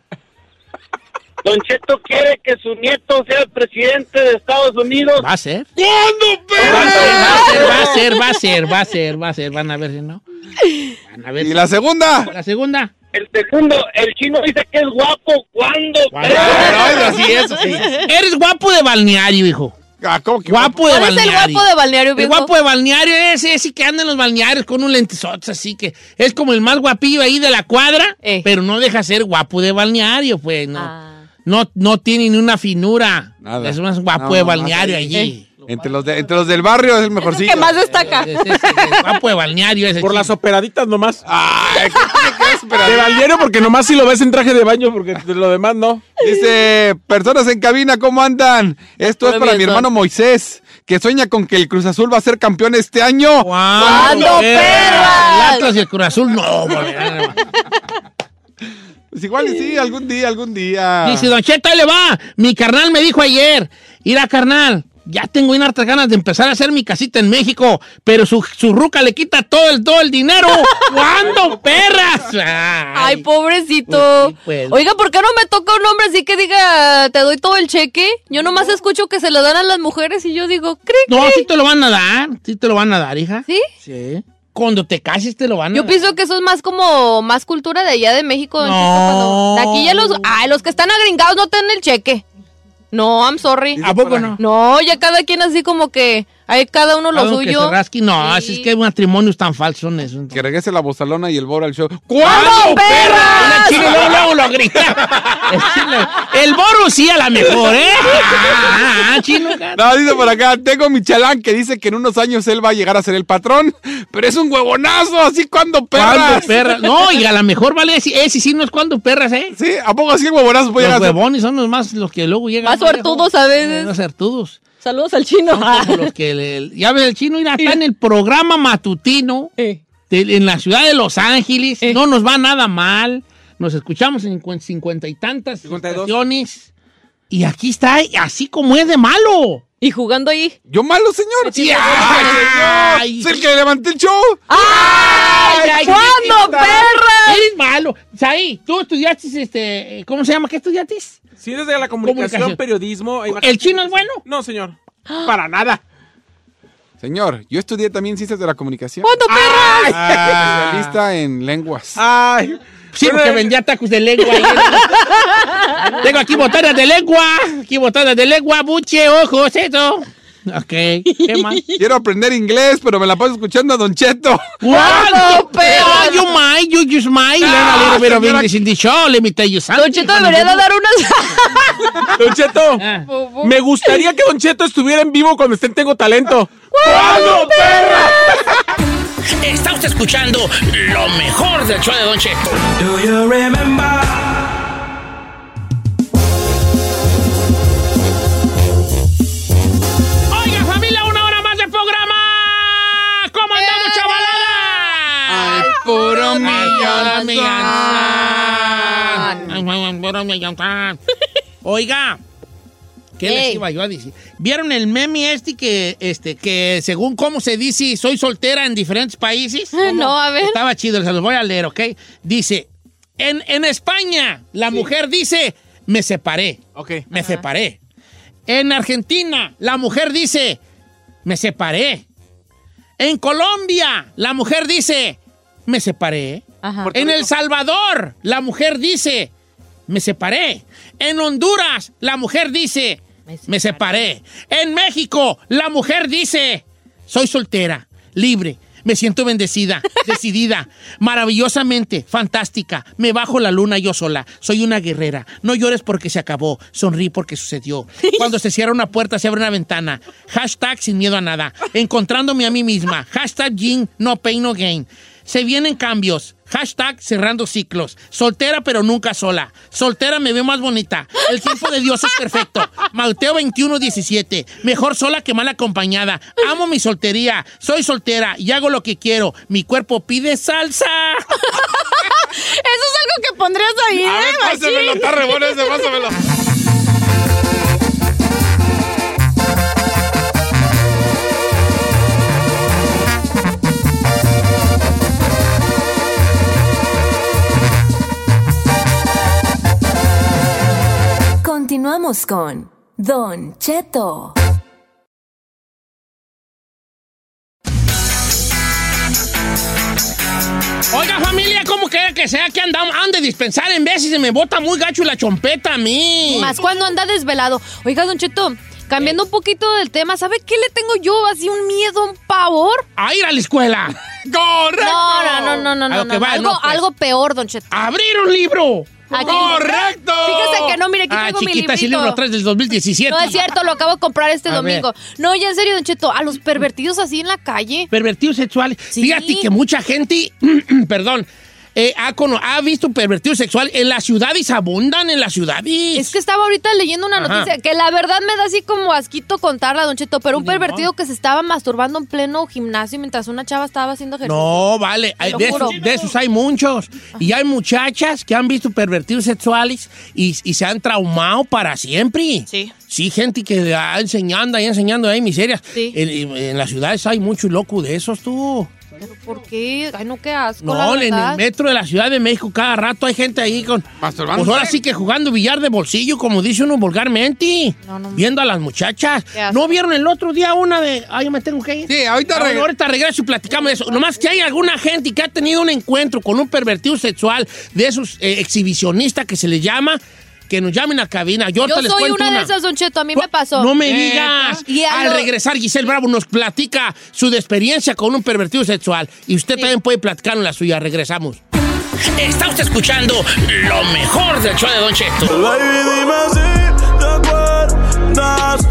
Speaker 20: Don Cheto quiere que su nieto sea el presidente de Estados Unidos.
Speaker 2: ¿Va a ser?
Speaker 20: ¿Cuándo,
Speaker 2: Va a ser, va a ser, va a ser, va a ser. Van a ver si no. Van a ver.
Speaker 3: ¿Y la segunda?
Speaker 2: La segunda.
Speaker 20: El segundo, el chino dice que es guapo. ¿Cuándo?
Speaker 3: así es, Ah, así
Speaker 2: Eres guapo de balneario, hijo. guapo de
Speaker 4: ¿Cuál es el
Speaker 2: balneario.
Speaker 4: guapo de balneario,
Speaker 2: El
Speaker 4: viejo?
Speaker 2: guapo de balneario es ese que anda en los balnearios con un lentesote, así que es como el más guapillo ahí de la cuadra,
Speaker 4: Eh.
Speaker 2: pero no deja ser guapo de balneario, pues no.
Speaker 4: Ah.
Speaker 2: No, no tiene ni una finura.
Speaker 3: Nada.
Speaker 2: Es más guapo
Speaker 3: No,
Speaker 2: de
Speaker 3: no,
Speaker 2: balneario
Speaker 3: más ahí.
Speaker 2: allí.
Speaker 3: Entre los, de- entre los del barrio es el mejorcillo.
Speaker 4: destaca.
Speaker 2: guapo de balneario ese.
Speaker 6: Por las operaditas nomás.
Speaker 3: Ah, operaditas?
Speaker 6: De balneario porque nomás si lo ves en traje de baño porque de lo demás no.
Speaker 3: Dice, personas en cabina, ¿cómo andan? Esto es
Speaker 6: Muy
Speaker 3: para
Speaker 6: bien,
Speaker 3: mi
Speaker 6: Don.
Speaker 3: hermano Moisés, que sueña con que el Cruz Azul va a ser campeón este año.
Speaker 2: ¡Cuándo, perra! El Atlas y el Cruz Azul, no, volverán a-
Speaker 3: Pues igual y sí, algún día, algún día.
Speaker 2: Dice, Don Cheto, ahí le va. Mi carnal me dijo ayer, irá carnal, ya tengo bien hartas ganas de empezar a hacer mi casita en México, pero su, su ruca le quita todo el, todo el
Speaker 3: *laughs*
Speaker 2: dinero. ¿Cuándo, perras?
Speaker 4: Ay, pobrecito.
Speaker 2: pues.
Speaker 4: Oiga, ¿por qué no me toca un hombre así que diga, te doy todo el cheque? Yo nomás escucho que se lo dan a las mujeres y yo digo, ¿cree
Speaker 2: No, sí te lo van a dar, sí te lo van a dar, hija.
Speaker 4: ¿Sí?
Speaker 2: Sí. Cuando te cases te lo van a
Speaker 4: Yo
Speaker 2: dar.
Speaker 4: pienso que eso es más como más cultura de allá de México. don
Speaker 2: No.
Speaker 4: Cheto, cuando- de aquí ya los... Ay, los que están agringados no tienen el cheque. No, I'm sorry.
Speaker 2: ¿A poco no?
Speaker 4: No, ya cada quien así como que hay cada uno lo
Speaker 2: Algo que se
Speaker 4: suyo.
Speaker 2: rasque. No, así es que hay matrimonios tan falsos son esos.
Speaker 3: Que regrese la bozalona y el boro al show.
Speaker 2: ¡Cuándo, perra! El chile luego, luego lo grita. El Boru sí a la mejor, ¿eh? Ah, chino.
Speaker 3: No, dice por acá, tengo mi chalán que dice que en unos años él va a llegar a ser el patrón, pero es un huevonazo, así cuando perras.
Speaker 2: ¿Cuándo, perras? No, y a lo mejor vale ese, ese sí no es cuando perras, ¿eh?
Speaker 3: Sí, ¿a poco así el huevonazo puede
Speaker 2: Los
Speaker 3: llegar a ser?
Speaker 2: huevones son los más, los que luego llegan.
Speaker 4: Más suertudos a veces.
Speaker 2: Más suertudos.
Speaker 4: Saludos al chino. *laughs*
Speaker 2: Como los que le- ya ves, el chino mira, está en el programa matutino de- en la ciudad de Los Ángeles. No nos va nada mal. Nos escuchamos en cuen- cincuenta y tantas estaciones. Y aquí está, así como es de malo.
Speaker 4: ¿Y jugando ahí?
Speaker 3: ¿Yo malo, señor?
Speaker 2: Sí,
Speaker 3: ¡Ay, señor!
Speaker 2: Ay.
Speaker 3: ¡Es el que levanté el show!
Speaker 2: ¡Ay, ay,
Speaker 3: ¿cuándo,
Speaker 2: perra! Eres malo. Saí, tú estudiaste, este, ¿cómo se llama? ¿Qué estudiaste?
Speaker 6: Si eres de la comunicación,
Speaker 2: Comunicación.
Speaker 6: periodismo... e imagen-
Speaker 2: ¿El chino es bueno? *gasps*
Speaker 6: No, señor. Para nada.
Speaker 3: *laughs* Señor, yo estudié también ciencias de la comunicación.
Speaker 2: ¿Cuándo, perras? Ah.
Speaker 3: Especialista en lenguas.
Speaker 6: Ay.
Speaker 2: Sí, porque vendía tacos de lengua.
Speaker 4: *laughs*
Speaker 2: ahí. Tengo aquí botanas de lengua, aquí botanas de lengua, buche, ojos, eso. Ok, ¿qué *laughs* más?
Speaker 3: Quiero aprender inglés, pero me la paso escuchando a Don Cheto.
Speaker 2: What? Oh, you might, you just might learn a little bit of
Speaker 3: señora.
Speaker 2: English in the show. Let me tell you
Speaker 13: Ah,
Speaker 2: something.
Speaker 4: Ah, Don Cheto debería de dar unas...
Speaker 6: Don Cheto,
Speaker 2: Ah.
Speaker 6: me gustaría que Don Cheto estuviera en vivo cuando esté en Tengo Talento.
Speaker 2: ¡Cuándo, perra! Está usted escuchando lo mejor del show de Don Cheto.
Speaker 11: Do you remember?
Speaker 2: Oiga, familia, una hora más de programa. ¿Cómo andamos,
Speaker 4: Eh.
Speaker 2: chavalada? Al puro millón. millón. Puro millón. Oiga, ¿qué les
Speaker 4: Ey.
Speaker 2: iba yo a decir? ¿Vieron el meme este que, este, que según cómo se dice, soy soltera en diferentes países?
Speaker 4: Ah, No, a ver.
Speaker 2: Estaba chido, se los voy a leer, ¿ok? Dice, en, en España, la mujer dice, me separé.
Speaker 6: Ok.
Speaker 2: Me separé. En Argentina, la mujer dice, me separé. En Colombia, la mujer dice, me separé.
Speaker 4: Ajá.
Speaker 2: En El Salvador, la mujer dice, me separé. En Honduras, la mujer dice, me separé. En México, la mujer dice, soy soltera, libre. Me siento *laughs* bendecida, decidida, maravillosamente, fantástica. Me bajo la luna yo sola. Soy una guerrera. No llores porque se acabó. Sonrí porque *laughs* sucedió. Cuando se cierra una puerta, se abre una ventana. Hashtag sin miedo a nada. Encontrándome a mí misma. Hashtag Jean, no pain, no gain. Se vienen cambios. Hashtag cerrando ciclos. Soltera pero nunca sola. Soltera me veo más bonita. El tiempo de Dios es perfecto. Mateo 21, 17. Mejor sola que mal acompañada. Amo mi soltería. Soy soltera y hago lo que quiero. Mi cuerpo pide salsa.
Speaker 4: Eso es algo que pondrías ahí,
Speaker 3: A ver,
Speaker 4: ¿eh?
Speaker 3: pásamelo,
Speaker 4: machín?
Speaker 3: está re bueno ese, pásamelo.
Speaker 13: *laughs* Continuamos con Don Cheto.
Speaker 2: Oiga familia, como quiera que sea que andamos, han de dispensar en veces se me bota muy gacho la chompeta a mí.
Speaker 4: Más cuando anda desvelado. Oiga, Don Cheto, cambiando un poquito del tema, ¿sabe qué le tengo yo? Así un miedo, un pavor.
Speaker 2: A ir a la escuela.
Speaker 3: ¡Correcto!
Speaker 4: No, no, no, no, no,
Speaker 2: A lo
Speaker 4: no,
Speaker 2: que
Speaker 4: no,
Speaker 2: va,
Speaker 4: algo,
Speaker 2: no, pues.
Speaker 4: algo peor, Don Cheto.
Speaker 2: Abrir un libro.
Speaker 4: Aquí-
Speaker 3: ¡Correcto!
Speaker 4: Fíjese que no, mire, aquí
Speaker 2: Ah,
Speaker 4: tengo mi
Speaker 2: chiquita,
Speaker 4: librito.
Speaker 2: sí libro 3 del 2017.
Speaker 4: No es cierto, lo acabo de comprar este
Speaker 2: A
Speaker 4: domingo. No, ya en serio, Don Cheto, a los pervertidos así en la calle.
Speaker 2: Pervertidos sexuales. Fíjate que mucha gente, *clears throat* perdón, eh, ha, cono- ha visto pervertidos sexuales en las ciudades, abundan en las ciudades.
Speaker 4: Es que estaba ahorita leyendo una
Speaker 2: Ajá.
Speaker 4: noticia que la verdad me da así como asquito contarla, Don Cheto, pero un pervertido que se estaba masturbando en pleno gimnasio mientras una chava estaba haciendo ejercicio.
Speaker 2: No, vale, hay-
Speaker 4: lo
Speaker 2: de
Speaker 4: juro.
Speaker 2: esos, de esos hay muchos. Y hay muchachas que han visto pervertidos sexuales y, y se han traumado para siempre. Sí. Sí, gente que ha enseñando y enseñando ahí miserias. En, en las ciudades hay mucho loco de esos, tú.
Speaker 4: ¿Pero ¿Por qué? Ay, no, qué asco.
Speaker 2: No,
Speaker 4: la
Speaker 2: en
Speaker 4: verdad.
Speaker 2: el metro de la Ciudad de México cada rato hay gente ahí con... Pues ahora sí que jugando billar de bolsillo, como dice uno vulgarmente. Viendo a las muchachas.
Speaker 14: Qué asco.
Speaker 2: ¿No vieron el otro día una de... Ay, yo me tengo que ir. Sí, ahorita, ahorita regreso y platicamos de eso. Nomás que hay alguna gente que ha tenido un encuentro con un pervertido sexual de esos eh, exhibicionistas que se les llama, que nos llamen a cabina. Yo,
Speaker 4: Yo
Speaker 2: ahorita les
Speaker 4: soy
Speaker 2: cuento
Speaker 4: una, de esas, Don Cheto, a mí me pasó.
Speaker 2: no me digas.
Speaker 4: Y a
Speaker 2: Al
Speaker 4: lo-
Speaker 2: regresar, Giselle Bravo nos platica su experiencia con un pervertido sexual. Y usted también puede platicar en la suya. Regresamos. Está usted escuchando lo mejor del show de Don Cheto.
Speaker 11: Baby, dime si te acuerdas.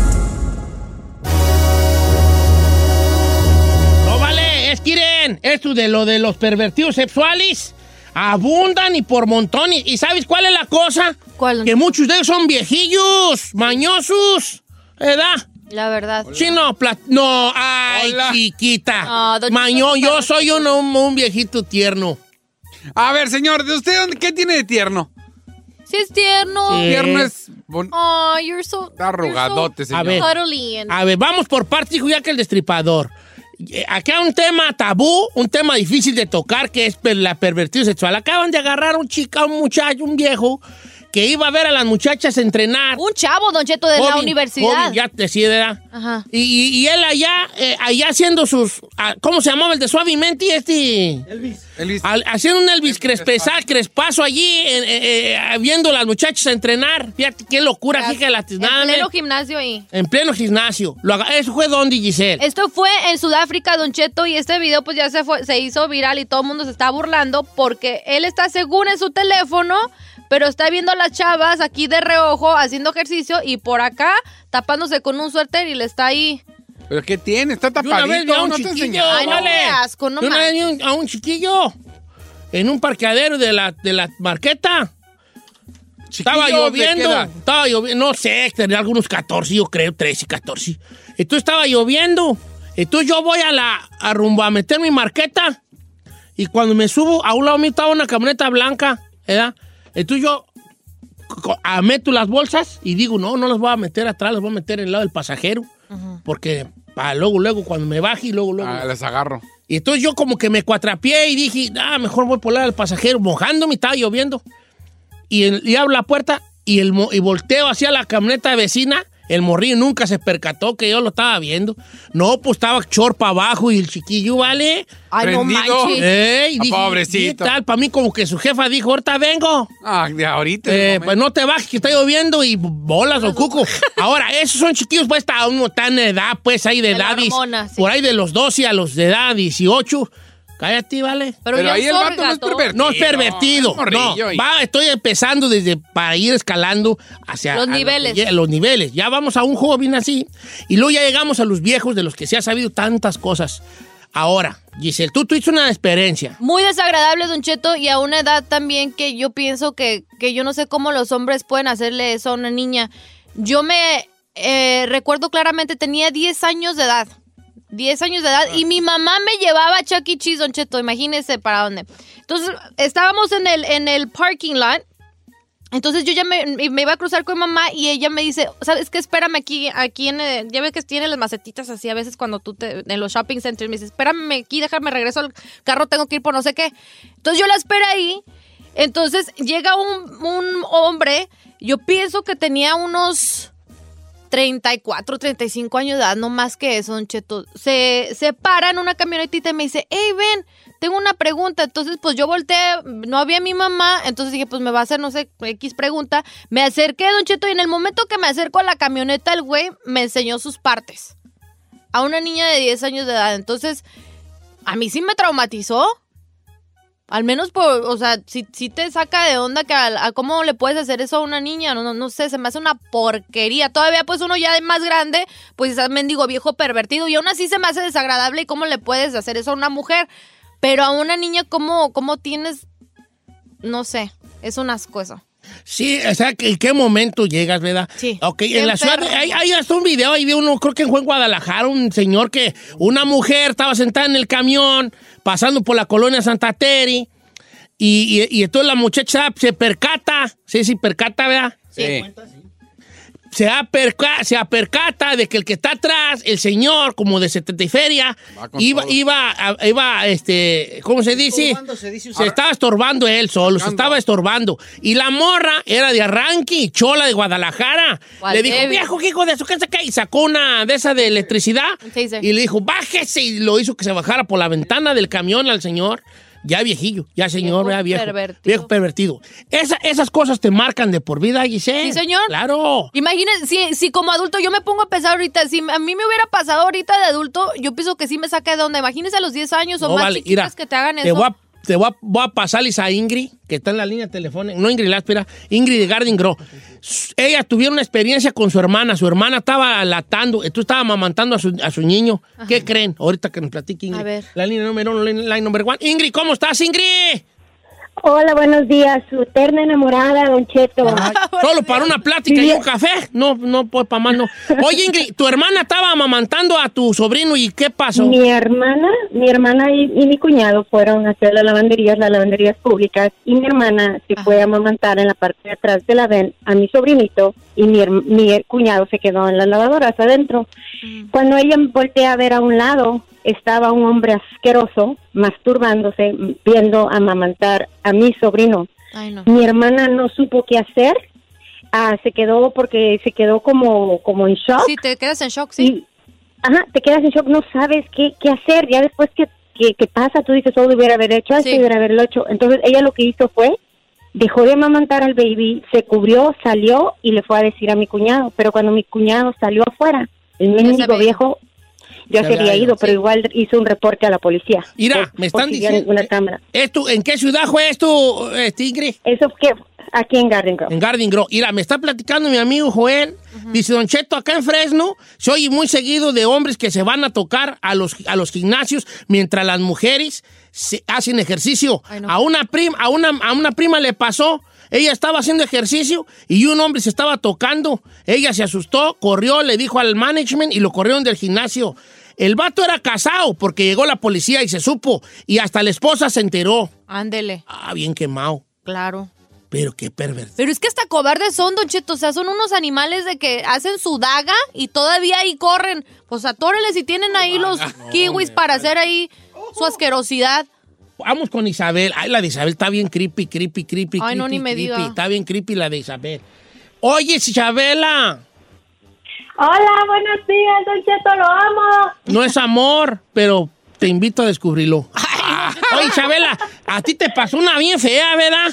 Speaker 2: No vale, es Kiren. Esto de lo de los pervertidos sexuales abundan y por montones. ¿Y sabes cuál es la cosa? Que muchos de ellos son viejillos, mañosos, ¿verdad?
Speaker 4: La verdad.
Speaker 2: Chino, pla- no, ay,
Speaker 4: Hola.
Speaker 2: chiquita.
Speaker 4: No, don Chico,
Speaker 2: Mañón,
Speaker 4: no
Speaker 2: yo
Speaker 4: parece.
Speaker 2: soy un, un viejito tierno.
Speaker 3: A ver, señor, ¿de usted dónde- qué tiene de tierno?
Speaker 4: Sí es tierno.
Speaker 3: Sí. Tierno es bon-
Speaker 4: Oh, you're so...
Speaker 3: Está arrugadote,
Speaker 2: A
Speaker 3: señor.
Speaker 2: ver,
Speaker 4: Cuddling.
Speaker 2: a ver, vamos por partes, hijo, ya que el destripador. Eh, Aquí hay un tema tabú, un tema difícil de tocar, que es per- la pervertido sexual. Acaban de agarrar a un chica, un muchacho, un viejo, que iba a ver a las muchachas entrenar.
Speaker 4: Un chavo, Don Cheto, de la
Speaker 2: Joven,
Speaker 4: universidad.
Speaker 2: joven, ya decide, ¿verdad?
Speaker 4: Ajá.
Speaker 2: Y, y- y él allá, eh, allá haciendo sus. ah, ¿Cómo se llamaba el de Suavemente? Este. Elvis. haciendo un Elvis crespeza, crespazo allí, eh, eh, eh, viendo a las muchachas entrenar. Fíjate qué locura, fíjate la
Speaker 4: En pleno gimnasio ahí.
Speaker 2: en pleno gimnasio. Lo haga- Eso fue donde Giselle.
Speaker 4: Esto fue en Sudáfrica, Don Cheto, y este video pues ya se, fue, se hizo viral y todo el mundo se está burlando porque él está seguro en su teléfono, pero está viendo a las chavas aquí de reojo haciendo ejercicio y por acá tapándose con un suéter y le está ahí.
Speaker 3: ¿Pero qué tiene? Está
Speaker 2: Yo una vez vi a
Speaker 3: tapadito,
Speaker 2: un
Speaker 3: no te
Speaker 2: chiquillo,
Speaker 3: enseñaba.
Speaker 4: Ay, no,
Speaker 2: vale.
Speaker 4: qué asco, no
Speaker 2: Yo una
Speaker 4: más.
Speaker 2: vez vi un- a un chiquillo en un parqueadero de la, de la marqueta. Estaba
Speaker 3: Chiquillo, ¿de qué
Speaker 2: lloviendo,
Speaker 3: edad?
Speaker 2: estaba lloviendo, no sé, tenía algunos 14, yo creo, 13, 14. Entonces estaba lloviendo. Entonces yo voy a la a rumbo a meter mi marqueta. Y cuando me subo, a un lado mío estaba una camioneta blanca, ¿verdad? Entonces yo co- a- meto las bolsas y digo, no, no las voy a meter atrás, las voy a meter en el lado del pasajero. Porque para luego, luego, cuando me baje y luego, luego.
Speaker 3: Ah, las agarro.
Speaker 2: Y entonces yo como que me cuatrapié y dije, ah, mejor voy por la del pasajero, mojándome, estaba lloviendo. Y, el- y abro la puerta y, el, mo- y volteo hacia la camioneta vecina. El morrillo nunca se percató que yo lo estaba viendo. No, pues estaba chorpa abajo y el chiquillo, ¿vale?
Speaker 3: Ay, no Prendido. manches.
Speaker 2: Ey,
Speaker 3: Ah,
Speaker 2: dije,
Speaker 3: pobrecito.
Speaker 2: ¿Qué tal? Para mí como que su jefa dijo, ahorita vengo.
Speaker 3: Ah, de ahorita.
Speaker 2: Eh, pues no te bajes, que está lloviendo y bolas
Speaker 4: *laughs*
Speaker 2: o cuco. Ahora, esos son chiquillos, pues, está uno tan de edad, pues, ahí de,
Speaker 4: De la
Speaker 2: edad. dis-
Speaker 4: hormona, sí.
Speaker 2: Por ahí de los 12 a los de edad 18. Cállate, ¿vale?
Speaker 4: Pero Pero ya ahí el vato no es sorgatón. pervertido.
Speaker 2: No es pervertido.
Speaker 4: Es morrillo
Speaker 2: no,
Speaker 4: ahí.
Speaker 2: va, estoy empezando desde para ir escalando hacia
Speaker 4: Los
Speaker 2: a que
Speaker 4: niveles.
Speaker 2: llegue- los niveles. Ya vamos a un joven así. Y luego ya llegamos a los viejos de los que se ha sabido tantas cosas. Ahora, Giselle, tú tuviste una experiencia.
Speaker 4: Muy desagradable, Don Cheto, y a una edad también que yo pienso que, que yo no sé cómo los hombres pueden hacerle eso a una niña. Yo me eh, recuerdo claramente, tenía 10 años de edad. 10 años de edad y mi mamá me llevaba a Chuck E. Cheese, Don Cheto, imagínese para dónde. Entonces, estábamos en el, en el parking lot entonces yo ya me, me iba a cruzar con mi mamá y ella me dice, ¿sabes qué? Espérame aquí, aquí en, el- ya ves que tiene las macetitas así a veces cuando tú te, en los shopping centers, me dice, espérame aquí, déjame regreso al carro, tengo que ir por no sé qué. Entonces yo la espero ahí, entonces llega un, un hombre, yo pienso que tenía unos 34, 35 años de edad, no más que eso, don Cheto. Se, se para en una camionetita y me dice, hey, ven, tengo una pregunta. Entonces, pues yo volteé, no había mi mamá, entonces dije, pues me va a hacer, no sé, X pregunta. Me acerqué, don Cheto, y en el momento que me acerco a la camioneta, el güey me enseñó sus partes. A una niña de 10 años de edad. Entonces, a mí sí me traumatizó. Al menos, por, o sea, si, te saca de onda que a, a cómo le puedes hacer eso a una niña, no, no, no sé, se me hace una porquería. Todavía, pues uno ya de más grande, pues es mendigo viejo pervertido y aún así se me hace desagradable y cómo le puedes hacer eso a una mujer. Pero a una niña, ¿cómo, cómo tienes? No sé, es un asco eso.
Speaker 2: Sí, o sea, que ¿en qué momento llegas, verdad? Sí. Ok, en la ciudad,
Speaker 4: perro.
Speaker 2: hay, hay hasta un video, ahí vi uno, creo que fue en Guadalajara, un señor que, una mujer estaba sentada en el camión, pasando por la colonia Santa Teri, y, y, y entonces la muchacha se percata, sí, sí, percata, ¿verdad?
Speaker 3: Sí.
Speaker 2: Se, aperca- se apercata de que el que está atrás, el señor, como de 70 y feria,
Speaker 3: Va con
Speaker 2: iba,
Speaker 3: todo.
Speaker 2: iba, a- iba, este, ¿cómo se dice? Se estaba estorbando él solo, se estaba estorbando. Y la morra era de Arranqui, chola de Guadalajara.
Speaker 3: Guau,
Speaker 2: Le dijo,
Speaker 3: débil.
Speaker 2: viejo, ¿qué hijo de su casa que Y sacó una de esa de electricidad
Speaker 4: taser.
Speaker 2: y le dijo, bájese. Y lo hizo que se bajara por la ventana del camión al señor. Ya viejillo, ya señor, ya viejo.
Speaker 4: pervertido.
Speaker 2: Viejo pervertido. Esa- esas cosas te marcan de por vida, Giselle.
Speaker 4: Sí, señor.
Speaker 2: Claro.
Speaker 4: Imagínense, si, si como adulto yo me pongo a pensar ahorita, si a mí me hubiera pasado ahorita de adulto, yo pienso que sí me saca de onda. Imagínense a los 10 años o
Speaker 2: No,
Speaker 4: más
Speaker 2: vale,
Speaker 4: chiquitas
Speaker 2: mira,
Speaker 4: que te hagan
Speaker 2: Te
Speaker 4: eso.
Speaker 2: voy a, te voy a, voy a pasarles a Ingrid, que está en la línea telefónica. No Ingrid Láspera, Ingrid de Garden Grow. S- Ella tuvieron una experiencia con su hermana. Su hermana estaba latando, tú estaba amamantando a su, a su niño. ¿Qué creen? Ahorita que nos platique Ingrid.
Speaker 4: A ver. *laughs*
Speaker 2: La línea número uno, la línea número one. Ingrid, ¿cómo estás, Ingrid?
Speaker 22: Hola, buenos días. Su terna enamorada, Don Cheto.
Speaker 4: Ah,
Speaker 2: Solo para una plática y un café. No, no, pues para más no. Oye, Ingrid, tu hermana estaba amamantando a tu sobrino y ¿qué pasó?
Speaker 22: Mi hermana, mi hermana y, y mi cuñado fueron hacia las lavanderías, las lavanderías públicas, y mi hermana se fue a amamantar en la parte de atrás de la ven a mi sobrinito, y mi, her- mi cuñado se quedó en las lavadoras adentro. Cuando ella voltea a ver a un lado, estaba un hombre asqueroso masturbándose, viendo amamantar a mi sobrino.
Speaker 4: Ay, no.
Speaker 22: Mi hermana no supo qué hacer. Ah, se quedó porque se quedó como, como en shock.
Speaker 4: Sí, te quedas en shock, sí.
Speaker 22: Ajá, te quedas en shock, no sabes qué, qué hacer. Ya después que, que, que pasa, tú dices, oh, debiera haber hecho esto,
Speaker 4: Sí.
Speaker 22: debiera haberlo hecho. Entonces ella lo que hizo fue, dejó de amamantar al baby, se cubrió, salió y le fue a decir a mi cuñado. Pero cuando mi cuñado salió afuera, el mendigo viejo ya se había ido, pero igual hizo un reporte a la policía.
Speaker 2: Mira,
Speaker 22: Pues,
Speaker 2: me están diciendo- eh,
Speaker 22: Una cámara.
Speaker 2: ¿Esto, ¿En qué ciudad fue esto, este, Ingrid?
Speaker 22: Eso que aquí en Garden Grove.
Speaker 2: En Garden Grove. Mira, me está platicando mi amigo Joel. Dice, Don Cheto, acá en Fresno se oye muy seguido de hombres que se van a tocar a los, a los gimnasios mientras las mujeres se hacen ejercicio. A una prima, a una, a una prima le pasó. Ella estaba haciendo ejercicio y un hombre se estaba tocando. Ella se asustó, corrió, le dijo al management y lo corrieron del gimnasio. El vato era casado porque llegó la policía y se supo. Y hasta la esposa se enteró.
Speaker 4: Ándele,
Speaker 2: Ah, bien quemado.
Speaker 4: claro.
Speaker 2: Pero qué pervertido.
Speaker 4: Pero es que hasta cobardes son, Don Cheto. O sea, son unos animales de que hacen su daga y todavía ahí corren. Pues atóreles y tienen ahí los kiwis para hacer ahí su asquerosidad.
Speaker 2: Vamos con Isabel. Ay, la de Isabel está bien creepy, creepy, creepy.
Speaker 4: Ay, no,
Speaker 2: creepy,
Speaker 4: ni me
Speaker 2: creepy.
Speaker 4: diga.
Speaker 2: Está bien creepy la de Isabel. Oye, Isabela,
Speaker 21: Hola, buenos días, Don Cheto, lo amo.
Speaker 2: *laughs* no es amor, pero te invito a descubrirlo. Oye, Isabela, a ti te pasó una bien fea, ¿verdad?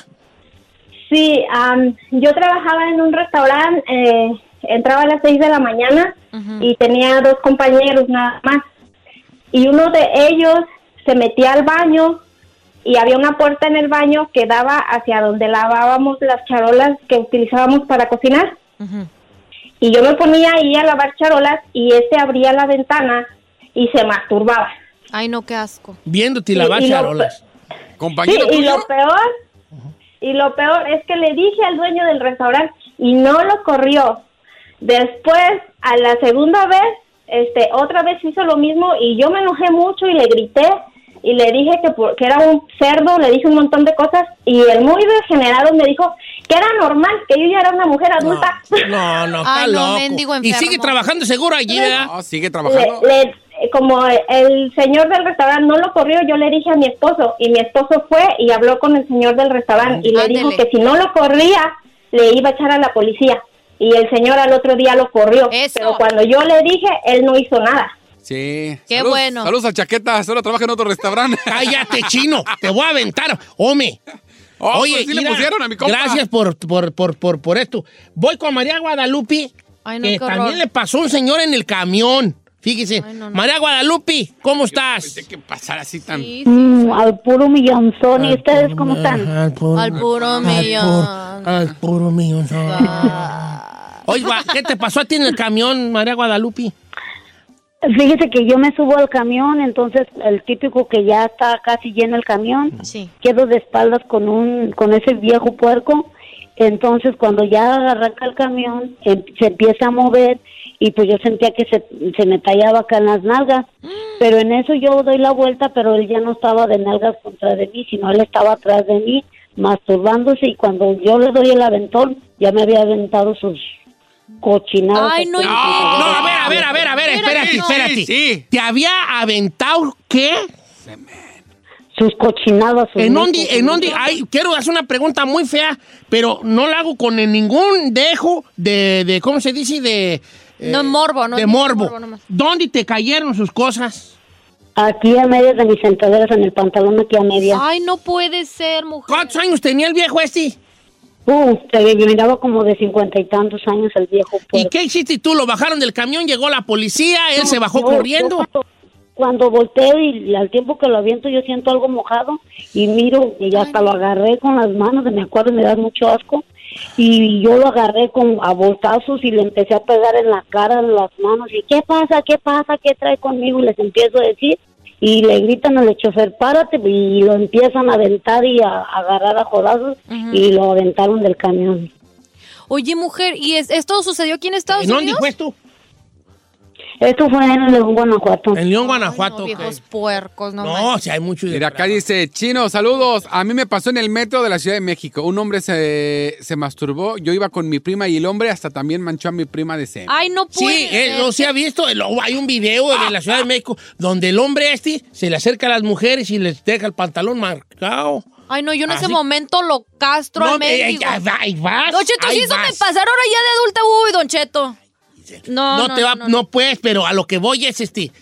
Speaker 21: Sí, am, yo trabajaba en un restaurante, eh, entraba a las 6 de la mañana y tenía dos compañeros nada más. Y uno de ellos se metía al baño y había una puerta en el baño que daba hacia donde lavábamos las charolas que utilizábamos para cocinar. Y yo me ponía ahí a lavar charolas y este abría la ventana y se masturbaba.
Speaker 4: Ay, no, qué asco.
Speaker 2: Viéndote y
Speaker 21: Sí,
Speaker 2: lavar
Speaker 21: y lo-
Speaker 2: charolas.
Speaker 21: Sí, y lo peor, y lo peor es que le dije al dueño del restaurante y no lo corrió. Después, a la segunda vez, este, otra vez hizo lo mismo y yo me enojé mucho y le grité y le dije que, por- que era un cerdo, le dije un montón de cosas y el muy degenerado me dijo que era normal, que yo ya era una mujer adulta.
Speaker 2: No, no, está
Speaker 21: Ay, no,
Speaker 2: loco.
Speaker 21: mendigo
Speaker 2: y
Speaker 21: enfermo.
Speaker 2: sigue trabajando seguro allí, ¿verdad?
Speaker 3: No, sigue
Speaker 21: Le- le- como el señor del restaurante no lo corrió, yo le dije a mi esposo y mi esposo fue y habló con el señor del restaurante y le dijo
Speaker 4: Ándele.
Speaker 21: que si no lo corría le iba a echar a la policía y el señor al otro día lo corrió. Pero cuando yo le dije, él no hizo nada.
Speaker 3: Sí.
Speaker 21: Qué
Speaker 3: Saludos-
Speaker 21: bueno.
Speaker 3: Saludos al Chaqueta, solo trabaja en otro restaurante.
Speaker 2: Cállate, chino. Te voy a aventar. Hombre.
Speaker 3: Oh, pues sí le
Speaker 2: mira,
Speaker 3: pusieron a mi compa.
Speaker 2: Gracias por, por, por, por, por esto. Voy con María Guadalupe,
Speaker 4: Ay, no,
Speaker 2: que
Speaker 4: qué horror.
Speaker 2: también le pasó un señor en el camión. Fíjese. María Guadalupe, ¿cómo estás?
Speaker 3: que pasar así tan.
Speaker 21: Mm, al puro millonzón.
Speaker 2: ¿Y
Speaker 21: ustedes cómo están?
Speaker 2: Al puro,
Speaker 21: Al puro
Speaker 2: millón. Al puro millón.
Speaker 4: Ah.
Speaker 2: Oye, Gua- ¿qué te pasó a ti en el camión, María Guadalupe?
Speaker 21: Fíjese que yo me subo al camión, entonces el típico que ya está casi lleno el camión,
Speaker 22: quedo de espaldas con un con ese viejo puerco entonces cuando ya arranca el camión em- se empieza a mover y pues yo sentía que se, se me tallaba acá en las nalgas
Speaker 4: Mm.
Speaker 22: pero en eso yo doy la vuelta pero él ya no estaba de nalgas contra de mí sino él estaba atrás de mí masturbándose y cuando yo le doy el aventón ya me había aventado sus cochinadas
Speaker 4: Ay, no,
Speaker 2: No, a ver, a ver, a ver, a ver, espérate, espérate. ¿Te había aventado qué?
Speaker 22: sus cochinadas sus
Speaker 2: ¿En
Speaker 22: mecos,
Speaker 2: dónde? ¿En
Speaker 22: sus-
Speaker 2: dónde? Ay, quiero hacer una pregunta muy fea, pero no la hago con ningún dejo de, de ¿cómo se dice? De... eh,
Speaker 4: No, morbo, no
Speaker 2: De
Speaker 4: es
Speaker 2: morbo.
Speaker 4: morbo nomás.
Speaker 2: ¿Dónde te cayeron sus cosas?
Speaker 22: aquí a medias de mis sentaderas en el pantalón aquí a medias
Speaker 2: Ah.
Speaker 4: Ay, no puede ser, mujer.
Speaker 2: ¿Cuántos años tenía el viejo este?
Speaker 22: Uh, se miraba como de cincuenta y tantos años el viejo.
Speaker 2: ¿Y qué hiciste tú? ¿Lo bajaron del camión? ¿Llegó la policía? ¿Él se bajó
Speaker 22: yo-
Speaker 2: corriendo?
Speaker 22: yo cuando, cuando volteo y al tiempo que lo aviento yo siento algo mojado y miro y ya hasta lo agarré con las manos, me acuerdo, me da mucho asco. Y yo lo agarré con a voltazos y le empecé a pegar en la cara, en las manos. ¿Y qué pasa? ¿Qué pasa? ¿Qué trae conmigo? Y les empiezo a decir. y le gritan al chofer, párate, y lo empiezan a aventar y a, a agarrar a jodazos
Speaker 4: Ujú.
Speaker 22: y lo aventaron del camión.
Speaker 4: Oye, mujer, ¿y es- esto sucedió aquí en Estados
Speaker 2: Eh,
Speaker 22: ¿En dónde
Speaker 4: Unidos?
Speaker 22: fue Esto fue en León, Guanajuato.
Speaker 2: En León, Guanajuato.
Speaker 4: Viejos puercos, no.
Speaker 2: No, si hay mucho.
Speaker 3: Mira, acá dice, chino, saludos. A mí me pasó en el metro de la Ciudad de México. Un hombre se, se masturbó. Yo iba con mi prima y el hombre hasta también manchó a mi prima de semen.
Speaker 4: Ay, no
Speaker 2: puede. Sí, eh, no se ha visto. el- hay un video
Speaker 3: Ah,
Speaker 2: de la Ciudad de México donde el hombre este se le acerca a las mujeres y les deja el pantalón marcado.
Speaker 4: Ay, no, yo en ese
Speaker 2: Así-
Speaker 4: momento lo castro
Speaker 2: Ah, No,
Speaker 4: al mendigo.
Speaker 2: eh, ahí va- ahí vas,
Speaker 4: Don Cheto,
Speaker 2: ahí
Speaker 4: si eso me
Speaker 2: vas.
Speaker 4: pasara ahora ya de adulta, uy, Don Cheto. No,
Speaker 2: No, te va, no, puedes, pero a lo que voy es este.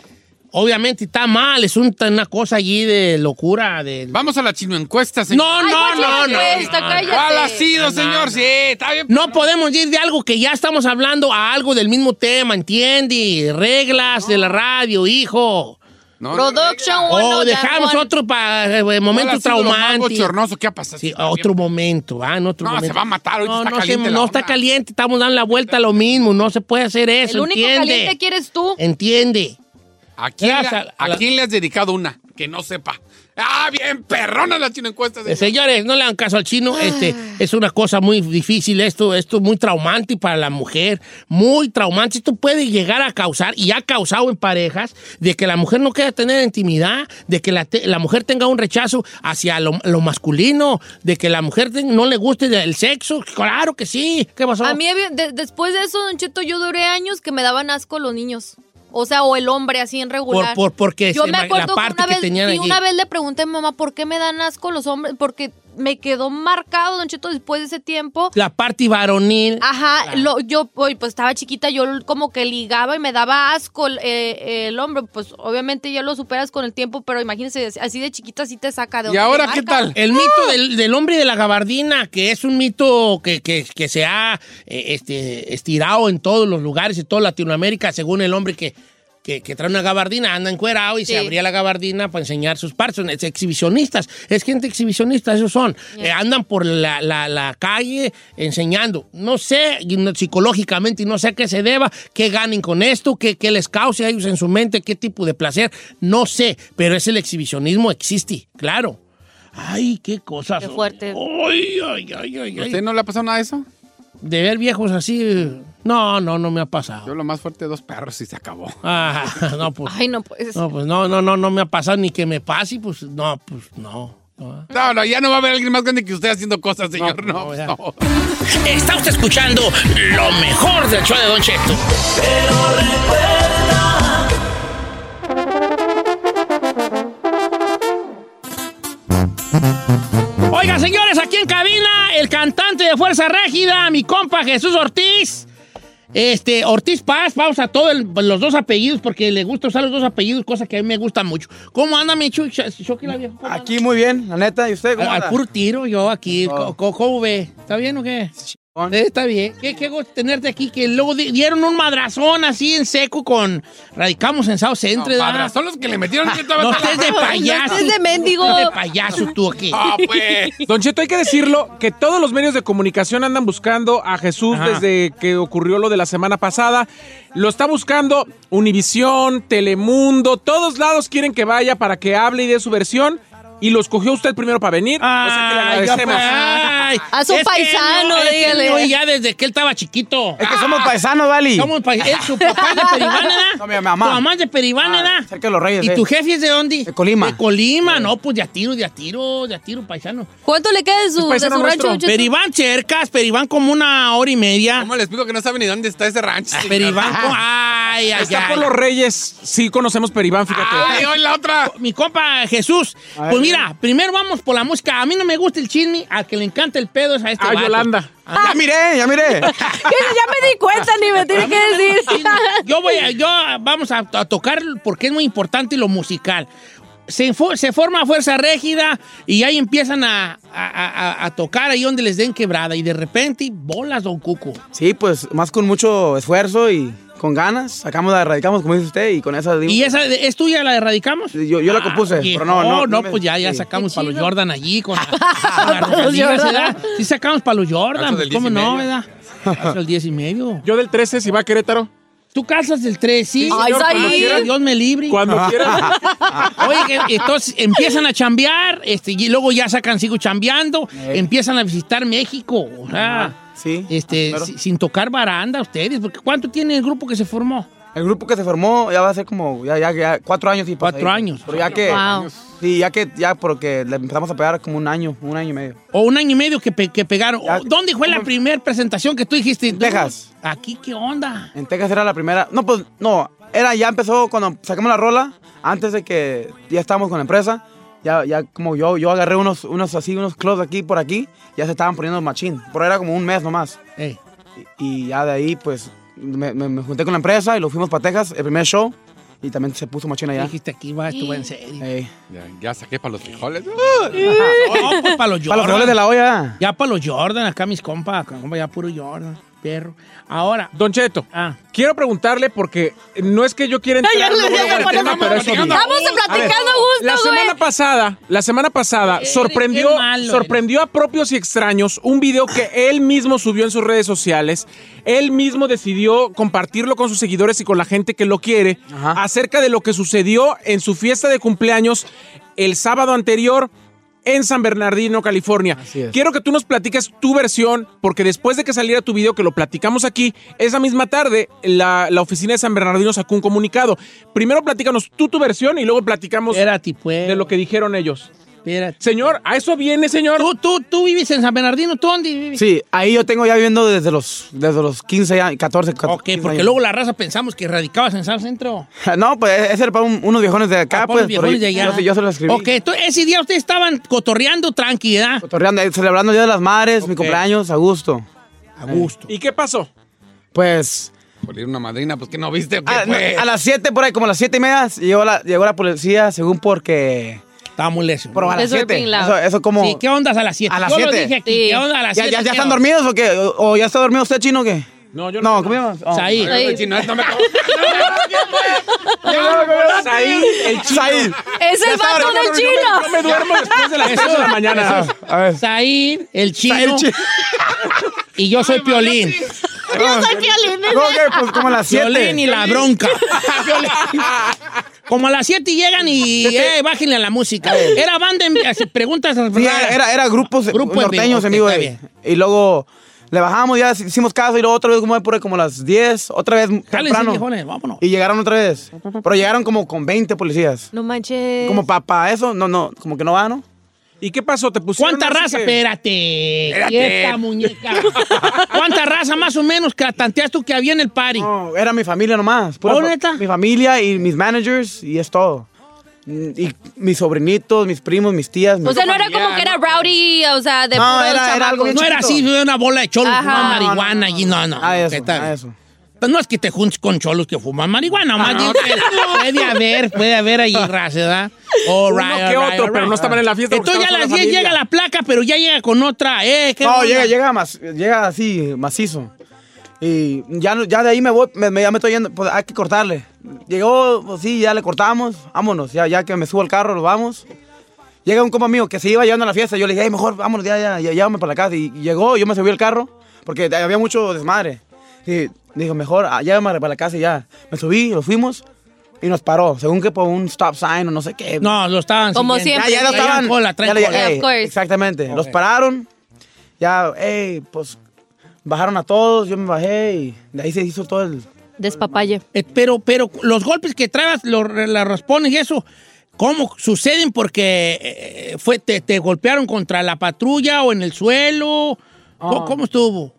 Speaker 2: Obviamente está mal, es un- una cosa allí de locura. De...
Speaker 3: Vamos a la chino encuesta,
Speaker 2: señor. No,
Speaker 3: Ay,
Speaker 2: no, no,
Speaker 3: ¿cuál chino
Speaker 2: no,
Speaker 3: encuesta?
Speaker 2: no.
Speaker 3: Cállate. Ah, ¿Cuál ha sido, señor? Sí,
Speaker 2: No podemos ir de algo que ya estamos hablando a algo del mismo tema, ¿entiendes? Reglas de la radio, hijo.
Speaker 3: No,
Speaker 4: Production
Speaker 2: O
Speaker 4: one, no,
Speaker 2: dejamos
Speaker 4: that one.
Speaker 2: otro para eh, momento traumante.
Speaker 3: bochornoso que ha pasado?
Speaker 2: Sí, a otro momento, ah, en otro
Speaker 3: No, se
Speaker 2: momento.
Speaker 3: va a matar, ahorita está
Speaker 2: no se-
Speaker 3: caliente la
Speaker 2: no está caliente, estamos dando la vuelta a lo mismo, no se puede hacer eso,
Speaker 4: El único
Speaker 2: ¿entiende?
Speaker 4: caliente que eres tú.
Speaker 2: ¿Entiende?
Speaker 3: ¿A quién,
Speaker 2: Ya,
Speaker 3: le-
Speaker 2: sal-
Speaker 3: a
Speaker 2: la-
Speaker 3: quién le has dedicado una? Que no sepa. Ah, bien, perrona la chino encuesta.
Speaker 2: Eh, Señores, no le hagan caso al chino. Este,
Speaker 4: Ah.
Speaker 2: es una cosa muy difícil esto. Esto es muy traumante para la mujer. Muy traumante. Esto puede llegar a causar, y ha causado en parejas, de que la mujer no quiera tener intimidad, de que la, te- la mujer tenga un rechazo hacia lo, lo masculino, de que la mujer te- no le guste el sexo. Claro que sí. ¿Qué pasó?
Speaker 4: A mí, había- de- después de eso, Don Cheto, yo duré años que me daban asco los niños. O sea, o el hombre así en regular.
Speaker 2: Por- por- porque
Speaker 4: yo
Speaker 2: se-
Speaker 4: me
Speaker 2: la
Speaker 4: acuerdo que
Speaker 2: parte
Speaker 4: una
Speaker 2: que
Speaker 4: vez,
Speaker 2: tenían
Speaker 4: sí,
Speaker 2: allí.
Speaker 4: una vez le pregunté a mi mamá por qué me dan asco los hombres, porque me quedó marcado, Don Cheto, después de ese tiempo.
Speaker 2: La parte varonil.
Speaker 4: Ajá, lo, yo uy, pues estaba chiquita, yo como que ligaba y me daba asco el, eh, el hombre, pues obviamente ya lo superas con el tiempo, pero imagínense, así de chiquita sí te saca de onda, te marca.
Speaker 2: El mito del, del hombre de la gabardina, que es un mito que, que- que se ha eh, este, estirado en todos los lugares, en toda Latinoamérica, según el hombre que, que, que trae una gabardina, anda encuerado y se abría la gabardina para enseñar sus partes. Son ex- exhibicionistas, es gente exhibicionista, esos son. Eh, andan por la, la- la calle enseñando. No sé y no- psicológicamente y no sé a qué se deba, qué ganen con esto, qué, qué les cause a ellos en su mente, qué tipo de placer. No sé, pero es el exhibicionismo, existe, claro. Ay, qué cosas.
Speaker 4: Qué fuerte.
Speaker 2: Ay, ay, ay, ay, ay.
Speaker 3: ¿Usted no le ha pasado nada de eso?
Speaker 2: De ver viejos así. No, no, no me ha pasado.
Speaker 3: Yo lo más fuerte, dos perros y se acabó.
Speaker 2: *laughs* Ah, no, pues.
Speaker 4: Ay, no pues.
Speaker 2: No, pues no, no, no, no me ha pasado ni que me pase, pues no, pues no.
Speaker 3: No, no, ya no va a haber alguien más grande que usted haciendo cosas, señor. No, no.
Speaker 2: Está usted escuchando lo mejor del show de Don Cheto. Oiga, señores, aquí en cabina, el cantante de Fuerza Régida, mi compa Jesús Ortiz. Este, Ortiz Paz, vamos a todos los dos apellidos porque le gusta usar los dos apellidos, cosa que a mí me gusta mucho. ¿Cómo anda mi chucha? Chucky, la vieja?
Speaker 23: Aquí muy bien, la neta. ¿Y usted cómo
Speaker 2: Al, al
Speaker 23: anda?
Speaker 2: puro tiro yo aquí. Co- co- ¿Cómo ve? ¿Está bien o qué? Eh, está bien. Qué, qué gusto tenerte aquí, que luego di- dieron un madrazón así en seco con Radicamos en South Centre.
Speaker 3: No,
Speaker 2: ¿verdad? Ah,
Speaker 3: madrazón los que le metieron, ¿quién estaba
Speaker 2: No
Speaker 3: hasta la
Speaker 2: estés de
Speaker 3: madre?
Speaker 2: payaso.
Speaker 3: No estés de mendigo.
Speaker 2: No estés de payaso tú aquí.
Speaker 3: Ah, pues.
Speaker 6: Don Cheto, hay que decirlo que todos los medios de comunicación andan buscando a Jesús
Speaker 2: Ajá.
Speaker 6: desde que ocurrió lo de la semana pasada. Lo está buscando Univisión, Telemundo, todos lados quieren que vaya para que hable y dé su versión. Y lo escogió usted primero para venir. o sea que le
Speaker 2: Ay,
Speaker 6: agradecemos.
Speaker 2: ay.
Speaker 4: Haz Ah, un
Speaker 2: Es que
Speaker 4: paisano,
Speaker 2: es que
Speaker 4: dígale.
Speaker 2: no, ya desde que él estaba chiquito.
Speaker 23: Es que somos paisanos, Vali.
Speaker 2: Somos paisanos. Su papá
Speaker 4: *laughs*
Speaker 2: es de Peribán, ¿verdad?
Speaker 23: No, mi mamá.
Speaker 2: Tu mamá es de Peribán,
Speaker 23: Ah,
Speaker 2: ¿verdad?
Speaker 23: cerca de los Reyes,
Speaker 2: ¿Y
Speaker 23: eh.
Speaker 2: tu jefe es de dónde? De
Speaker 23: Colima.
Speaker 2: De Colima, no, pues de a tiro, de a tiro, de a tiro, paisano.
Speaker 4: ¿Cuánto le queda de su, de su rancho, Don Cheto?
Speaker 2: Peribán cercas, Peribán como una hora y media.
Speaker 3: ¿Cómo le explico que no sabe ni dónde está ese rancho? señor?
Speaker 2: Peribán, co- ay, ay,
Speaker 6: Está
Speaker 2: ay. Ah.
Speaker 6: por los Reyes. Sí conocemos Peribán, fíjate.
Speaker 2: Ay,
Speaker 3: hoy la otra.
Speaker 2: Mi compa Jesús.
Speaker 6: Ay.
Speaker 2: Pues mira, primero vamos por la música. A mí no me gusta el chisme, a que le encanta el pedo es a este
Speaker 6: Ah,
Speaker 2: vato.
Speaker 6: Yolanda.
Speaker 2: Ah.
Speaker 23: Ya miré, ya
Speaker 2: *laughs*
Speaker 23: miré.
Speaker 4: ya me di cuenta, ni me tiene que decir.
Speaker 2: Yo voy a, yo vamos a, a tocar porque es muy importante lo musical. Se, fo- se forma fuerza rígida y ahí empiezan a, a- a- a- a tocar ahí donde les den quebrada y de repente bolas Don Cuco.
Speaker 23: Sí, pues más con mucho esfuerzo y con ganas. Sacamos la radicamos, como dice usted, y con esa.
Speaker 2: ¿Y esa de- es tuya la de Radicamos?
Speaker 23: Yo, yo la compuse,
Speaker 2: Oye,
Speaker 23: pero no, no.
Speaker 2: no,
Speaker 23: me-
Speaker 2: pues ya, ya
Speaker 23: sí. Ah,
Speaker 2: sacamos para los Jordan
Speaker 23: *laughs*
Speaker 2: allí con la, con la rojadilla,
Speaker 6: Jordan.
Speaker 2: ¿verdad? Sí sacamos para los Jordan,
Speaker 6: Caso
Speaker 2: pues,
Speaker 23: ¿eh?
Speaker 6: del
Speaker 2: ¿cómo
Speaker 6: 10 y
Speaker 2: no,
Speaker 6: medio.
Speaker 2: verdad? Hasta el 10 y medio.
Speaker 6: Yo del 13, si va a Querétaro.
Speaker 2: Tú calzas el 3, sí.
Speaker 5: Ay,
Speaker 2: señor,
Speaker 5: Said.
Speaker 2: cuando quiera, Dios me libre.
Speaker 6: Cuando
Speaker 23: *laughs*
Speaker 6: quiera.
Speaker 2: Oye, que- entonces empiezan a chambear, este, y luego ya sacan, sigo chambeando, empiezan a visitar México. O sea, este,
Speaker 23: ah,
Speaker 2: si- sin tocar baranda ustedes, porque ¿cuánto tiene el grupo que se formó?
Speaker 23: El grupo que se formó ya va a ser como ya, ya, ya cuatro años y
Speaker 2: Cuatro años.
Speaker 23: Pero ya que,
Speaker 2: Wow.
Speaker 23: sí, ya que, ya porque le empezamos a pegar como un año, un año y medio.
Speaker 2: O un año y medio que, pe- que pegaron. ¿Dónde fue la primera presentación que tú dijiste? En
Speaker 23: Texas.
Speaker 2: Aquí, ¿qué onda?
Speaker 23: En Texas era la primera. No, pues no. Era ya empezó cuando sacamos la rola, antes de que ya estábamos con la empresa. Ya, ya como yo, yo agarré unos, unos así, unos clubs aquí por aquí, ya se estaban poniendo machín. Pero era como un mes nomás. Y, y ya de ahí, pues, me, me- me junté con la empresa y lo fuimos para Texas, el primer show. Y también se puso machín allá.
Speaker 2: Dijiste aquí va, esto va en serio.
Speaker 23: Ey.
Speaker 14: Ya, ya saqué para los frijoles.
Speaker 2: No, pues para los Jordan.
Speaker 23: Para los roles de la olla.
Speaker 2: *laughs* Ya para los Jordan, acá mis compas, acá, compa, ya puro Jordan, perro. Ahora, Ah.
Speaker 6: Don Cheto, quiero preguntarle porque no es que yo quiera entrar
Speaker 2: Ay, ya le
Speaker 6: luego,
Speaker 2: dije,
Speaker 6: luego al
Speaker 2: ponemos-
Speaker 6: tema, pero eso
Speaker 2: Estamos
Speaker 6: no.
Speaker 2: platicando a gusto,
Speaker 6: La
Speaker 2: güey. Eh,
Speaker 6: semana pasada, la semana pasada sorprendió,
Speaker 2: qué malo
Speaker 6: sorprendió a propios y extraños un video que él mismo subió en sus redes sociales. Él mismo decidió compartirlo con sus seguidores y con la gente que lo quiere acerca de lo que sucedió en su fiesta de cumpleaños el sábado anterior en San Bernardino, California.
Speaker 23: es.
Speaker 6: Quiero que tú nos platiques tu versión, porque después de que saliera tu video, que lo platicamos aquí, esa misma tarde la, la oficina de San Bernardino sacó un comunicado. Primero platícanos tú tu versión y luego platicamos
Speaker 2: pues.
Speaker 6: de lo que dijeron ellos. Señor, a eso viene, señor.
Speaker 2: Tú, tú, tú vives en San Bernardino, ¿tú dónde vives?
Speaker 23: Sí, ahí yo tengo ya viviendo desde los, desde los 15 años, 14, 14
Speaker 2: Ok, porque luego la raza pensamos que radicabas en San Centro.
Speaker 23: *laughs* No, pues ese era para un- unos viejones de acá,
Speaker 2: Ah,
Speaker 23: pues.
Speaker 2: unos viejones
Speaker 23: pero
Speaker 2: de allá.
Speaker 23: Yo, yo se lo escribí.
Speaker 2: Ok, tú- ese día ustedes estaban cotorreando tranquilidad.
Speaker 23: Cotorreando, eh, celebrando el Día de las Madres, mi cumpleaños, a gusto.
Speaker 2: A gusto.
Speaker 6: ¿Y qué pasó?
Speaker 23: Pues.
Speaker 14: Por ir una madrina, pues que no viste. o qué
Speaker 23: A,
Speaker 14: fue?
Speaker 23: no, a las 7, por ahí, como a las 7 y media, llegó la, llegó la policía, según porque.
Speaker 2: Estaba muy leso.
Speaker 23: Pero a las
Speaker 2: Eso es bien
Speaker 23: 7.
Speaker 2: loud.
Speaker 23: Eso, eso como.
Speaker 2: Sí, ¿qué onda a las 7?
Speaker 23: A las
Speaker 2: Yo lo
Speaker 23: 7.
Speaker 2: dije aquí, ¿qué onda a las
Speaker 23: ¿Ya-
Speaker 2: 7?
Speaker 23: ¿Ya, ya están dormidos o qué? ¿O, o ya está dormido usted, chino o qué?
Speaker 6: No, yo
Speaker 23: no. No, ¿cómo se llama?
Speaker 2: Saí.
Speaker 23: Oh.
Speaker 2: Saí.
Speaker 23: *laughs*
Speaker 6: Saí, el chino.
Speaker 23: Saí.
Speaker 4: Es el vato del chino.
Speaker 6: No me duermo después de las 3 de la mañana.
Speaker 2: Said, el chino.
Speaker 6: Said, el chino.
Speaker 2: y yo soy Piolín.
Speaker 17: Yo soy Piolín, bebé.
Speaker 23: ¿Cómo que? Pues como a las 7.
Speaker 2: Piolín y la bronca. *laughs* Como a las 7 llegan y eh, bájenle a la música. Era banda, en- así, preguntas
Speaker 23: Sí,
Speaker 2: raras.
Speaker 23: era, era grupos
Speaker 2: Grupo en vivo,
Speaker 23: norteños
Speaker 2: ok,
Speaker 23: en vivo.
Speaker 2: está
Speaker 23: eh.
Speaker 2: bien.
Speaker 23: Y luego le bajamos, ya hicimos caso y luego otra vez como por ahí como a las 10, otra vez temprano.
Speaker 2: viejones, vámonos.
Speaker 23: Y llegaron otra vez. Pero llegaron como con 20 policías.
Speaker 4: No manches.
Speaker 23: Como para eso, no, no, como que no va, ¿no?
Speaker 6: ¿Y qué pasó? ¿Te pusieron
Speaker 2: ¿Cuánta raza? Espérate.
Speaker 23: Espérate.
Speaker 2: Esta muñeca. ¿Cuánta raza más o menos que tanteas tú que había en el party?
Speaker 23: No, era mi familia nomás. pura
Speaker 2: ¿Oh,
Speaker 23: fa-
Speaker 2: neta?
Speaker 23: Mi familia y mis managers y es todo. Mm, Y mis sobrinitos, mis primos, mis tías.
Speaker 4: O
Speaker 23: mis-
Speaker 4: sea, no era como que era rowdy, o sea, de
Speaker 23: No,
Speaker 4: puros
Speaker 23: era- era
Speaker 4: chamacos.
Speaker 23: algo bien
Speaker 2: No era así, una bola de cholos
Speaker 4: Ajá.
Speaker 2: fumaban marihuana y no, no.
Speaker 23: A Ah, eso,
Speaker 2: ¿qué tal?
Speaker 23: a eso.
Speaker 2: Pues no es que te juntes con cholos que fuman marihuana,
Speaker 6: Ah,
Speaker 2: más bien que puede haber, puede haber
Speaker 6: *laughs*
Speaker 2: ahí raza, ¿verdad? All right,
Speaker 6: Uno que
Speaker 2: all right,
Speaker 6: otro,
Speaker 2: all
Speaker 6: pero
Speaker 2: right.
Speaker 6: no estaban en la fiesta porque
Speaker 2: Entonces ya a
Speaker 6: estaban
Speaker 2: las
Speaker 6: con la
Speaker 2: 10 llega
Speaker 6: familia.
Speaker 2: la placa, pero ya llega con otra. Eh, ¿qué
Speaker 23: No,
Speaker 2: onda?
Speaker 23: llega, llega, más, llega así, macizo. Y ya, no- ya de ahí me voy, me, me- ya me estoy yendo, pues hay que cortarle. Llegó, pues sí, ya le cortamos, vámonos, ya, ya que me subo al carro, lo vamos. Llega un compa mío que se iba llevando a la fiesta, yo le dije, "Ey, mejor vámonos, ya, ya, ya, llévame para la casa. Y llegó, yo me subí al carro, porque había mucho desmadre. Y dijo, mejor, ah, llévame para la casa y ya. Me subí, nos fuimos y nos paró, según que por un stop sign o no sé qué.
Speaker 2: No, lo estaban.
Speaker 4: Como
Speaker 2: siguiendo.
Speaker 4: siempre.
Speaker 2: Ya, ya lo
Speaker 4: Traían
Speaker 2: estaban. cola, traen
Speaker 23: Ya le-
Speaker 2: cola.
Speaker 23: ey,
Speaker 4: Of course.
Speaker 23: Exactamente. Los pararon. Ya, ey, pues bajaron a todos. Yo me bajé y de ahí se hizo todo el.
Speaker 4: Despapalle.
Speaker 2: Eh, pero, pero los golpes que trabas, lo- las raspones y eso, ¿cómo suceden? Porque eh, fue, te, te golpearon contra la patrulla o en el suelo.
Speaker 23: Ah.
Speaker 2: ¿Cómo, cómo estuvo?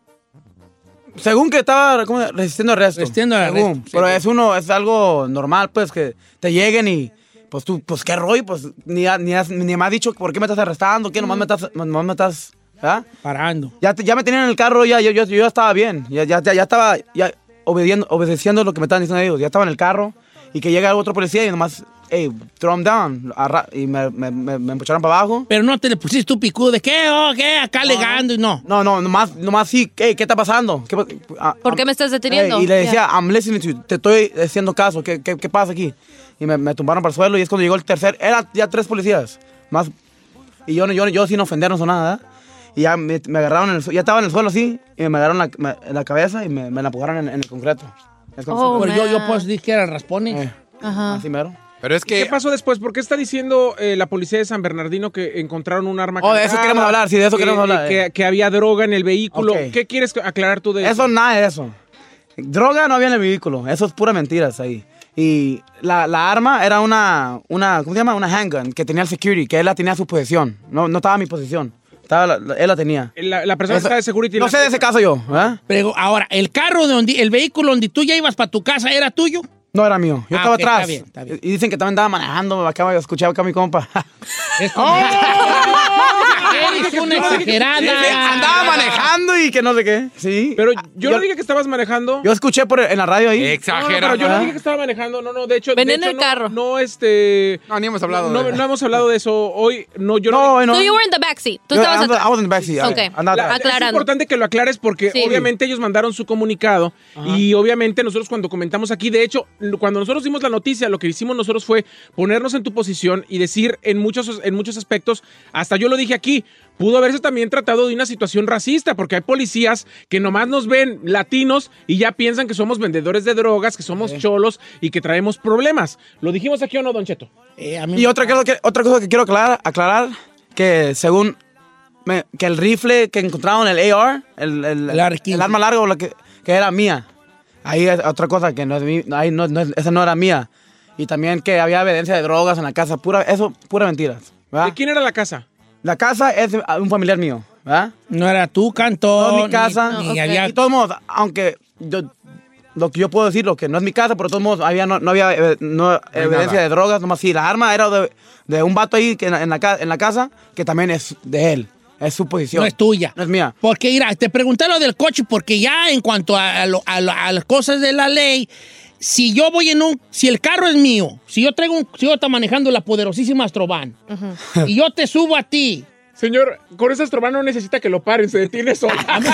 Speaker 23: Según que estaba ¿cómo se llama? resistiendo arresto. Resistiendo
Speaker 2: arresto, sí.
Speaker 23: Pero es uno, es algo normal, pues, que te lleguen y. Pues tú, pues qué rollo, pues ni, ha- ni, has- ni me has dicho por qué me estás arrestando, qué nomás me estás. Nomás me estás ¿verdad?
Speaker 2: Parando.
Speaker 23: Ya, te- ya me tenían en el carro, ya, yo, yo, yo ya estaba bien. Ya, ya, ya- ya estaba ya obediendo, obedeciendo lo que me estaban diciendo ellos. Ya estaba en el carro y que llega otro policía y nomás, hey, throw 'em down. arra- Y me, me, me, me empujaron para abajo.
Speaker 2: Pero no te le pusiste tu picudo de qué, oh, qué, acá legando y no.
Speaker 23: No, no, nomás, nomás sí, hey, ¿qué está pasando? ¿Qué, pa- ah,
Speaker 4: ¿Por qué me estás deteniendo?
Speaker 23: Ey, y le decía, "Ah,
Speaker 4: Ya.
Speaker 23: I'm listening to you, te estoy haciendo caso, ¿qué, qué, qué pasa aquí? Y me, me tumbaron para el suelo y es cuando llegó el tercer, eran ya tres policías, más, y yo, no- yo, no- yo sin ofendernos o nada, ¿verdad? y ya me, me agarraron, en el, su- ya estaba en el suelo así, y me agarraron la, me- la cabeza y me, me la empujaron en, en el concreto. Es conocido.
Speaker 4: Oh,
Speaker 2: Pero yo, pues, yo puedo decir que era Raspones.
Speaker 23: Oh, Eh. Ajá. Así mero.
Speaker 3: Pero es que.
Speaker 6: ¿Qué pasó después? ¿Por qué está diciendo eh, la policía de San Bernardino que encontraron un arma?
Speaker 23: Oh, de eso queremos hablar, sí, de eso
Speaker 6: Ah, que-
Speaker 23: queremos hablar,
Speaker 6: Que,
Speaker 23: eh.
Speaker 6: que había droga en el vehículo.
Speaker 23: Ok.
Speaker 6: ¿Qué quieres aclarar tú de eso?
Speaker 23: Eso nada de eso. Droga no había en el vehículo. Eso es pura mentiras ahí. Y la, la arma era una, una, ¿cómo se llama? Una handgun que tenía el security, que él la tenía a su posesión. No, no estaba a mi posesión. Estaba la- la- él la tenía.
Speaker 6: La, la persona
Speaker 23: Eso-
Speaker 6: está de security.
Speaker 23: No sé de ese caso yo, ¿eh?
Speaker 2: Pero ahora, el carro de donde, el vehículo donde tú ya ibas para tu casa era tuyo.
Speaker 23: No era mío. Yo
Speaker 2: Ah,
Speaker 23: estaba
Speaker 2: ok,
Speaker 23: atrás.
Speaker 2: está bien, está
Speaker 23: Y dicen que también andaba manejando. Acaba de escuchar acá a mi compa. *laughs* ¡Oh!
Speaker 6: *laughs*
Speaker 2: Eres una exagerada.
Speaker 23: andaba manejando y que no sé qué. Sí. Ah,
Speaker 6: Pero yo no dije que estabas manejando.
Speaker 23: Yo escuché por en la radio ahí.
Speaker 6: No, no, pero yo no dije que estaba manejando, no, no, de hecho...
Speaker 4: Venía en
Speaker 6: de hecho,
Speaker 4: el
Speaker 6: no-
Speaker 4: carro.
Speaker 6: No, este...
Speaker 3: No, ni hemos hablado
Speaker 6: No,
Speaker 3: de-
Speaker 6: no hemos hablado de eso hoy. No, yo
Speaker 23: No,
Speaker 6: no...
Speaker 23: hoy no.
Speaker 4: So you were in the backseat. Tú
Speaker 23: Yo-
Speaker 4: estabas
Speaker 23: I was-
Speaker 4: atrás.
Speaker 23: I was in the backseat,
Speaker 4: Ok.
Speaker 23: I- andaba
Speaker 6: La-
Speaker 23: atrás.
Speaker 6: Es
Speaker 4: Aclarando.
Speaker 6: importante que lo aclares porque
Speaker 4: Sí.
Speaker 6: obviamente ellos mandaron su comunicado y obviamente nosotros cuando comentamos aquí, de hecho, lo- cuando nosotros dimos la noticia, lo que hicimos nosotros fue ponernos en tu posición y decir en muchos, en muchos aspectos, hasta yo lo dije aquí, pudo haberse también tratado de una situación racista porque hay policías que nomás nos ven latinos y ya piensan que somos vendedores de drogas, que somos cholos y que traemos problemas. ¿Lo dijimos aquí o no, Don Cheto?
Speaker 2: Eh, a mí
Speaker 23: Y otra cosa que, otra cosa que quiero aclarar, aclarar que según me- que el rifle que encontraron, el AR, el, el-
Speaker 2: El AR-15.
Speaker 23: el arma larga, lo que, que era mía. Ahí es otra cosa que no es mí- ahí no- no es- esa no era mía. Y también que había evidencia de drogas en la casa, pura, eso, pura mentiras. ¿verdad?
Speaker 6: ¿De quién era la casa?
Speaker 23: La casa es de un familiar mío, ¿verdad?
Speaker 2: No era tu canto.
Speaker 23: No es mi casa.
Speaker 2: Ni, ni había-
Speaker 23: Y de todos modos, aunque yo, lo que yo puedo decir, lo que no es mi casa, pero de todos modos había, no, no había eh, no, evidencia
Speaker 3: nada.
Speaker 23: de drogas, nomás sí. La arma era de, de un vato ahí que en, la- en la, ca- en la casa, que también es de él. Es su posición.
Speaker 2: No es tuya.
Speaker 23: No es mía.
Speaker 2: Porque, mira, te pregunté lo del coche, porque ya en cuanto a, a lo- a lo- a las cosas de la ley, si yo voy en un. Si el carro es mío, si yo traigo un. Si yo está manejando la poderosísima Astrovan, *laughs* y yo te subo a ti,
Speaker 6: Señor, con esa no necesita que lo paren, se detiene solo.
Speaker 2: a mí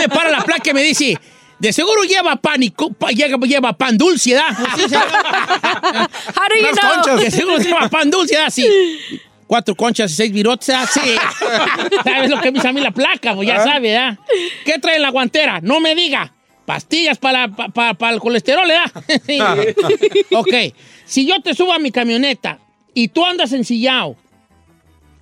Speaker 2: me para la placa y me dice. De seguro lleva pan y co- pa- lleva, lleva pan dulce, ¿da?
Speaker 4: Pues
Speaker 2: *laughs*
Speaker 4: How do you
Speaker 23: Unas
Speaker 4: know?
Speaker 23: conchas.
Speaker 2: De seguro lleva pan dulce, ¿da? Sí. Cuatro conchas y seis virotes, ¿da?
Speaker 4: *laughs*
Speaker 2: Sí. ¿Sabes lo que me dice a mí la placa? Pues
Speaker 6: Ah.
Speaker 2: ya sabe, ¿da? ¿Qué trae en la guantera? No me diga. Pastillas para, pa- pa- para el colesterol, ¿da? *laughs* Sí.
Speaker 6: Ah.
Speaker 2: ok. Si yo te subo a mi camioneta y tú andas ensillado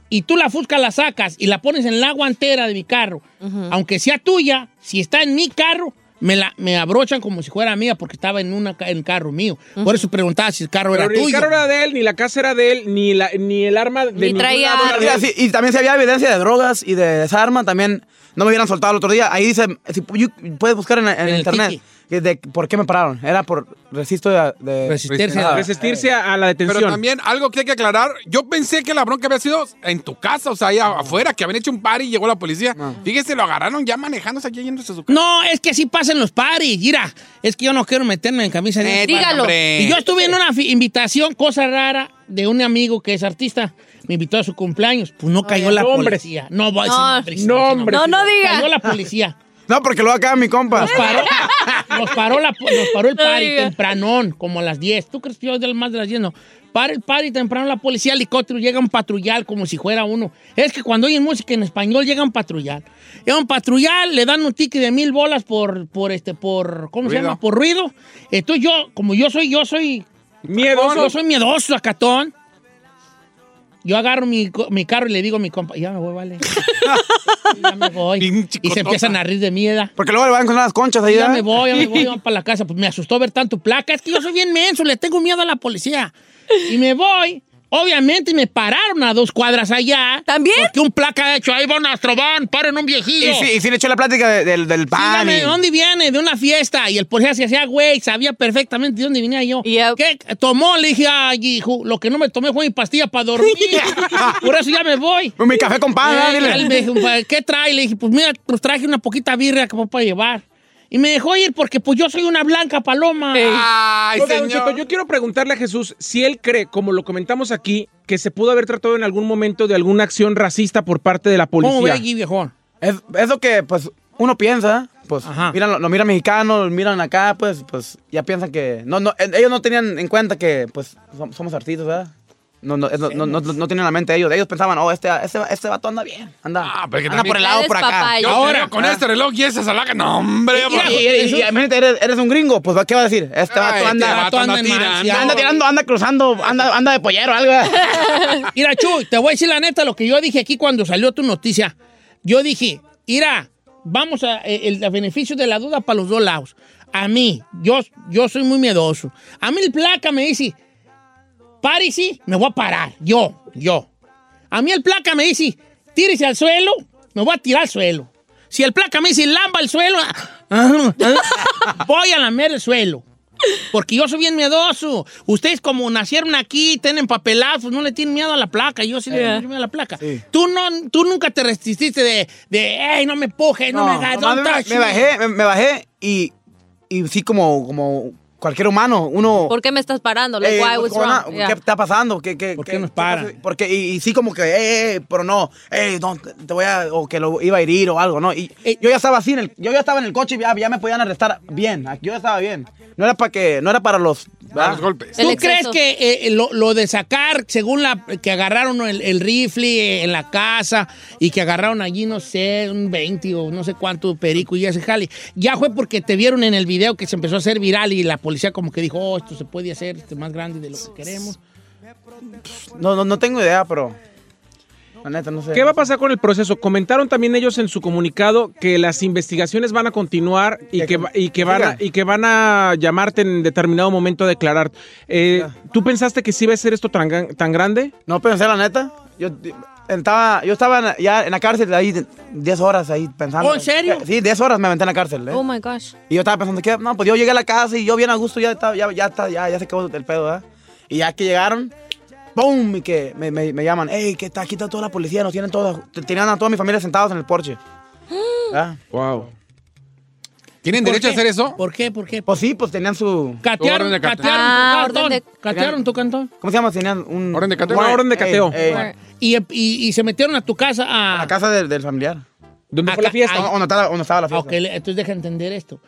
Speaker 2: y tú la fusca la sacas y la pones en la guantera de mi carro, aunque sea tuya, si está en mi carro, me la me abrochan como si fuera mía porque estaba en un carro mío. Por eso preguntaba si el carro era
Speaker 6: Pero ni el
Speaker 2: tuyo.
Speaker 6: carro era de él, ni la casa era de él, ni, la, ni el arma de
Speaker 4: Ni
Speaker 6: ninguna
Speaker 4: traía
Speaker 6: droga
Speaker 4: arma.
Speaker 6: de
Speaker 23: Mira,
Speaker 6: él.
Speaker 23: sí, y también si había evidencia de drogas y de esa arma, también no me hubieran soltado el otro día. Ahí dice, si pu- you- puedes buscar en, en
Speaker 2: En el
Speaker 23: internet
Speaker 2: tiki.
Speaker 23: que de por qué me pararon. Era por resisto de... de-
Speaker 2: Resistencia.
Speaker 23: Ah,
Speaker 6: Resistirse a, a la detención.
Speaker 3: Pero también algo que hay que aclarar. Yo pensé que la bronca había sido en tu casa, o sea, ahí afuera, que habían hecho un par y llegó la policía. Fíjese, lo agarraron ya manejándose aquí yéndose a su casa.
Speaker 2: No, es que así pasan los paris, mira. Es que yo no quiero meterme en camisa de...
Speaker 3: Neta,
Speaker 4: Eh, dígalo.
Speaker 3: hombre.
Speaker 2: Y yo estuve en una fi- invitación, cosa rara, de un amigo que es artista. Me invitó a su cumpleaños. Pues no cayó la
Speaker 6: hombre.
Speaker 2: policía. No voy a decir
Speaker 4: No.
Speaker 2: nombres,
Speaker 6: Nombre.
Speaker 4: No, no diga.
Speaker 2: Cayó la policía.
Speaker 23: No, porque lo acá mi compa.
Speaker 2: Nos paró, nos paró, la, nos paró el
Speaker 4: No
Speaker 2: party
Speaker 4: diga.
Speaker 2: tempranón, como a las 10. ¿Tú crees que yo del más de las 10? No. Para el party temprano, la policía helicóptero llega a patrullar como si fuera uno. Es que cuando oyen música en español, llegan a patrullar. Llegan a patrullar, le dan un ticket de mil bolas por, por este, por, ¿cómo se
Speaker 3: Ruido.
Speaker 2: llama? Por ruido. Entonces yo, como yo soy, yo soy yo
Speaker 6: Miedoso.
Speaker 2: soy miedoso, acatón. Yo agarro mi, co- mi carro y le digo a mi compa, ya me voy, vale. ya me voy.
Speaker 3: Pinche
Speaker 2: Y se
Speaker 3: cotota.
Speaker 2: empiezan a rir de miedo.
Speaker 23: Porque luego le van a encontrar las conchas ahí.
Speaker 2: Ya
Speaker 23: ¿eh?
Speaker 2: me voy, ya
Speaker 23: *laughs*
Speaker 2: me voy, vamos para la casa. Pues me asustó ver tanto placa. Es que yo soy bien menso, le tengo miedo a la policía. Y me voy. Obviamente me pararon a dos cuadras allá.
Speaker 4: ¿También?
Speaker 2: Porque un placa ha hecho, ahí va un astroban, paren un viejillo.
Speaker 23: Y si, y si le echó la plática de- del, del pan.
Speaker 2: Dígame,
Speaker 23: y-
Speaker 2: ¿de dónde viene? De una fiesta. Y el policía se hacía güey, sabía perfectamente de dónde venía yo.
Speaker 4: Yep.
Speaker 2: ¿Qué tomó? Le dije, ay, hijo, lo que no me tomé fue mi pastilla
Speaker 23: *laughs*
Speaker 2: para dormir. Por eso ya me voy.
Speaker 23: Mi café con pan, ¿eh?
Speaker 2: Eh,
Speaker 23: Dile.
Speaker 2: él me dijo, ¿qué trae? Le dije, pues mira, pues traje una poquita birria que me puede llevar. Y me dejó ir porque pues yo soy una blanca paloma.
Speaker 3: Ay,
Speaker 6: Oiga, don Cheto,
Speaker 3: señor.
Speaker 6: yo quiero preguntarle a Jesús si él cree, como lo comentamos aquí, que se pudo haber tratado en algún momento de alguna acción racista por parte de la
Speaker 2: ¿Cómo ve
Speaker 6: policía.
Speaker 2: aquí, viejón?
Speaker 23: Es, es lo que, pues, uno piensa. Pues,
Speaker 2: Ajá.
Speaker 23: miran, lo, lo miran mexicano, lo miran acá, pues, pues, ya piensan que... No, no, eh, ellos no tenían en cuenta que, pues, som- somos artistas, ¿verdad? No, no, no, no, no, no tienen la mente de ellos. Ellos pensaban, oh, este, este, este vato anda bien. Anda,
Speaker 14: Ah,
Speaker 23: anda por el lado, por acá.
Speaker 14: Yo Ahora, con este reloj y esas alhajas, no, hombre.
Speaker 23: Y, y- y- y- y- imagínate, eres, eres un gringo, pues ¿qué va a decir? Este vato
Speaker 14: este
Speaker 23: anda,
Speaker 14: vato anda
Speaker 23: anda
Speaker 14: tirando.
Speaker 23: anda tirando, anda cruzando, anda, anda de pollero, algo.
Speaker 2: Mira, Chu, te voy a decir la neta, lo que yo dije aquí cuando salió tu noticia. Yo dije, mira, vamos a eh, el, beneficio de la duda para los dos lados. A mí, yo, yo soy muy miedoso. A mí el placa me dice, párese, me voy a parar. Yo, yo. A mí el placa me dice, tírese al suelo, me voy a tirar al suelo. Si el placa me dice, lamba al suelo, *laughs* ah, voy a lamer el suelo. Porque yo soy bien miedoso. Ustedes como nacieron aquí, tienen papelazos, no le tienen miedo a la placa. Yo sí le tengo miedo a la placa. Tú, no, tú nunca te resististe de, de ¡Ey, no me pujes, *laughs* no, me hagas,
Speaker 23: nomás
Speaker 2: don't
Speaker 23: me,
Speaker 2: touch
Speaker 23: me
Speaker 2: me".
Speaker 23: bajé, me, me bajé y, y sí, como, como cualquier humano, uno...
Speaker 4: ¿Por qué me estás parando? Like,
Speaker 23: Eh,
Speaker 4: why, what's
Speaker 23: ¿cómo
Speaker 4: wrong?
Speaker 23: na-
Speaker 4: Yeah.
Speaker 23: ¿Qué está pasando? ¿Qué, qué, ¿Por qué, nos paran? Porque, y, y sí, como que, eh, eh, pero no, eh, no, te voy a, o que lo iba a herir o algo, ¿no? Y
Speaker 4: Eh,
Speaker 23: yo ya estaba así, en el, yo ya estaba en el coche y ya, ya me podían arrestar bien, ah, yo ya estaba bien. No era para que, no era para los, los golpes.
Speaker 2: ¿Tú crees que eh, eh, lo, lo de sacar, según la que agarraron el, el rifle eh, en la casa y que agarraron allí, no sé, un 20 o no sé cuánto perico y ese jale, ya fue porque te vieron en el video que se empezó a hacer viral y la policía como que dijo, oh, esto se puede hacer este, más grande de lo que queremos?
Speaker 23: No, no, no tengo idea, pero, la neta, no sé.
Speaker 6: ¿Qué va a pasar con el proceso? Comentaron también ellos en su comunicado que las investigaciones van a continuar y que, va- y que, van, a, y que van a llamarte en determinado momento a declarar. Eh, ¿Tú pensaste que sí iba a ser esto tan, gran- tan grande?
Speaker 23: No pensé, la neta. Yo estaba, yo estaba en- ya en la cárcel ahí 10 horas ahí pensando.
Speaker 4: Oh, ¿en serio?
Speaker 23: Sí, 10 horas me aventé en la cárcel. ¿eh?
Speaker 4: Oh my gosh.
Speaker 23: Y yo estaba pensando que, no, pues yo llegué a la casa y yo bien a gusto, ya estaba- ya, ya, está- ya, ya se acabó el pedo, ¿verdad? Y ya que llegaron, ¡pum! Y que me, me- me llaman, ¡ey, que está aquí está toda la policía! Nos tienen todas, tenían a toda mi familia sentados en el porche. ¿verdad?
Speaker 6: Wow.
Speaker 14: ¿Tienen
Speaker 23: ¿Por
Speaker 14: derecho a
Speaker 23: qué?
Speaker 14: hacer eso?
Speaker 2: ¿Por qué? ¿Por qué?
Speaker 23: Pues sí, pues tenían su.
Speaker 2: Catearon,
Speaker 23: Orden de cateo.
Speaker 2: catearon
Speaker 23: Ah,
Speaker 2: tu cantón.
Speaker 23: orden de-
Speaker 2: Catearon tu cantón.
Speaker 23: ¿Cómo se llama? Tenían un. Orden de
Speaker 2: cateo.
Speaker 23: Una
Speaker 2: Una orden de cateo.
Speaker 23: Ey,
Speaker 2: Y, y- y se metieron a tu casa a...
Speaker 23: la casa del, del familiar.
Speaker 6: ¿Dónde
Speaker 2: fue la fiesta?
Speaker 23: Donde estaba, donde estaba la fiesta.
Speaker 2: Ok, le- entonces deja entender esto.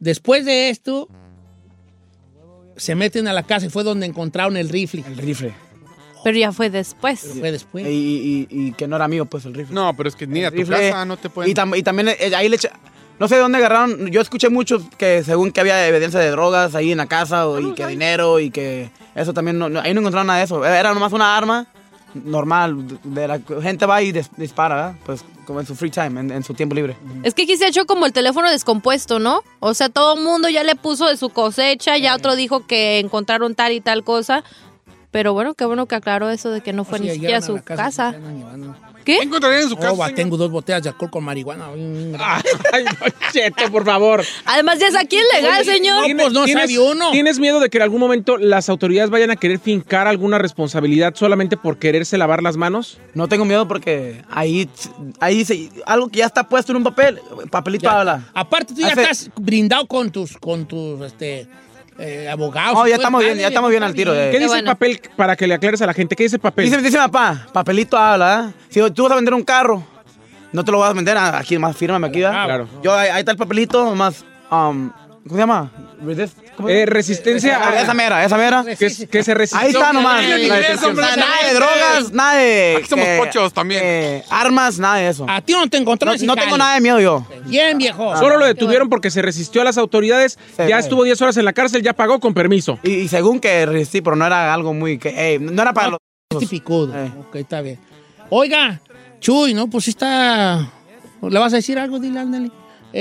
Speaker 2: Después de esto, se meten a la casa y fue donde encontraron el rifle. El
Speaker 23: rifle.
Speaker 4: Pero ya fue después.
Speaker 2: Fue después.
Speaker 23: Y, y- y- y que no era mío, pues, el rifle.
Speaker 14: No, pero es que ni a tu
Speaker 23: Rifle.
Speaker 14: casa no te pueden...
Speaker 23: Y, tam- y también eh, ahí le echa- No sé de dónde agarraron. Yo escuché mucho que según que había evidencia de drogas ahí en la casa
Speaker 14: Ah,
Speaker 23: o- y que dinero y que eso también. No, no- ahí no encontraron nada de eso. Era nomás una arma normal. de- De la gente va y dis- dispara, ¿verdad? Pues como en su free time, en, en su tiempo libre.
Speaker 4: Es que aquí se ha hecho como el teléfono descompuesto, ¿no? O sea, todo el mundo ya le puso de su cosecha,
Speaker 23: Eh.
Speaker 4: ya otro dijo que encontraron tal y tal cosa. Pero bueno, qué bueno que aclaró eso de que no fue
Speaker 2: sea,
Speaker 4: ni siquiera
Speaker 2: llegaron a
Speaker 4: su
Speaker 2: la casa,
Speaker 4: casa.
Speaker 2: ¿Qué?
Speaker 14: encontrarían en su
Speaker 2: casa? Oh, tengo dos botellas de alcohol con marihuana.
Speaker 6: Ay, no, Cheto, por favor.
Speaker 4: Además, ya es aquí legal, señor.
Speaker 6: ¿Tienes- tienes- ¿Tienes miedo de que en algún momento las autoridades vayan a querer fincar alguna responsabilidad solamente por quererse lavar las manos?
Speaker 23: No tengo miedo porque ahí, ahí se- algo que ya está puesto en un papel, papelito habla.
Speaker 2: Aparte, tú ya
Speaker 23: Hace-
Speaker 2: estás brindado con tus, con tus este, eh,
Speaker 6: Ah,
Speaker 2: abogados.
Speaker 23: No,
Speaker 2: y
Speaker 23: ya
Speaker 2: todo el
Speaker 23: estamos bien,
Speaker 2: jale,
Speaker 23: ya estamos bien al
Speaker 2: está
Speaker 23: tiro.
Speaker 2: bien.
Speaker 23: eh.
Speaker 6: ¿Qué dice el papel para que le aclares a la gente? ¿Qué dice el papel?
Speaker 23: Dice, dice mi papá, papelito habla, ¿eh? Si tú vas a vender un carro, no te lo vas a vender a- aquí, más fírmame aquí, ¿verdad?
Speaker 6: Claro.
Speaker 23: Yo, ahí, ahí está el papelito, más, um, ¿cómo se llama? Resist- ¿cómo se
Speaker 6: Eh,
Speaker 23: llama?
Speaker 6: resistencia
Speaker 23: Ah,
Speaker 6: a-
Speaker 23: Esa mera, esa mera.
Speaker 6: Que, que se resiste.
Speaker 23: Ahí está nomás.
Speaker 6: Ay,
Speaker 23: la
Speaker 6: inglés,
Speaker 23: descripción.
Speaker 6: hombre,
Speaker 23: nada de
Speaker 6: no
Speaker 23: drogas, nada de...
Speaker 6: Aquí Ah, somos pochos
Speaker 23: también. armas, nada de eso.
Speaker 2: A ti no te encontraron sin
Speaker 23: No,
Speaker 2: jale.
Speaker 23: tengo nada de miedo yo.
Speaker 2: Bien, viejo.
Speaker 6: Solo lo detuvieron porque se resistió a las autoridades. ya estuvo 10 horas en la cárcel, ya pagó con permiso.
Speaker 23: Y, y según que resistí, pero no era algo muy... que ey, No era para los...
Speaker 2: Este picudo. Ok, está bien. Oiga, Chuy, ¿no? Pues sí está. ¿Le vas a decir algo? Dile, ándale.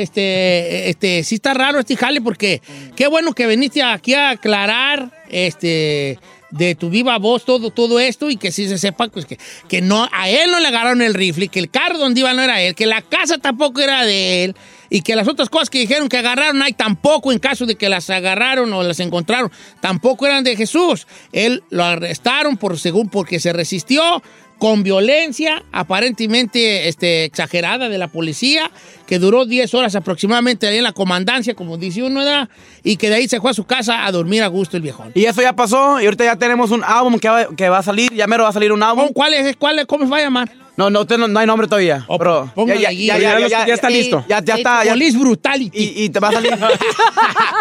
Speaker 2: Este, este, sí está raro este jale porque qué bueno que viniste aquí a aclarar, este, de tu viva voz todo, todo esto y que sí se sepa, pues que, que no, a él no le agarraron el rifle, que el carro donde iba no era él, que la casa tampoco era de él y que las otras cosas que dijeron que agarraron ahí tampoco, en caso de que las agarraron o las encontraron, tampoco eran de Jesús. Él lo arrestaron por según porque se resistió con violencia aparentemente este, exagerada de la policía, que duró 10 horas aproximadamente ahí en la comandancia, como dice uno, ¿verdad? y que de ahí se fue a su casa a dormir a gusto el viejón.
Speaker 23: Y eso ya pasó, y ahorita ya tenemos un álbum que va, que va a salir, ya mero va a salir un álbum.
Speaker 2: ¿Cuál es? ¿Cuál es? ¿Cómo se va a llamar?
Speaker 23: No, no, usted no, no hay nombre todavía. pero
Speaker 2: póngale allí. Pero ya los- ya está listo.
Speaker 23: Ya, ya
Speaker 2: Eh,
Speaker 23: está. Ya,
Speaker 2: Police Brutality.
Speaker 23: Y, y te va a
Speaker 2: *laughs*
Speaker 23: salir.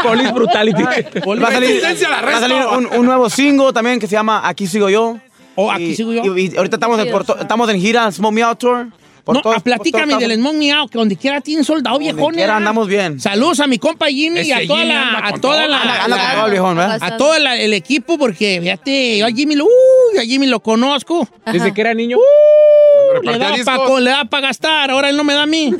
Speaker 6: Police Brutality.
Speaker 23: va a salir,
Speaker 6: Resistencia al
Speaker 23: va a
Speaker 6: arresto.
Speaker 23: salir un, un nuevo single también que se llama Aquí sigo yo.
Speaker 2: Oh, aquí
Speaker 23: y,
Speaker 2: sigo yo.
Speaker 23: y- y ahorita estamos en, Puerto- estamos en gira, Smoke Me Out Tour. Por
Speaker 2: No,
Speaker 23: todo-
Speaker 2: ah, platícame
Speaker 23: por todo-
Speaker 2: del Smog Miao, que donde quiera tienen soldado viejón. ¿eh?
Speaker 23: quiera andamos bien.
Speaker 2: Saludos a mi compa Jimmy y
Speaker 23: Ese
Speaker 2: a toda
Speaker 23: Jimmy
Speaker 2: la.
Speaker 23: anda
Speaker 2: A
Speaker 23: con
Speaker 2: toda
Speaker 23: todo.
Speaker 2: la.
Speaker 23: Anda- anda con todo el viejón, ¿eh? ¿verdad?
Speaker 2: A todo la- el equipo, porque fíjate, yo a Jimmy lo. Uy, a Jimmy lo conozco.
Speaker 6: Ajá. Desde que
Speaker 2: era niño. le
Speaker 6: repartía
Speaker 2: da
Speaker 6: discos.
Speaker 2: para gastar, ahora él no me da
Speaker 23: *laughs*
Speaker 2: a mí.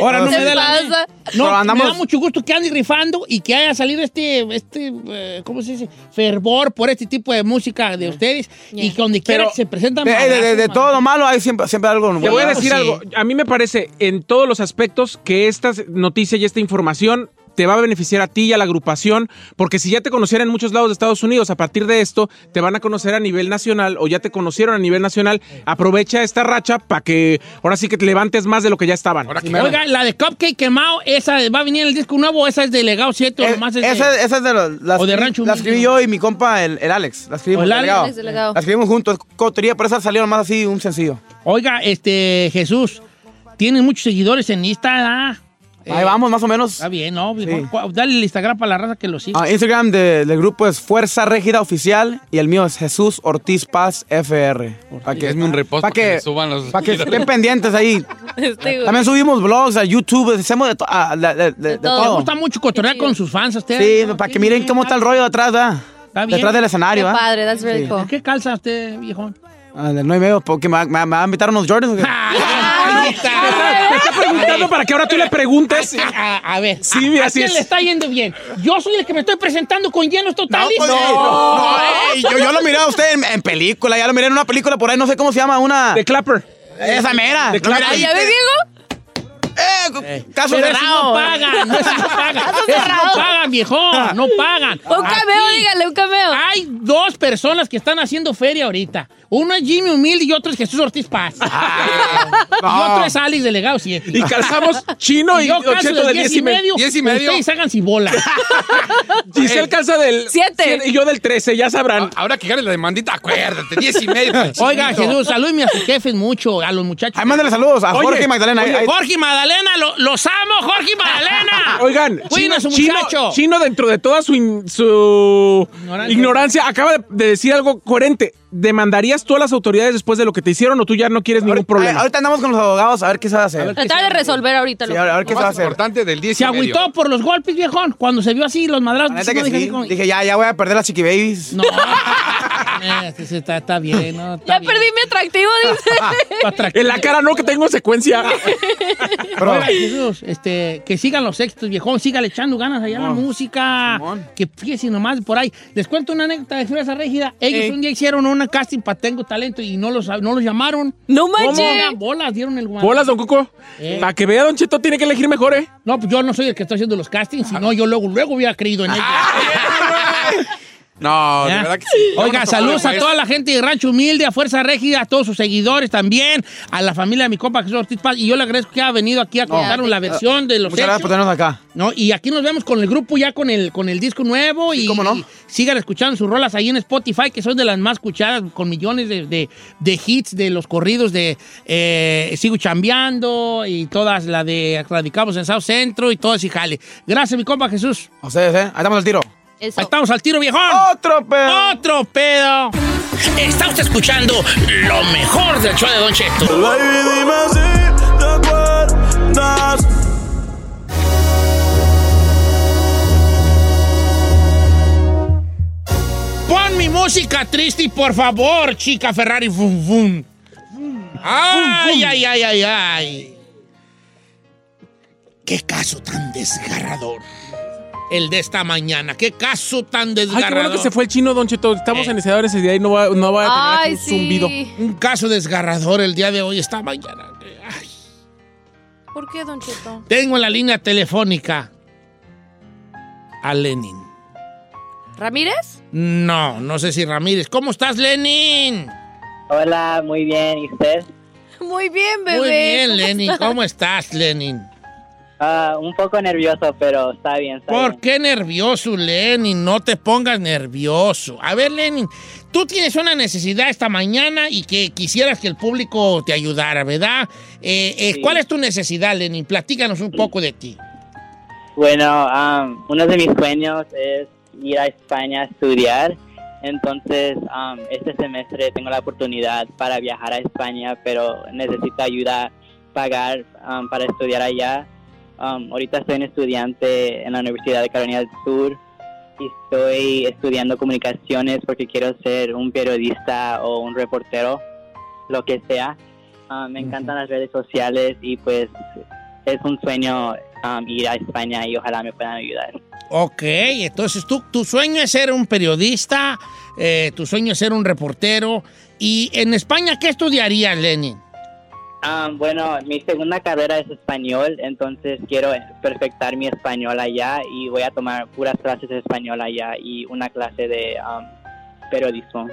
Speaker 2: ahora no
Speaker 6: ¿Qué
Speaker 2: me da la a mí.
Speaker 6: pasa?
Speaker 2: No,
Speaker 6: Pero andamos-
Speaker 2: me da mucho gusto que ande rifando y que haya salido este, este eh, ¿cómo se dice? Fervor por este tipo de música de ustedes y que donde quiera
Speaker 23: Pero-
Speaker 2: que se presentan.
Speaker 23: de, de- de- de todo lo malo hay siempre, siempre algo bueno.
Speaker 6: Te voy a decir algo. A mí me parece, en todos los aspectos, que esta noticia y esta información te va a beneficiar a ti y a la agrupación, porque si ya te conocieran en muchos lados de Estados Unidos, a partir de esto te van a conocer a nivel nacional o ya te conocieron a nivel nacional, aprovecha esta racha para que ahora sí que te levantes más de lo que ya estaban.
Speaker 2: Oiga, la de Cupcake quemado, esa va a venir en el disco nuevo, esa es de Legado 7 o nomás es de-
Speaker 23: Eh, Esa, esa es de los- la,
Speaker 2: Ah, O de
Speaker 23: escri-
Speaker 2: Rancho
Speaker 23: la
Speaker 2: Humilde.
Speaker 23: escribí yo y mi compa, el, el Alex. La escribimos,
Speaker 2: O el
Speaker 23: la
Speaker 2: Alex,
Speaker 23: Legado.
Speaker 2: Alex Delgado.
Speaker 23: La escribimos juntos, es cotería, pero esa salió más así, un sencillo.
Speaker 2: Oiga, este, Jesús, tienes muchos seguidores en Instagram. Eh,
Speaker 23: Ahí vamos, más o menos.
Speaker 2: Está bien, ¿no? Cu- Dale el Instagram para la raza que lo sigue.
Speaker 23: Ah,
Speaker 2: *laughs*
Speaker 23: Instagram de- del grupo es Fuerza Régida Oficial y el mío es Jesús Ortiz Paz FR. Para que,
Speaker 14: Hazme un repost
Speaker 23: para
Speaker 14: para que
Speaker 23: que,
Speaker 14: me suban los
Speaker 23: para que
Speaker 14: seguidores.
Speaker 23: estén pendientes
Speaker 2: *laughs*
Speaker 23: ahí.
Speaker 2: Este,
Speaker 23: También subimos blogs a YouTube, hacemos de, to- a- de- de- de- de
Speaker 2: todo.
Speaker 23: todo.
Speaker 2: Me gusta mucho cotorrear con sus fans este a
Speaker 23: Sí,
Speaker 2: ustedes.
Speaker 23: para que miren cómo está el rollo detrás, ¿verdad?
Speaker 2: bien.
Speaker 23: Detrás del escenario,
Speaker 2: Qué
Speaker 23: ¿verdad?
Speaker 2: padre, that's very
Speaker 23: Sí.
Speaker 2: cool. ¿Qué calza usted, viejón?
Speaker 23: Ah, del 9 y medio, porque me, va- me va- me va a invitar unos Jordans. ¿o
Speaker 2: *laughs*
Speaker 23: qué?
Speaker 6: Te está preguntando para que ahora tú le preguntes.
Speaker 2: A, Ah, a ver,
Speaker 6: Sí,
Speaker 2: ¿a, a
Speaker 6: así
Speaker 2: quién
Speaker 6: es.
Speaker 2: le está yendo bien? Yo soy el que me estoy presentando con llenos totales.
Speaker 23: No, pues, no, ey, yo, yo lo miré a usted en, en película, ya lo miré en una película por ahí, no sé cómo se llama, una...
Speaker 6: De Clapper.
Speaker 23: Esa mera.
Speaker 6: The
Speaker 23: Lo miré ahí.
Speaker 4: ¿Ya ves,
Speaker 13: este-
Speaker 4: Diego?
Speaker 13: Eh,
Speaker 23: Caso
Speaker 2: Eh, Pero esos
Speaker 23: cerrado.
Speaker 2: no pagan,
Speaker 23: *laughs*
Speaker 2: no, esos no
Speaker 13: *laughs*
Speaker 2: pagan.
Speaker 4: Caso
Speaker 2: Esos
Speaker 4: cerrado.
Speaker 2: no pagan, viejón, no pagan.
Speaker 4: Un cameo,
Speaker 2: Aquí
Speaker 4: dígale, un cameo.
Speaker 2: Hay dos personas que están haciendo feria ahorita. Uno es Jimmy Humilde y otro es Jesús Ortiz Paz.
Speaker 23: Ah.
Speaker 2: Y otro es Alex Delegado 7.
Speaker 6: Y calzamos chino y
Speaker 2: yo calzo del
Speaker 6: Cheto del
Speaker 2: 10 y medio.
Speaker 6: 10 y
Speaker 2: pero
Speaker 6: medio.
Speaker 2: Ustedes hagan si bola.
Speaker 6: Giselle calza del 7 y yo del 13, ya sabrán.
Speaker 14: Ahora que gane la demandita, acuérdate, 10 y
Speaker 6: *laughs*
Speaker 14: medio.
Speaker 2: *laughs* Oiga, Jesús, salúdeme a sus jefes mucho, a los muchachos.
Speaker 23: Ahí mándale saludos a
Speaker 2: Oye,
Speaker 23: Jorge y Magdalena. ahí-
Speaker 2: oye,
Speaker 23: ahí-
Speaker 2: Jorge y Magdalena, lo- los amo, Jorge
Speaker 23: *laughs*
Speaker 2: y Magdalena.
Speaker 6: *laughs* Oigan,
Speaker 2: Cuiden
Speaker 6: chino,
Speaker 2: a su
Speaker 6: chino,
Speaker 2: muchacho.
Speaker 6: Chino, dentro de toda su, in- su ignorancia.
Speaker 2: Ignorancia.
Speaker 6: acaba de, de decir algo coherente. ¿Demandarías tú a las autoridades después de lo que te hicieron o tú ya no quieres ningún
Speaker 23: ahí-
Speaker 6: problema?
Speaker 23: Ahorita andamos con los abogados a ver qué se va a hacer.
Speaker 4: Tratar de resolver ahorita.
Speaker 23: Sí,
Speaker 4: lo-
Speaker 23: a ver, a ver qué se va a hacer.
Speaker 14: importante del 10
Speaker 2: Se agüitó por los golpes, viejón. Cuando se vio así, los madrazos.
Speaker 23: La neta que
Speaker 2: dije,
Speaker 23: sí.
Speaker 2: "Hijo,
Speaker 23: Dije, ya, ya voy a perder las chiqui babies.
Speaker 2: No.
Speaker 6: *laughs*
Speaker 2: eh, este sí está, está bien, ¿no? Está
Speaker 4: Ya
Speaker 2: bien.
Speaker 4: perdí mi atractivo,
Speaker 2: *laughs*
Speaker 4: dice.
Speaker 2: Tu atractivo.
Speaker 6: En la cara Ah, no, que
Speaker 2: *laughs*
Speaker 6: tengo secuencia.
Speaker 23: Pero-
Speaker 2: Oiga, Jesús, este, que sigan los éxitos, viejón, sígale echando ganas allá a la
Speaker 23: No,
Speaker 2: música.
Speaker 23: Simón.
Speaker 2: Que fíjese nomás por ahí. Les cuento una anécdota de Fuerza Régida. Ellos
Speaker 23: Ey.
Speaker 6: Eh.
Speaker 2: un día hicieron una casting para Tengo Talento y no los, no los llamaron.
Speaker 4: No
Speaker 2: ¿Cómo?
Speaker 4: manches.
Speaker 2: Bolas, dieron el guante.
Speaker 6: Bolas, don Cuco.
Speaker 2: Eh.
Speaker 6: Para que vea, don Cheto, tiene que elegir mejor, ¿eh?
Speaker 2: No, pues yo no soy el que está haciendo los castings, sino yo luego, luego hubiera creído
Speaker 6: Ah,
Speaker 2: en ellos.
Speaker 14: No, de
Speaker 2: ¿Ya?
Speaker 14: verdad que sí.
Speaker 2: Oiga,
Speaker 14: Vámonos,
Speaker 2: saludos a
Speaker 14: pues.
Speaker 2: toda la gente de Rancho Humilde, a Fuerza Régida, a todos sus seguidores también, a la familia de mi compa Jesús Ortiz Paz. Y yo le agradezco que ha venido aquí a contarnos la versión de los
Speaker 23: Muchas gracias
Speaker 2: hechos.
Speaker 23: por tenernos acá.
Speaker 2: ¿no? Y aquí nos vemos con el grupo ya con el, con el disco nuevo. y, y sigan escuchando sus rolas ahí en Spotify, que son de las más escuchadas, con millones de, de- de hits de los corridos de eh, Sigo Chambeando y todas la de Radicamos en South Centro y todas y jale. Gracias, mi compa Jesús.
Speaker 23: A ustedes, ¿eh? Ahí estamos al tiro.
Speaker 2: Ahí estamos al tiro, viejón.
Speaker 23: ¡Otro pedo!
Speaker 2: ¡Otro pedo! Está usted escuchando lo mejor del show de Don Cheto.
Speaker 11: Baby, dime si te acuerdas.
Speaker 2: Pon mi música triste, por favor, chica Ferrari. Fum, fum.
Speaker 3: Ah,
Speaker 2: Ay, ay, ay, ay, ay. Qué caso tan desgarrador. El de esta mañana. Qué caso tan
Speaker 6: Ay, qué
Speaker 2: desgarrador.
Speaker 6: bueno que se fue el chino, don Cheto. Estamos
Speaker 2: Eh.
Speaker 6: iniciadores ese día y no va, no va a tener
Speaker 4: Ay,
Speaker 6: aquí un zumbido.
Speaker 4: sí.
Speaker 2: Un caso desgarrador el día de hoy, esta mañana. Ay.
Speaker 4: ¿Por qué, Don Cheto?
Speaker 2: Tengo en la línea telefónica a Lenin.
Speaker 4: ¿Ramírez?
Speaker 2: No, no sé si Ramírez. ¿Cómo estás, Lenin?
Speaker 18: Hola, muy bien, ¿y usted?
Speaker 4: Muy bien, bebé.
Speaker 2: Muy bien,
Speaker 4: ¿Cómo
Speaker 2: Lenin.
Speaker 4: estás?
Speaker 2: ¿Cómo estás, Lenin?
Speaker 18: Ah, un poco nervioso, pero está bien, está
Speaker 2: ¿Por
Speaker 18: bien.
Speaker 2: qué nervioso, Lenin? No te pongas nervioso. A ver, Lenin, tú tienes una necesidad esta mañana y que quisieras que el público te ayudara, ¿verdad? Eh, eh, ¿Cuál es tu necesidad, Lenin? Platícanos un poco de ti.
Speaker 18: Bueno, am, uno de mis sueños es ir a España a estudiar
Speaker 24: Entonces, um, este semestre tengo la oportunidad para viajar a España, pero necesito ayuda pagar um, para estudiar allá. Um, ahorita estoy en estudiante en la Universidad de Carolina del Sur y estoy estudiando comunicaciones porque quiero ser un periodista o un reportero, lo que sea. Um, me encantan las redes sociales y pues es un sueño um, ir a España y ojalá me puedan ayudar.
Speaker 2: Ok, entonces tú, tu sueño es ser un periodista, eh, tu sueño es ser un reportero. ¿Y en España qué estudiarías, Lenin?
Speaker 24: Um, bueno, mi segunda carrera es español, entonces quiero perfectar mi español allá y voy a tomar puras clases de español allá y una clase de um, periodismo.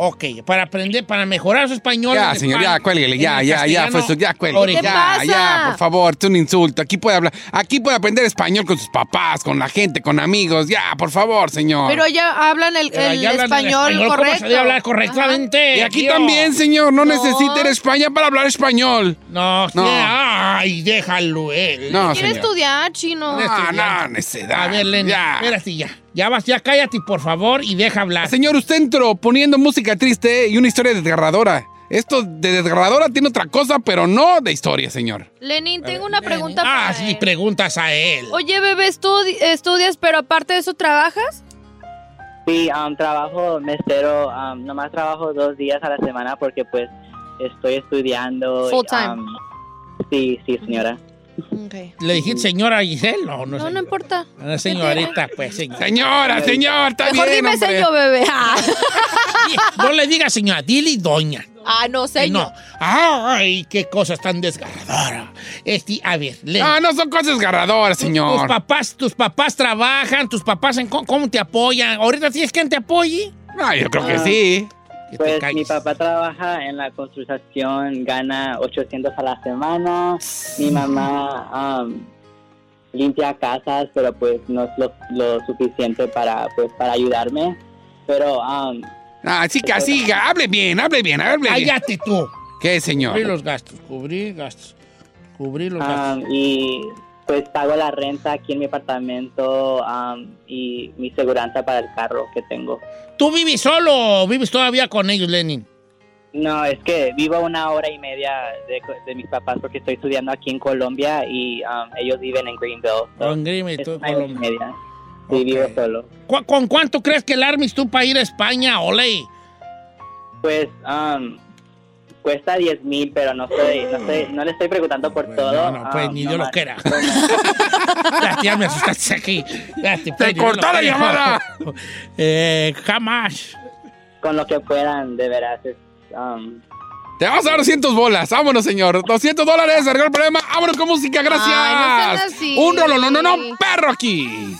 Speaker 2: Ok, para aprender, para mejorar su español.
Speaker 3: Ya,
Speaker 2: en
Speaker 3: señor, ya,
Speaker 2: España,
Speaker 3: cuélguele, ya,
Speaker 2: en el
Speaker 3: ya, ya,
Speaker 2: castellano
Speaker 3: fue eso, ya, cuélguele.
Speaker 2: original.
Speaker 3: Ya, ya, por favor, es un insulto. Aquí puede hablar, aquí puede aprender español con sus papás, con la gente, con amigos. Ya, por favor, señor.
Speaker 17: Pero ya hablan el,
Speaker 2: Ah. Pero
Speaker 17: el
Speaker 2: ya hablan el
Speaker 17: español,
Speaker 2: español, ¿cómo se
Speaker 17: correcto.
Speaker 2: debe hablar correctamente?
Speaker 3: y aquí
Speaker 2: tío.
Speaker 3: también, señor, no, necesita ir a España para hablar español.
Speaker 2: No,
Speaker 3: no.
Speaker 2: Ay, déjalo, él.
Speaker 3: No,
Speaker 17: Quiere
Speaker 3: señor.
Speaker 17: estudiar, chino.
Speaker 3: No, no, necedad.
Speaker 2: A ver, Lenin,
Speaker 3: Ya.
Speaker 2: espérate ya. Ya vas, ya cállate, por favor, y deja hablar.
Speaker 3: Señor, usted entró poniendo música triste y una historia desgarradora. Esto de desgarradora tiene otra cosa, pero no de historia, señor.
Speaker 4: Lenin, Ah. tengo una pregunta para
Speaker 2: Ah, sí, preguntas a él.
Speaker 4: Oye, bebé, estudi- estudias, pero aparte de eso, ¿trabajas?
Speaker 24: Sí, um, trabajo mesero, um, nomás trabajo dos días a la semana porque pues estoy estudiando. y,
Speaker 4: Full time.
Speaker 24: um, sí, sí, señora.
Speaker 2: ¿Le dijiste señora Giselle? No, no,
Speaker 4: No,
Speaker 2: señor.
Speaker 4: no
Speaker 2: *laughs*
Speaker 4: importa.
Speaker 2: No, señorita, pues.
Speaker 3: Señora, señor, está
Speaker 4: Mejor
Speaker 3: bien,
Speaker 4: dime
Speaker 3: hombre.
Speaker 4: señor, bebé.
Speaker 2: *laughs* No le digas señora, dile doña.
Speaker 4: Ah, no, señor.
Speaker 2: No. Ay, qué cosas tan desgarradoras. Este, a ver, Lenin.
Speaker 3: No, no son cosas desgarradoras,
Speaker 2: Tus
Speaker 3: señor.
Speaker 2: papás, tus papás trabajan, tus papás en cómo, cómo te apoyan. Ahorita tienes quien te apoye. Ah.
Speaker 3: No, Ah, yo creo que sí.
Speaker 24: Ah. Pues mi papá trabaja en la construcción, gana 800 a la semana. Mi mamá um, limpia casas, pero pues no es lo, lo suficiente para pues para ayudarme. Pero um,
Speaker 3: Así que así, hable bien, hable bien, hable bien.
Speaker 2: Cállate tú.
Speaker 3: ¿Qué,
Speaker 2: Cubrir
Speaker 3: señor?
Speaker 2: los gastos, cubrir gastos, cubrir los gastos.
Speaker 24: um, y pues pago la renta aquí en mi apartamento um, y mi seguranza para el carro que tengo.
Speaker 2: ¿Tú vives solo o vives todavía con ellos, Lenin?
Speaker 24: No, es que vivo una hora y media de, de mis papás porque estoy estudiando aquí en Colombia y um, ellos viven en Greenville. so
Speaker 2: Con Grima y
Speaker 24: es
Speaker 2: todo.
Speaker 24: una hora y media. Sí, vivo solo.
Speaker 2: ¿Cu- ¿Con cuánto crees que el armis tú para ir a España, ole?
Speaker 24: Pues um, cuesta 10 mil, pero no estoy, no estoy- no le estoy preguntando por todo.
Speaker 2: no, Ah. pues,
Speaker 24: um,
Speaker 2: ni Dios lo
Speaker 24: nomás-
Speaker 2: quiera. *laughs* Ya, ya me asustaste aquí. Ya, te pedí,
Speaker 3: cortó
Speaker 2: no,
Speaker 3: la
Speaker 2: no.
Speaker 3: llamada!
Speaker 2: Eh, *laughs* jamás.
Speaker 24: Con lo que puedan, de veras. es, um,
Speaker 3: Te vamos a dar 200 bolas. Vámonos, señor. 200 dólares, arregló el problema. Vámonos con música, gracias.
Speaker 2: Ay, no sean así.
Speaker 3: Un rolo, no, no, no, perro aquí.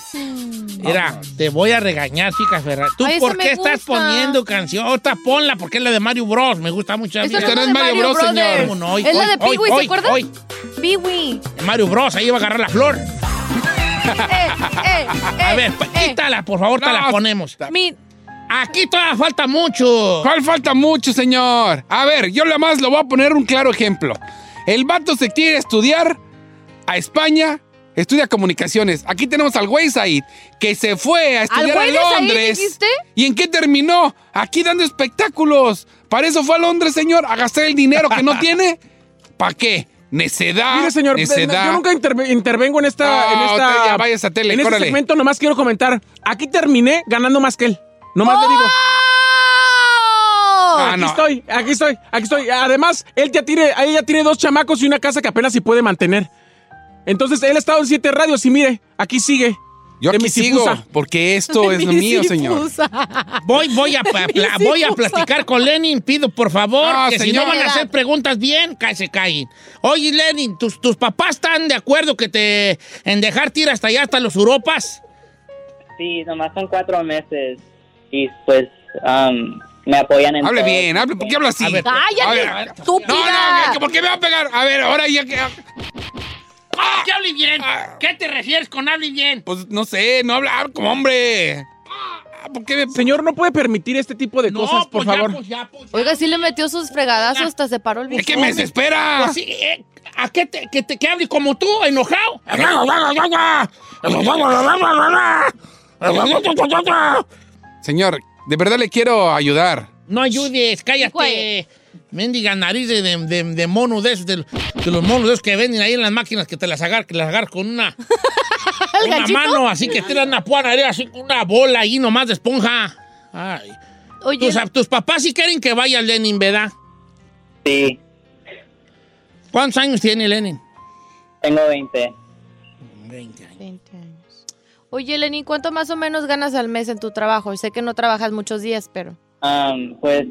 Speaker 2: Mira, te voy a regañar, chica Ferrari. ¿Tú
Speaker 4: Ay, esa
Speaker 2: por
Speaker 4: me
Speaker 2: qué estás
Speaker 4: gusta.
Speaker 2: poniendo canción? Otra ponla, porque es la de Mario Bros. Me gusta mucho.
Speaker 4: Esa
Speaker 2: Mira.
Speaker 4: no es Esta no es de Mario Mario Bros, Brothers. señor.
Speaker 2: ¿Cómo no? Hoy,
Speaker 4: Es la
Speaker 2: hoy,
Speaker 4: de
Speaker 2: hoy,
Speaker 4: Pee-wee, ¿se
Speaker 2: hoy,
Speaker 4: acuerda?
Speaker 2: hoy.
Speaker 4: Biwi.
Speaker 2: Mario Bros, ahí va a agarrar la flor. *laughs* a ver, pa- quítala, por favor, te la
Speaker 3: No.
Speaker 2: ponemos.
Speaker 4: Mi-
Speaker 2: Aquí todavía falta mucho.
Speaker 3: ¿Cuál falta mucho, señor? A ver, yo nada más le voy a poner un claro ejemplo. El vato se quiere estudiar a España, estudia comunicaciones. Aquí tenemos al güey Said, que se fue a estudiar a
Speaker 4: güey de Said,
Speaker 3: Londres.
Speaker 4: dijiste?
Speaker 3: ¿Y en qué terminó? Aquí dando espectáculos. Para eso fue a Londres, señor, a gastar el dinero que no tiene. ¿Para qué? Necedad.
Speaker 6: Mire, señor,
Speaker 3: necedad.
Speaker 6: yo nunca interve- intervengo en esta.
Speaker 3: Ah,
Speaker 6: en esta-
Speaker 3: usted ya váyase a tele,
Speaker 6: en este
Speaker 3: córrele.
Speaker 6: segmento nomás quiero comentar. Aquí terminé ganando más que él. Nomás le digo.
Speaker 3: Ah,
Speaker 6: aquí
Speaker 3: no.
Speaker 6: estoy, aquí estoy, aquí estoy. Además, él ya tiene, ella tiene dos chamacos y una casa que apenas si puede mantener. Entonces, él ha estado en siete radios y mire, aquí sigue.
Speaker 3: Yo
Speaker 6: De
Speaker 3: aquí
Speaker 6: mi
Speaker 3: sigo,
Speaker 6: sifusa. *laughs*
Speaker 3: porque esto es lo mío, señor.
Speaker 2: Voy, voy, a, pa- pla- voy a platicar con Lenin, pido por favor,
Speaker 3: No,
Speaker 2: que si
Speaker 3: señor.
Speaker 2: no van a hacer preguntas bien, que se caen. Oye, Lenin, ¿tus, tus papás están de acuerdo que te en dejar tirar hasta allá, hasta los Europas?
Speaker 24: sí, nomás son cuatro meses y pues um, me apoyan en
Speaker 3: Hable
Speaker 24: todo.
Speaker 3: bien, hable, ¿por qué habla así? A ver, a ver.
Speaker 4: ¡Cállate, estúpida!
Speaker 3: No,
Speaker 2: Ah.
Speaker 3: no, que- ¿por qué me va a pegar? A ver, ahora ya que. Ah.
Speaker 2: que hable bien. ¿Qué te refieres con hable bien?
Speaker 3: Pues no sé, no hablar como hombre. Ah, ¿Por qué me
Speaker 6: Señor, no puede permitir este tipo de cosas,
Speaker 2: pues
Speaker 6: por
Speaker 2: ya,
Speaker 6: favor.
Speaker 2: pues ya, Ah, pues.
Speaker 4: Oiga, sí le metió sus fregadazos, hasta se paró el buzón.
Speaker 3: Es que me desespera.
Speaker 2: Pues sí, eh, ¿A qué te, que te que hable como tú, enojado?
Speaker 3: Señor, de verdad le quiero ayudar.
Speaker 2: No ayudes, cállate. Mendiga nariz de, de, de, de mono de esos, de, de los monos de esos que venden ahí en las máquinas que te las agar, que las agar con una, una
Speaker 5: ganchito?
Speaker 2: mano, así que tiran una puana, así con una bola ahí nomás de esponja. Ay. Tus, tus papás sí quieren que vaya Lenin, ¿verdad?
Speaker 24: Sí,
Speaker 2: ¿Cuántos años tiene Lenin?
Speaker 24: tengo 20.
Speaker 2: 20 años.
Speaker 4: Oye, Lenin, ¿cuánto más o menos ganas al mes en tu trabajo? Sé que no trabajas muchos días, pero...
Speaker 24: Am, pues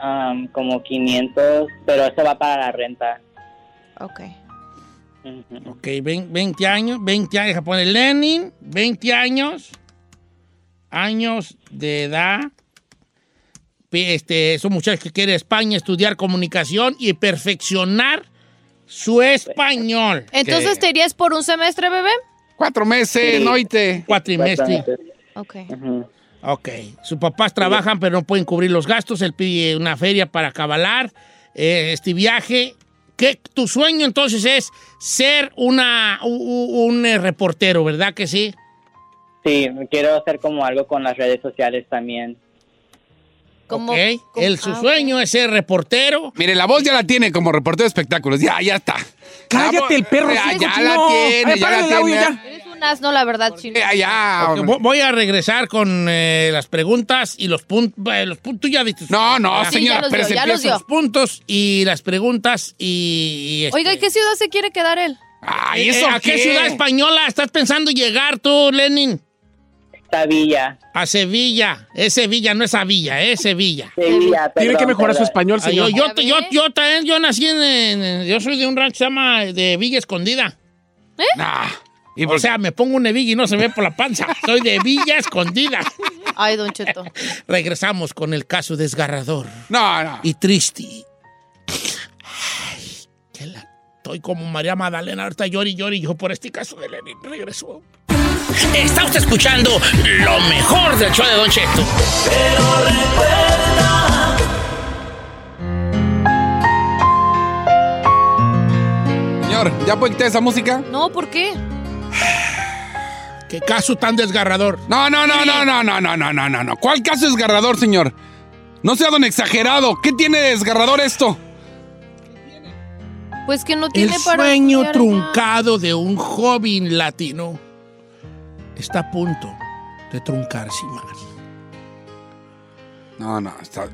Speaker 24: am, como 500, pero eso va para la renta.
Speaker 4: Ok.
Speaker 2: Ok, vein- 20 años, 20 años, Japón. Lenin, 20 años, años de edad. Pe- Este, es un muchacho que quiere España estudiar comunicación y perfeccionar su español.
Speaker 4: Entonces, ¿te irías por un semestre, bebé?
Speaker 3: Cuatro meses,
Speaker 2: Sí.
Speaker 3: noite.
Speaker 2: Cuatrimestre.
Speaker 4: Ok.
Speaker 2: Ok. Sus papás trabajan, pero no pueden cubrir los gastos. Él pide una feria para cabalar eh, este viaje. ¿Qué, tu sueño entonces es ser una, u- u- un, eh, reportero, ¿verdad que sí?
Speaker 24: Sí, quiero hacer como algo con las redes sociales también.
Speaker 2: Ok. El, su
Speaker 3: Ah,
Speaker 2: sueño es ser reportero.
Speaker 3: Mire, la voz ya la tiene como reportero de espectáculos. Ya, ya está. Cállate el perro. Ya,
Speaker 2: sí,
Speaker 3: ya la
Speaker 2: cochino.
Speaker 3: tiene,
Speaker 2: Ay,
Speaker 3: ya la
Speaker 2: párale el audio,
Speaker 3: tiene.
Speaker 2: ya.
Speaker 4: Eres un asno, la verdad, chino. Ah,
Speaker 3: ya.
Speaker 2: Ok, vo- voy a regresar con eh, las preguntas y los puntos. Los puntos ya viste. No,
Speaker 4: no, Sí, señora, ya los pero dio, se ya los empiezan. dio.
Speaker 2: los puntos y las preguntas y. y este-
Speaker 4: Oiga, ¿y qué ciudad se quiere quedar él?
Speaker 2: Eh,
Speaker 3: ¿eso
Speaker 2: ¿A qué?
Speaker 3: qué?
Speaker 2: ciudad española estás pensando llegar tú, Lenin?
Speaker 24: Sevilla.
Speaker 2: A Sevilla. Es Sevilla, no es Sevilla, es Sevilla.
Speaker 24: Sevilla,
Speaker 6: Tiene que mejorar su español,
Speaker 2: Ah, yo,
Speaker 6: señor.
Speaker 2: yo, yo, yo también, yo nací en, en- Yo soy de un rancho que se llama de Villa Escondida. ¿Eh? o sea, me pongo un Villa y no se ve por la panza. Soy de Villa Escondida.
Speaker 4: eh, Ay, don Cheto.
Speaker 2: Regresamos con el caso desgarrador.
Speaker 3: No, no.
Speaker 2: Y triste. Ay, que la- Estoy como María Magdalena, ahorita lloro y lloro y yo por este caso de Lenin. Regreso. Está usted escuchando lo mejor del show de Don Cheto.
Speaker 3: Señor, ¿ya puede quitar esa música?
Speaker 4: No, ¿por qué?
Speaker 2: ¿Qué caso tan desgarrador?
Speaker 3: No, no, no, no, no, no, no, no, no, no, no. ¿Cuál caso desgarrador, señor? No sea don exagerado. ¿Qué tiene de desgarrador esto?
Speaker 4: Pues que no
Speaker 2: El
Speaker 4: tiene para...
Speaker 2: sueño
Speaker 4: estudiar
Speaker 2: truncado de un joven latino está a punto de truncarse más.
Speaker 3: No, no, está...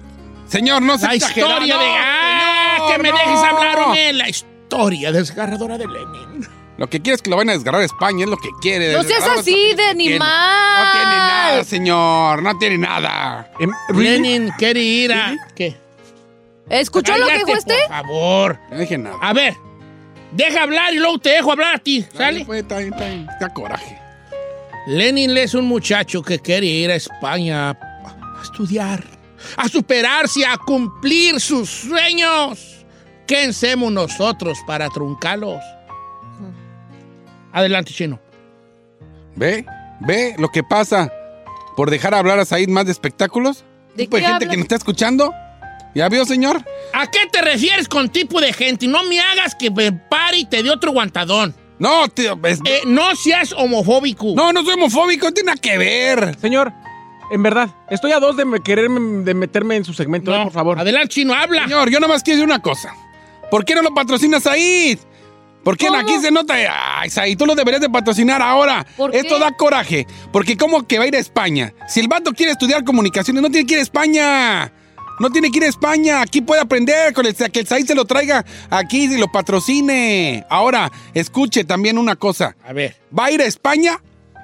Speaker 3: Señor, no se
Speaker 2: La
Speaker 3: exagerado.
Speaker 2: historia de...
Speaker 3: No,
Speaker 2: ¡Ah,
Speaker 3: señor,
Speaker 2: que me
Speaker 3: no.
Speaker 2: dejes hablar, hombre! La historia desgarradora de Lenin.
Speaker 3: Lo que quiere es que lo vayan a desgarrar a España, es lo que quiere.
Speaker 4: allá. No seas
Speaker 3: Desgarrar-
Speaker 4: así de animal.
Speaker 3: No tiene nada, señor. No tiene nada.
Speaker 2: Em, Lenin quiere ir a... ¿Qué?
Speaker 4: ¿Escuchó lo que dijo
Speaker 2: Cállate,
Speaker 4: este?
Speaker 2: Por favor.
Speaker 3: No dije nada.
Speaker 2: A ver, deja hablar y luego te dejo hablar a ti. ¿Sale?
Speaker 3: pues, Da coraje.
Speaker 2: Lenin es un muchacho que quiere ir a España a estudiar, a superarse, a cumplir sus sueños. ¿Qué hacemos nosotros para truncarlos? Adelante, chino.
Speaker 3: Ve, ve lo que pasa por dejar hablar a Said más de espectáculos.
Speaker 2: ¿De
Speaker 3: tipo de
Speaker 2: qué
Speaker 3: gente
Speaker 2: hablas?
Speaker 3: que nos está escuchando. ¿Ya vio, señor?
Speaker 2: ¿A qué te refieres con tipo de gente? No me hagas que me pare y te dé otro guantadón.
Speaker 3: No, tío,
Speaker 2: Eh, no seas homofóbico.
Speaker 3: No, no soy homofóbico, no tiene nada que ver.
Speaker 6: Señor, en verdad, estoy a dos de me- querer me- de meterme en su segmento, eh, por favor.
Speaker 2: Adelante, chino, habla.
Speaker 3: Señor, yo nomás quiero decir una cosa. ¿Por qué no lo patrocina Said? ¿Por qué aquí se nota? Ay, Said, tú lo deberías de patrocinar ahora.
Speaker 4: ¿Por qué?
Speaker 3: Esto da coraje. Porque ¿cómo que va a ir a España? Si el vato quiere estudiar comunicaciones, no tiene que ir a España. No tiene que ir a España. Aquí puede aprender. Con el, que el Said se lo traiga aquí y lo patrocine. Ahora, escuche también una cosa.
Speaker 2: A ver.
Speaker 3: ¿Va a ir a España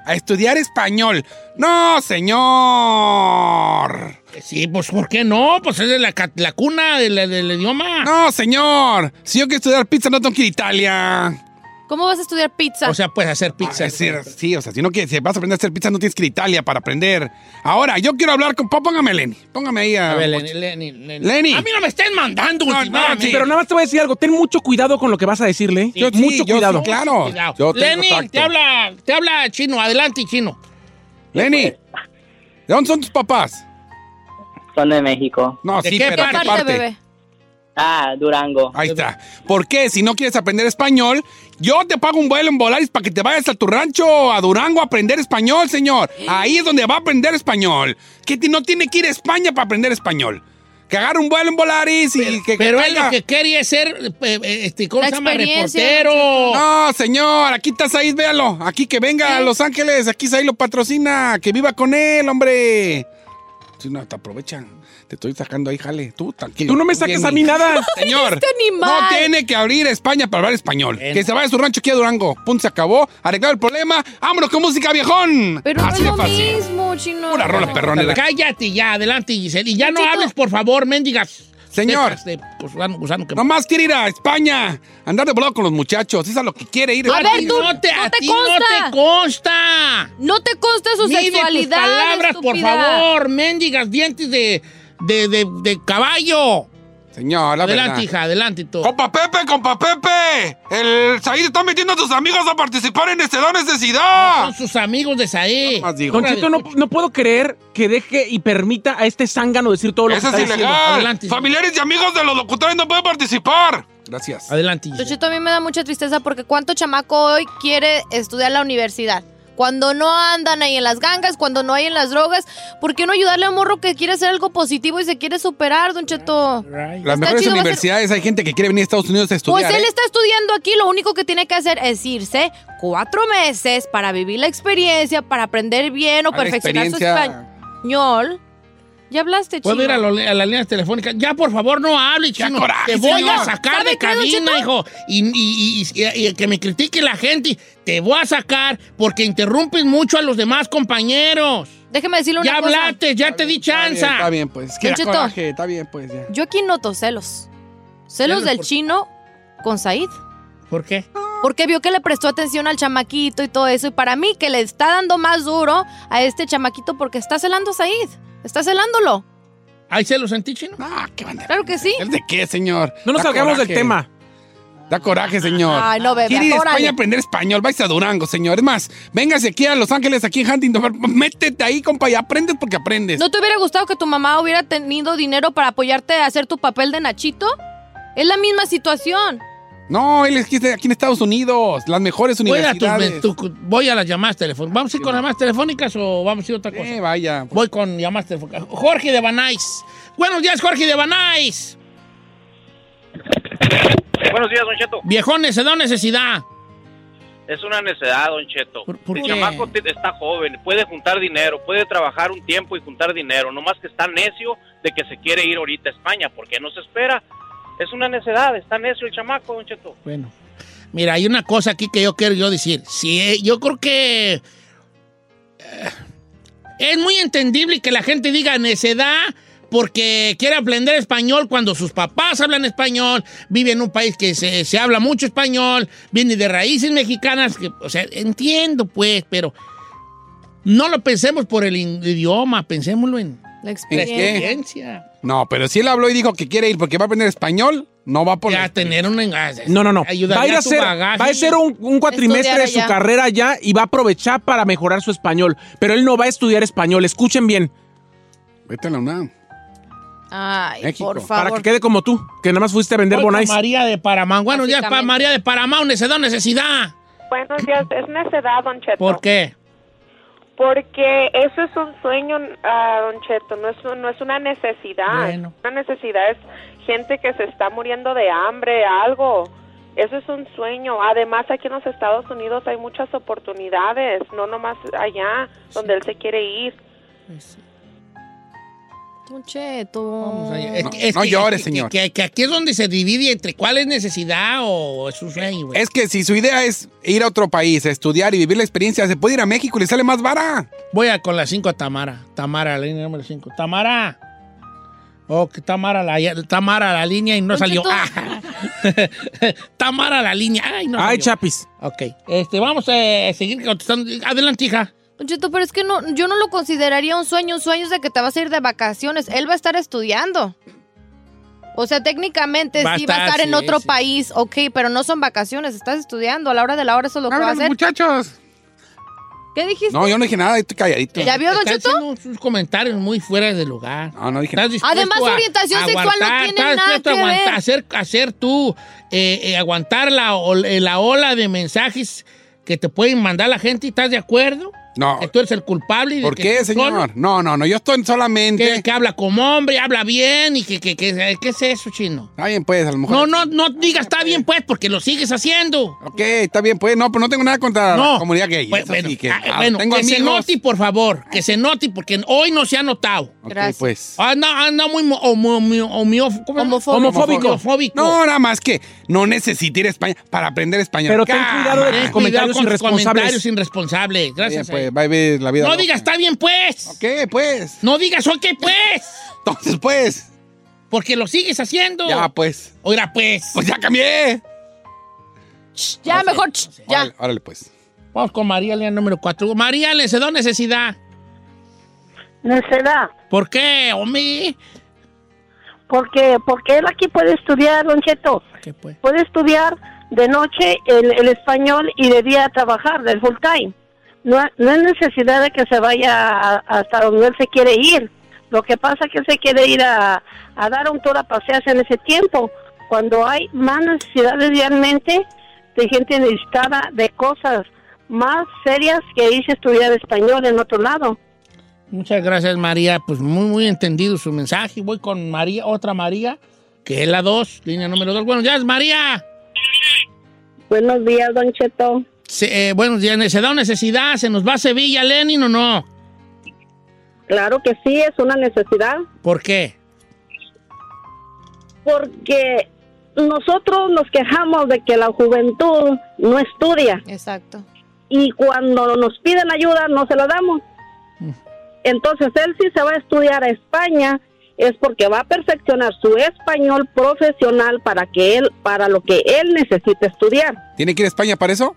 Speaker 3: a estudiar español? No, señor.
Speaker 2: Sí, pues ¿por qué no? Pues es de la, ca- la cuna de la- del idioma.
Speaker 3: No, señor. Si yo quiero estudiar pizza, no tengo que ir a Italia.
Speaker 4: ¿Cómo vas a estudiar pizza?
Speaker 2: O sea, puedes hacer pizza.
Speaker 3: Ah, sí, o sea, si no quieres, si vas a aprender a hacer pizza, no tienes que ir a Italia para aprender. Ahora, yo quiero hablar con. pó- Póngame Lenny. Póngame ahí a.
Speaker 2: A ver, Lenny, Lenny, Lenny.
Speaker 3: Lenny.
Speaker 2: A mí no me estén mandando
Speaker 3: No,
Speaker 2: últimamente.
Speaker 3: no, sí.
Speaker 6: Pero nada más te voy a decir algo, ten mucho cuidado con lo que vas a decirle. ¿eh?
Speaker 3: Yo- sí,
Speaker 6: mucho
Speaker 3: yo
Speaker 6: cuidado.
Speaker 3: sí, claro.
Speaker 2: Cuidado.
Speaker 3: Yo tengo
Speaker 2: Lenny,
Speaker 3: tacto.
Speaker 2: te habla, te habla chino. Adelante, chino.
Speaker 3: Lenny. ¿De dónde son tus papás?
Speaker 24: Son de México.
Speaker 3: No,
Speaker 2: ¿De
Speaker 3: sí,
Speaker 2: qué
Speaker 3: pero
Speaker 2: parte,
Speaker 3: ¿qué parte?
Speaker 2: bebé?
Speaker 24: Ah, Durango.
Speaker 3: Ahí está. ¿Por qué? Si no quieres aprender español, yo te pago un vuelo en Volaris para que te vayas a tu rancho, a Durango, a aprender español, señor.
Speaker 2: Eh.
Speaker 3: Ahí es donde va a aprender español. Que ti- no tiene que ir a España para aprender español. Que agarre un vuelo en Volaris y que
Speaker 2: Pero él
Speaker 3: caiga.
Speaker 2: lo que quería es ser, eh, eh, este, ¿cómo
Speaker 3: La
Speaker 2: se llama?
Speaker 3: experiencia,
Speaker 2: Reportero.
Speaker 3: No, señor, aquí está Said, véalo. Aquí que venga a Los Ángeles, aquí Said lo patrocina, que viva con él, hombre. Sí, no, te aprovechan. Te estoy sacando ahí, jale. Tú, tranquilo.
Speaker 6: Tú no me saques a
Speaker 4: *laughs*
Speaker 6: mí nada.
Speaker 3: Señor,
Speaker 6: Este animal.
Speaker 3: no tiene que abrir España para hablar español. Que se vaya a su rancho aquí a Durango. Punto, se acabó. Arreglado el problema. Vámonos con música, viejón.
Speaker 4: Pero no
Speaker 3: Así
Speaker 4: es
Speaker 3: de
Speaker 4: lo
Speaker 3: fácil.
Speaker 4: mismo, chino.
Speaker 3: Pura rola, perrón.
Speaker 2: Cállate ya, adelante, Giselle. Y ya no
Speaker 3: Chico.
Speaker 2: hables, por favor, mendigas. Este, pues,
Speaker 3: Señor.
Speaker 2: Cejas de gusano- gusano que-
Speaker 3: Nomás quiere ir a España. Andar de volado con los muchachos. Eso es lo que quiere ir.
Speaker 4: A ver,
Speaker 3: ti
Speaker 4: tú,
Speaker 3: no
Speaker 4: no
Speaker 3: te-
Speaker 4: te,
Speaker 3: a ti no
Speaker 4: consta.
Speaker 3: te
Speaker 2: consta.
Speaker 4: No te consta su
Speaker 2: Mide tus
Speaker 4: sexualidad.
Speaker 2: palabras, por
Speaker 4: estúpida.
Speaker 2: favor, mendigas dientes de, de, de, de caballo.
Speaker 3: Señor, la
Speaker 2: Adelante,
Speaker 3: verdad.
Speaker 2: hija, adelante tú.
Speaker 3: ¡Compa Pepe, compa Pepe! El Said está metiendo a sus amigos a participar en este da necesidad.
Speaker 2: Son sus amigos de Saí.
Speaker 6: Don Cheto, no, no puedo creer que deje y permita a este zángano decir todo lo
Speaker 3: Eso
Speaker 6: que
Speaker 3: es
Speaker 6: está diciendo.
Speaker 3: ilegal.
Speaker 6: Adelante.
Speaker 3: Familiares y amigos de los locutores no pueden participar. Gracias.
Speaker 2: Adelante.
Speaker 4: Don Cheto, a mí me da mucha tristeza porque cuánto chamaco hoy quiere estudiar la universidad. Cuando no andan ahí en las gangas, cuando no hay en las drogas, ¿por qué no ayudarle a un morro que quiere hacer algo positivo y se quiere superar, Don Cheto?
Speaker 3: Las
Speaker 4: Está
Speaker 3: mejores
Speaker 4: chido, va a ser-
Speaker 3: universidades, hay gente que quiere venir a Estados Unidos a estudiar.
Speaker 4: pues él
Speaker 3: ¿eh?
Speaker 4: está estudiando aquí, lo único que tiene que hacer es irse cuatro meses para vivir la experiencia, para aprender bien o
Speaker 2: A Ah, la
Speaker 4: perfeccionar su
Speaker 2: experiencia.
Speaker 4: español. ¿Ya hablaste, chico?
Speaker 2: Puedo ir a, lo- a las líneas telefónicas. Ya, por favor, no hable, chino.
Speaker 3: coraje,
Speaker 2: Te voy
Speaker 3: señor.
Speaker 2: a sacar
Speaker 3: ¿Sabe
Speaker 2: de
Speaker 3: qué, don
Speaker 2: cabina,
Speaker 3: Cheto?
Speaker 2: hijo. Y, y- y- y- y que me critique la gente. Te voy a sacar porque interrumpes mucho a los demás compañeros.
Speaker 4: Déjeme decirle una
Speaker 2: ya
Speaker 4: cosa.
Speaker 2: hablaste, ya te di
Speaker 3: Está
Speaker 2: chance.
Speaker 3: bien, Está bien, pues. Que
Speaker 4: Don
Speaker 3: da
Speaker 4: Cheto.
Speaker 3: coraje, está bien, pues. ya.
Speaker 4: Yo aquí noto celos. Celos
Speaker 3: Celos
Speaker 4: del
Speaker 3: por-
Speaker 4: chino con Said.
Speaker 2: ¿Por qué?
Speaker 4: Porque vio que le prestó atención al chamaquito y todo eso. Y para mí, que le está dando más duro a este chamaquito porque está celando a Said. Está celándolo.
Speaker 2: ¿Hay celos en ti, chino?
Speaker 4: Claro que sí.
Speaker 3: ¿El de qué, señor?
Speaker 6: No nos
Speaker 3: Da
Speaker 6: salgamos del
Speaker 3: coraje.
Speaker 6: tema.
Speaker 3: Da coraje, señor.
Speaker 4: Ay, no, bebé,
Speaker 3: Quiere ir a
Speaker 4: órale.
Speaker 3: España a aprender español. Vais a Durango, señor. Es más, véngase aquí a Los Ángeles, aquí en Huntington. Métete ahí, compa, y aprendes porque aprendes.
Speaker 4: ¿No te hubiera gustado que tu mamá hubiera tenido dinero para apoyarte a hacer tu papel de Nachito? Es la misma situación.
Speaker 3: No, él es que está aquí en Estados Unidos, las mejores
Speaker 2: Voy a, tus-
Speaker 3: universidades.
Speaker 2: tu- voy a las llamadas telefónicas. ¿Vamos a ir con llamadas telefónicas o vamos a ir a otra cosa?
Speaker 3: Eh, vaya. pues.
Speaker 2: Voy con llamadas telefónicas. Jorge de Banais. Buenos días, Jorge de Banais.
Speaker 15: Buenos días, Don Cheto.
Speaker 2: Viejones, se da necesidad.
Speaker 15: Es una necedad, Don Cheto.
Speaker 2: por
Speaker 15: el
Speaker 2: qué?
Speaker 15: chamaco te- está Ah, joven, puede juntar dinero, puede trabajar un tiempo y juntar dinero. Nomás que está necio de que se quiere ir ahorita a España, porque no se espera. Es una necedad, está necio el chamaco, Don Cheto.
Speaker 2: Bueno. Mira, hay una cosa aquí que yo quiero yo decir. Sí, eh, yo creo que eh, es muy entendible que la gente diga necedad porque quiere aprender español cuando sus papás hablan español, vive en un país que se, se habla mucho español, viene de raíces mexicanas, que, o sea, entiendo pues, pero no lo pensemos por el in- idioma, pensémoslo en
Speaker 4: La
Speaker 3: experiencia. No, pero si él habló y dijo que quiere ir porque va a aprender español, no va a poner.
Speaker 2: Ya tener un engaño.
Speaker 6: No, no, no.
Speaker 2: Ayudaría
Speaker 6: va a ir a
Speaker 2: a tu
Speaker 6: ser,
Speaker 2: bagaje.
Speaker 6: va a ser un, un cuatrimestre de su
Speaker 2: Estudiar allá.
Speaker 6: carrera ya y va a aprovechar para mejorar su español. Pero él no va a estudiar español. Escuchen bien.
Speaker 3: Vete a la UNAM.
Speaker 4: Ay, por
Speaker 6: Para
Speaker 4: favor.
Speaker 6: que quede como tú, que nada más fuiste a vender
Speaker 2: Voy con
Speaker 6: bonais.
Speaker 2: María de Paramán. Buenos días, pa
Speaker 6: Básicamente.
Speaker 2: María de Paramán. Necesidad, necesidad.
Speaker 12: Buenos días, es necedad, Don Cheto.
Speaker 2: ¿Por qué?
Speaker 12: Porque eso es un sueño, ah, Don Cheto, no es, un- no es una necesidad.
Speaker 2: Bueno.
Speaker 12: Una necesidad es gente que se está muriendo de hambre, algo. Eso es un sueño. Además, aquí en los Estados Unidos hay muchas oportunidades, no nomás allá donde él se quiere ir.
Speaker 4: Don Cheto.
Speaker 2: Es que- es
Speaker 3: no
Speaker 2: que-
Speaker 3: llores,
Speaker 2: es que-
Speaker 3: señor.
Speaker 2: Que, que aquí es donde se divide entre cuál es necesidad o es un sueño, güey.
Speaker 3: Es que si su idea es ir a otro país, estudiar y vivir la experiencia, se puede ir a México y le sale más vara.
Speaker 2: Voy a con las 5 a Tamara. Tamara, la línea número 5. Tamara. Oh, que Tamara la, Tamara la línea y no salió. Ah. *laughs* Tamara la línea. Ay, no
Speaker 6: Ay,
Speaker 2: salió.
Speaker 6: chapis.
Speaker 2: Ok. Este, vamos eh, a seguir contestando. Adelante, hija.
Speaker 4: Don Cheto, pero es que no, yo no lo consideraría un sueño. Un sueño es de que te vas a ir de vacaciones. Él va a estar estudiando. O sea, técnicamente
Speaker 2: Va a
Speaker 4: sí va a
Speaker 2: estar,
Speaker 4: estar en
Speaker 2: sí,
Speaker 4: otro
Speaker 2: sí.
Speaker 4: país, ok, pero no son vacaciones, estás estudiando. A la hora de la hora eso es lo que va a hacer.
Speaker 3: muchachos.
Speaker 4: ¿Qué dijiste?
Speaker 3: *laughs* No, yo no dije nada, estoy calladito.
Speaker 4: ¿Ya vio, Don
Speaker 2: Está
Speaker 4: Cheto?
Speaker 2: haciendo sus comentarios muy fuera de lugar.
Speaker 3: No, no dije
Speaker 2: ¿Estás
Speaker 3: nada.
Speaker 2: dispuesto
Speaker 4: Además, su
Speaker 2: a-
Speaker 4: orientación
Speaker 2: a
Speaker 4: sexual no
Speaker 2: aguantar?
Speaker 4: tiene
Speaker 2: ¿Estás
Speaker 4: nada
Speaker 2: dispuesto a
Speaker 4: que
Speaker 2: aguantar-
Speaker 4: ver?
Speaker 2: Hacer, hacer tú, eh, eh, aguantar la, ol- eh, la ola de mensajes que te pueden mandar la gente y estás de acuerdo?
Speaker 3: No.
Speaker 2: Que tú eres el culpable. y de
Speaker 3: ¿Por
Speaker 2: que
Speaker 3: qué,
Speaker 2: tú solo-
Speaker 3: señor? No, no, no, yo estoy solamente.
Speaker 2: Que, que habla como hombre, habla bien y que, que, que- ¿qué es eso, chino?
Speaker 3: Está bien, pues, a lo mejor.
Speaker 2: No, no, no digas está bien, pues, porque lo sigues haciendo.
Speaker 3: Ok, está bien, pues. No, pero no tengo nada contra
Speaker 2: No.
Speaker 3: la comunidad gay.
Speaker 2: Bueno,
Speaker 3: eso sí, que,
Speaker 2: ah,
Speaker 3: ah,
Speaker 2: bueno,
Speaker 3: tengo
Speaker 2: que se
Speaker 3: amigos.
Speaker 2: note, por favor, que se note, porque hoy no se ha notado.
Speaker 3: Gracias. pues.
Speaker 2: Anda, anda muy mo- homo- homo- homo- ¿cómo se llama? homofóbico.
Speaker 3: Homofóbico.
Speaker 2: No,
Speaker 3: No, nada más que no necesito ir a España para aprender español.
Speaker 2: Pero
Speaker 3: ten
Speaker 2: cuidado de tus comentarios irresponsables. comentarios irresponsables. Gracias. eh.
Speaker 3: pues, va a vivir la vida.
Speaker 2: no
Speaker 3: loca.
Speaker 2: digas, está bien, pues.
Speaker 3: Ok, pues.
Speaker 2: No digas, ok, pues.
Speaker 3: Entonces, pues.
Speaker 2: Porque lo sigues haciendo.
Speaker 3: Ya, pues.
Speaker 2: Oiga, pues.
Speaker 3: Pues ya cambié.
Speaker 4: Ya, mejor. ch, Ya.
Speaker 3: Órale, órale, pues.
Speaker 2: Vamos con María Elena número 4. María Elena, ¿se da necesidad?
Speaker 8: Necesidad.
Speaker 2: ¿Por qué, homie?
Speaker 8: Porque, porque él aquí puede estudiar, Don Cheto.
Speaker 2: puede?
Speaker 8: estudiar de noche el, el español y de día trabajar, del full time. No, no hay necesidad de que se vaya a- hasta donde él se quiere ir. Lo que pasa es que él se quiere ir a, a dar un tour a pasearse en ese tiempo, cuando hay más necesidades realmente de gente necesitada de cosas más serias que irse a estudiar español en otro lado.
Speaker 2: Muchas gracias, María. Pues muy, muy entendido su mensaje. Voy con María, otra María, que es la 2, línea número 2. Bueno, ya es María.
Speaker 8: Buenos días, Don Cheto.
Speaker 2: Se, eh, buenos días. ¿Se da necesidad? ¿Se nos va a Sevilla, Lenin o no?
Speaker 8: Claro que sí, es una necesidad.
Speaker 2: ¿Por qué?
Speaker 8: porque nosotros nos quejamos de que la juventud no estudia.
Speaker 4: Exacto.
Speaker 8: Y cuando nos piden ayuda no se la damos. Entonces él sí se va a estudiar a España es porque va a perfeccionar su español profesional para que él para lo que él necesita estudiar.
Speaker 3: ¿Tiene que ir a España para eso?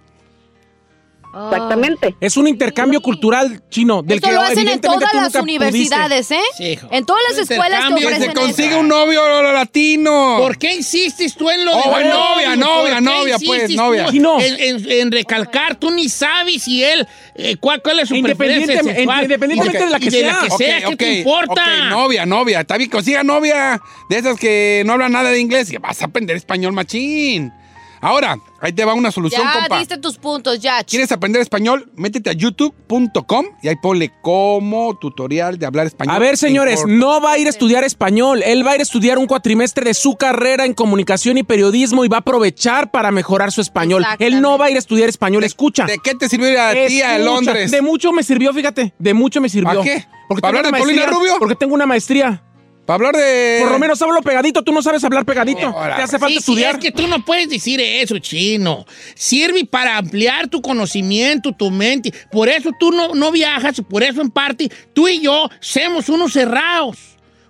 Speaker 8: Exactamente.
Speaker 6: Es un intercambio cultural chino del
Speaker 4: Ah. Esto
Speaker 6: que
Speaker 4: lo hacen en
Speaker 6: evidentemente
Speaker 4: todas
Speaker 6: tú
Speaker 4: las
Speaker 6: nunca
Speaker 4: universidades, ¿eh?
Speaker 2: Sí, hijo.
Speaker 4: En todas las escuelas que
Speaker 3: Intercambio, que
Speaker 4: ofrecen
Speaker 3: se consigue
Speaker 4: eso.
Speaker 3: un novio latino.
Speaker 2: ¿Por qué insistes tú en lo de
Speaker 3: Oh,
Speaker 2: la
Speaker 3: novia, novia,
Speaker 2: ¿Por qué
Speaker 3: novia, pues,
Speaker 2: insistes
Speaker 3: novia.
Speaker 2: tú
Speaker 3: Sí, no.
Speaker 2: En, en- en recalcar, tú ni sabes si él, eh, cuál, cuál es su
Speaker 6: Independiente-
Speaker 2: preferencia sexual.
Speaker 6: independientemente
Speaker 2: Y
Speaker 6: de la que
Speaker 2: y
Speaker 6: sea.
Speaker 2: que sea, ¿qué
Speaker 3: Ok,
Speaker 2: te
Speaker 3: ok,
Speaker 2: importa?
Speaker 3: ok, novia, novia. Está bien, consiga novia de esas que no hablan nada de inglés. Y vas a aprender español, machín. Ahora, ahí te va una solución,
Speaker 4: Ya
Speaker 3: compa.
Speaker 4: diste tus puntos, ya. ch.
Speaker 3: ¿Quieres aprender español? Métete a youtube.com y ahí ponle como tutorial de hablar español.
Speaker 6: A ver, señores,
Speaker 3: Por-
Speaker 6: no va a ir a estudiar español. Él va a ir a estudiar un cuatrimestre de su carrera en comunicación y periodismo y va a aprovechar para mejorar su español. Él no va a ir a estudiar español. Escucha.
Speaker 3: ¿De qué te sirvió ir a ti a
Speaker 6: Escucha.
Speaker 3: Londres?
Speaker 6: De mucho me sirvió, fíjate. De mucho me sirvió.
Speaker 3: ¿Para qué?
Speaker 6: Porque
Speaker 3: ¿Para
Speaker 6: tengo
Speaker 3: hablar de
Speaker 6: una
Speaker 3: Paulina
Speaker 6: maestría-
Speaker 3: Rubio?
Speaker 6: Porque tengo una maestría.
Speaker 3: Para hablar de.
Speaker 6: Por lo menos hablo pegadito. Tú no sabes hablar pegadito. Te hace falta
Speaker 2: Sí, sí,
Speaker 6: estudiar.
Speaker 2: es que tú no puedes decir eso, chino. Sirve para ampliar tu conocimiento, tu mente. Por eso tú no, no viajas y por eso en parte tú y yo somos unos cerrados.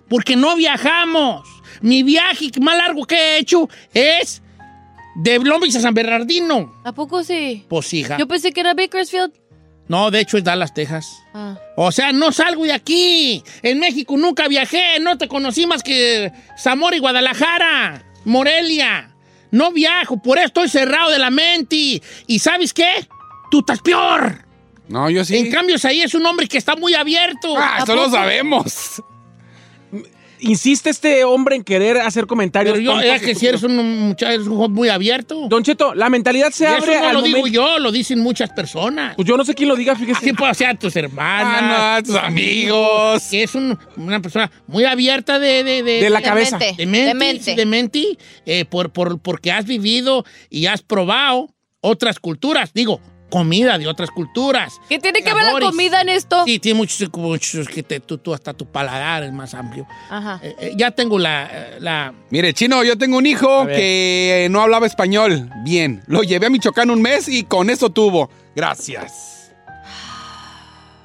Speaker 2: Porque no viajamos. Mi viaje más largo que he hecho es de Long Beach a San Bernardino.
Speaker 4: ¿A poco sí?
Speaker 2: Pues hija.
Speaker 4: Yo pensé que era Bakersfield.
Speaker 2: No, de hecho es Dallas, Texas.
Speaker 4: Ah.
Speaker 2: O sea, no salgo de aquí. En México nunca viajé. No te conocí más que Zamora y Guadalajara, Morelia. No viajo, por eso estoy cerrado de la mente. ¿Y sabes qué? Tú estás peor.
Speaker 3: No, yo sí.
Speaker 2: En cambio, ahí es un hombre que está muy abierto.
Speaker 3: Ah, eso lo sabemos.
Speaker 6: Insiste este hombre en querer hacer comentarios.
Speaker 2: Pero yo,
Speaker 6: tontos
Speaker 2: es
Speaker 6: y
Speaker 2: que si eres un muchacho eres un joven muy abierto.
Speaker 6: Don Cheto, la mentalidad se
Speaker 2: Y eso
Speaker 6: abre
Speaker 2: no
Speaker 6: al
Speaker 2: lo
Speaker 6: momento.
Speaker 2: digo yo, lo dicen muchas personas.
Speaker 6: Pues yo no sé quién lo diga, fíjese.
Speaker 2: Sí, pues, o sea, tus hermanas,
Speaker 3: Ah, no, tus amigos.
Speaker 2: Que es un- una persona muy abierta de... De,
Speaker 6: De la cabeza.
Speaker 4: mente,
Speaker 2: De mente.
Speaker 4: de mente.
Speaker 2: sí, de mente, eh, por, por- porque has vivido y has probado otras culturas. Digo, comida de otras culturas.
Speaker 4: ¿Qué tiene que ver la
Speaker 2: Sabores.
Speaker 4: comida en esto?
Speaker 2: Sí, tiene muchos, muchos que te- tú, tú hasta tu paladar es más amplio.
Speaker 4: Ajá.
Speaker 2: Eh, eh, ya tengo la... eh, la
Speaker 3: Mire, chino, yo tengo un hijo que eh, no hablaba español bien. Lo llevé a Michoacán un mes y con eso tuvo. Gracias.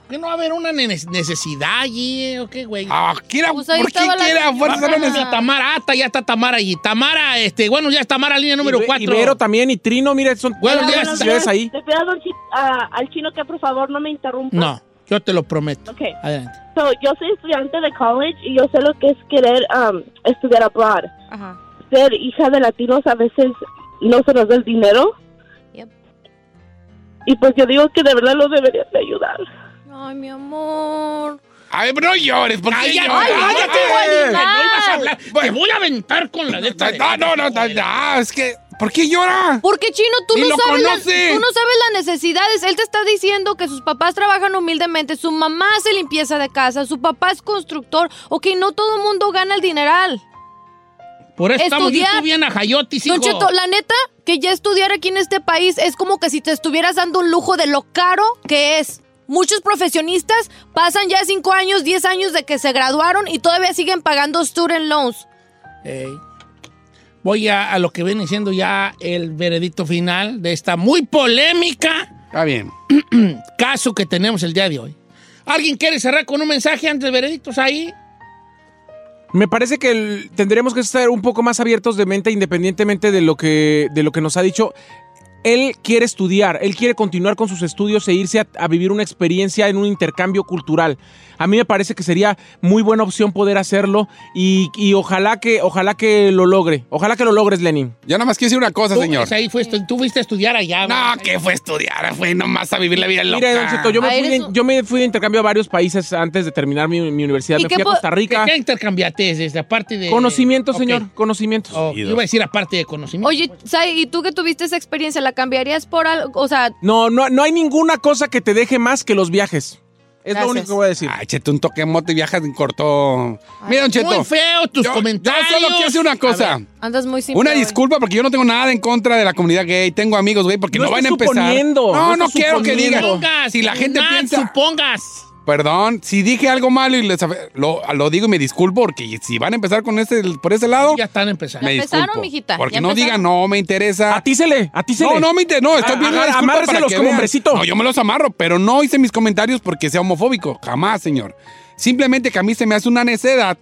Speaker 2: ¿Por qué no va a haber una ne- necesidad allí? eh, ¿O qué, güey?
Speaker 3: Ah, ¿qué era?
Speaker 4: Pues ahí
Speaker 3: ¿Por qué
Speaker 4: estaba la
Speaker 3: quiere a
Speaker 4: señora.
Speaker 3: fuerza
Speaker 4: Vamos
Speaker 3: la
Speaker 4: a
Speaker 3: necesidad?
Speaker 2: Ah, Tamara, hasta ya está Tamara allí. Tamara, este, bueno, ya es Tamara, línea número
Speaker 6: Ibe-
Speaker 2: 4.
Speaker 6: Ibero también y Trino, mire, son
Speaker 2: Bueno,
Speaker 6: todas
Speaker 2: ya
Speaker 6: las
Speaker 2: está.
Speaker 6: ciudades ahí.
Speaker 17: Le pido a don Chi- a- al chino que por favor no me interrumpa.
Speaker 2: No, yo te lo prometo.
Speaker 17: Ok.
Speaker 2: Adelante.
Speaker 17: So, yo soy estudiante de college y yo sé lo que es querer um, estudiar abroad.
Speaker 4: Ajá.
Speaker 17: Ser hija de latinos a veces no se nos da el dinero.
Speaker 4: Yep.
Speaker 8: Y pues yo digo que de verdad lo deberían de ayudar.
Speaker 25: Ay, mi amor.
Speaker 3: Ay, no llores, porque
Speaker 2: Ay, ya,
Speaker 3: lloras?
Speaker 2: ay, ay, ya te voy a
Speaker 3: Ay,
Speaker 2: ayudar.
Speaker 3: no ibas a hablar.
Speaker 2: Te voy a aventar con la letra. de-
Speaker 3: No, no, no, no, no, es que, ¿por qué llora?
Speaker 4: Porque Chino, tú
Speaker 3: Ni
Speaker 4: no,
Speaker 3: lo
Speaker 4: sabes las,
Speaker 3: conoce.
Speaker 4: tú no sabes las necesidades. Él te está diciendo que sus papás trabajan humildemente, su mamá hace limpieza de casa, su papá es constructor. Ok, no todo el mundo gana el dineral.
Speaker 2: Por eso estamos
Speaker 4: Estudiar.
Speaker 2: tú bien a Jayotis, hijo.
Speaker 4: Don Cheto, la neta, que ya estudiar aquí en este país es como que si te estuvieras dando un lujo de lo caro que es. Muchos profesionistas pasan ya 5 años, 10 años de que se graduaron y todavía siguen pagando student loans.
Speaker 2: Ey. Voy a, a lo que viene siendo ya el veredicto final de esta muy polémica
Speaker 3: Está bien.
Speaker 2: *clears throat* caso que tenemos el día de hoy. ¿Alguien quiere cerrar con un mensaje antes del veredicto? Pues ahí?
Speaker 6: Me parece que el- tendremos que estar un poco más abiertos de mente, independientemente de lo que, de lo que nos ha dicho. Él quiere estudiar, él quiere continuar con sus estudios e irse a, a vivir una experiencia en un intercambio cultural. A mí me parece que sería muy buena opción poder hacerlo y, y ojalá que, ojalá que lo logre. Ojalá que lo logres, Lenin.
Speaker 3: Yo nada más quiero decir una cosa,
Speaker 6: Tú,
Speaker 3: señor.
Speaker 2: Ahí fuiste, tú fuiste a estudiar allá.
Speaker 3: No, que fue a estudiar, fue nomás a vivir la vida loca.
Speaker 6: Mire, Don Cheto, yo me, fui de, yo me fui de intercambio a varios países antes de terminar mi, mi universidad. Me fui a Costa Rica.
Speaker 2: ¿Qué, qué intercambiaste desde aparte de...?
Speaker 6: Conocimientos,
Speaker 2: Ok.
Speaker 6: señor, conocimientos.
Speaker 2: Oh, yo iba a decir aparte de conocimientos.
Speaker 4: Oye, Sai, ¿y tú que tuviste esa experiencia, la cambiarías por algo? O sea,
Speaker 6: No, no, no hay ninguna cosa que te deje más que los viajes. Es lo único que voy a decir.
Speaker 3: Ay, Cheto, un toque mote y viajas en corto. Mira, Don Cheto.
Speaker 2: Muy feo tus
Speaker 3: yo-
Speaker 2: comentarios.
Speaker 3: Yo solo quiero decir una
Speaker 2: A
Speaker 3: cosa.
Speaker 2: ver.
Speaker 4: andas muy simple.
Speaker 3: Una
Speaker 4: hoy.
Speaker 3: disculpa porque yo no tengo nada en contra de la comunidad gay. Tengo amigos, güey, porque
Speaker 6: No
Speaker 3: no van a
Speaker 6: estés
Speaker 3: empezar.
Speaker 6: suponiendo,
Speaker 3: no,
Speaker 6: no
Speaker 3: no
Speaker 6: estés
Speaker 3: quiero que digan.
Speaker 6: suponiendo.
Speaker 3: Si la gente
Speaker 2: Nada,
Speaker 3: piensa.
Speaker 2: Supongas.
Speaker 3: Perdón, si dije algo malo y les afe- lo, lo digo y me disculpo porque si van a empezar con este por ese lado.
Speaker 2: Ya están empezando.
Speaker 3: Me
Speaker 4: Ya empezaron,
Speaker 3: disculpo,
Speaker 4: mijita,
Speaker 3: Porque
Speaker 4: ya
Speaker 3: no digan
Speaker 4: empezaron.
Speaker 3: no me interesa.
Speaker 6: Atícele, atícele.
Speaker 3: No, no me interesa, no, estoy
Speaker 6: A-
Speaker 3: pidiendo una
Speaker 6: agar-
Speaker 3: disculpa para
Speaker 6: amárreselos
Speaker 3: que
Speaker 6: como
Speaker 3: vean.
Speaker 6: hombrecito.
Speaker 3: No, yo me los amarro, pero no hice mis comentarios porque sea homofóbico, jamás, señor. Simplemente que a mí se me hace una necedad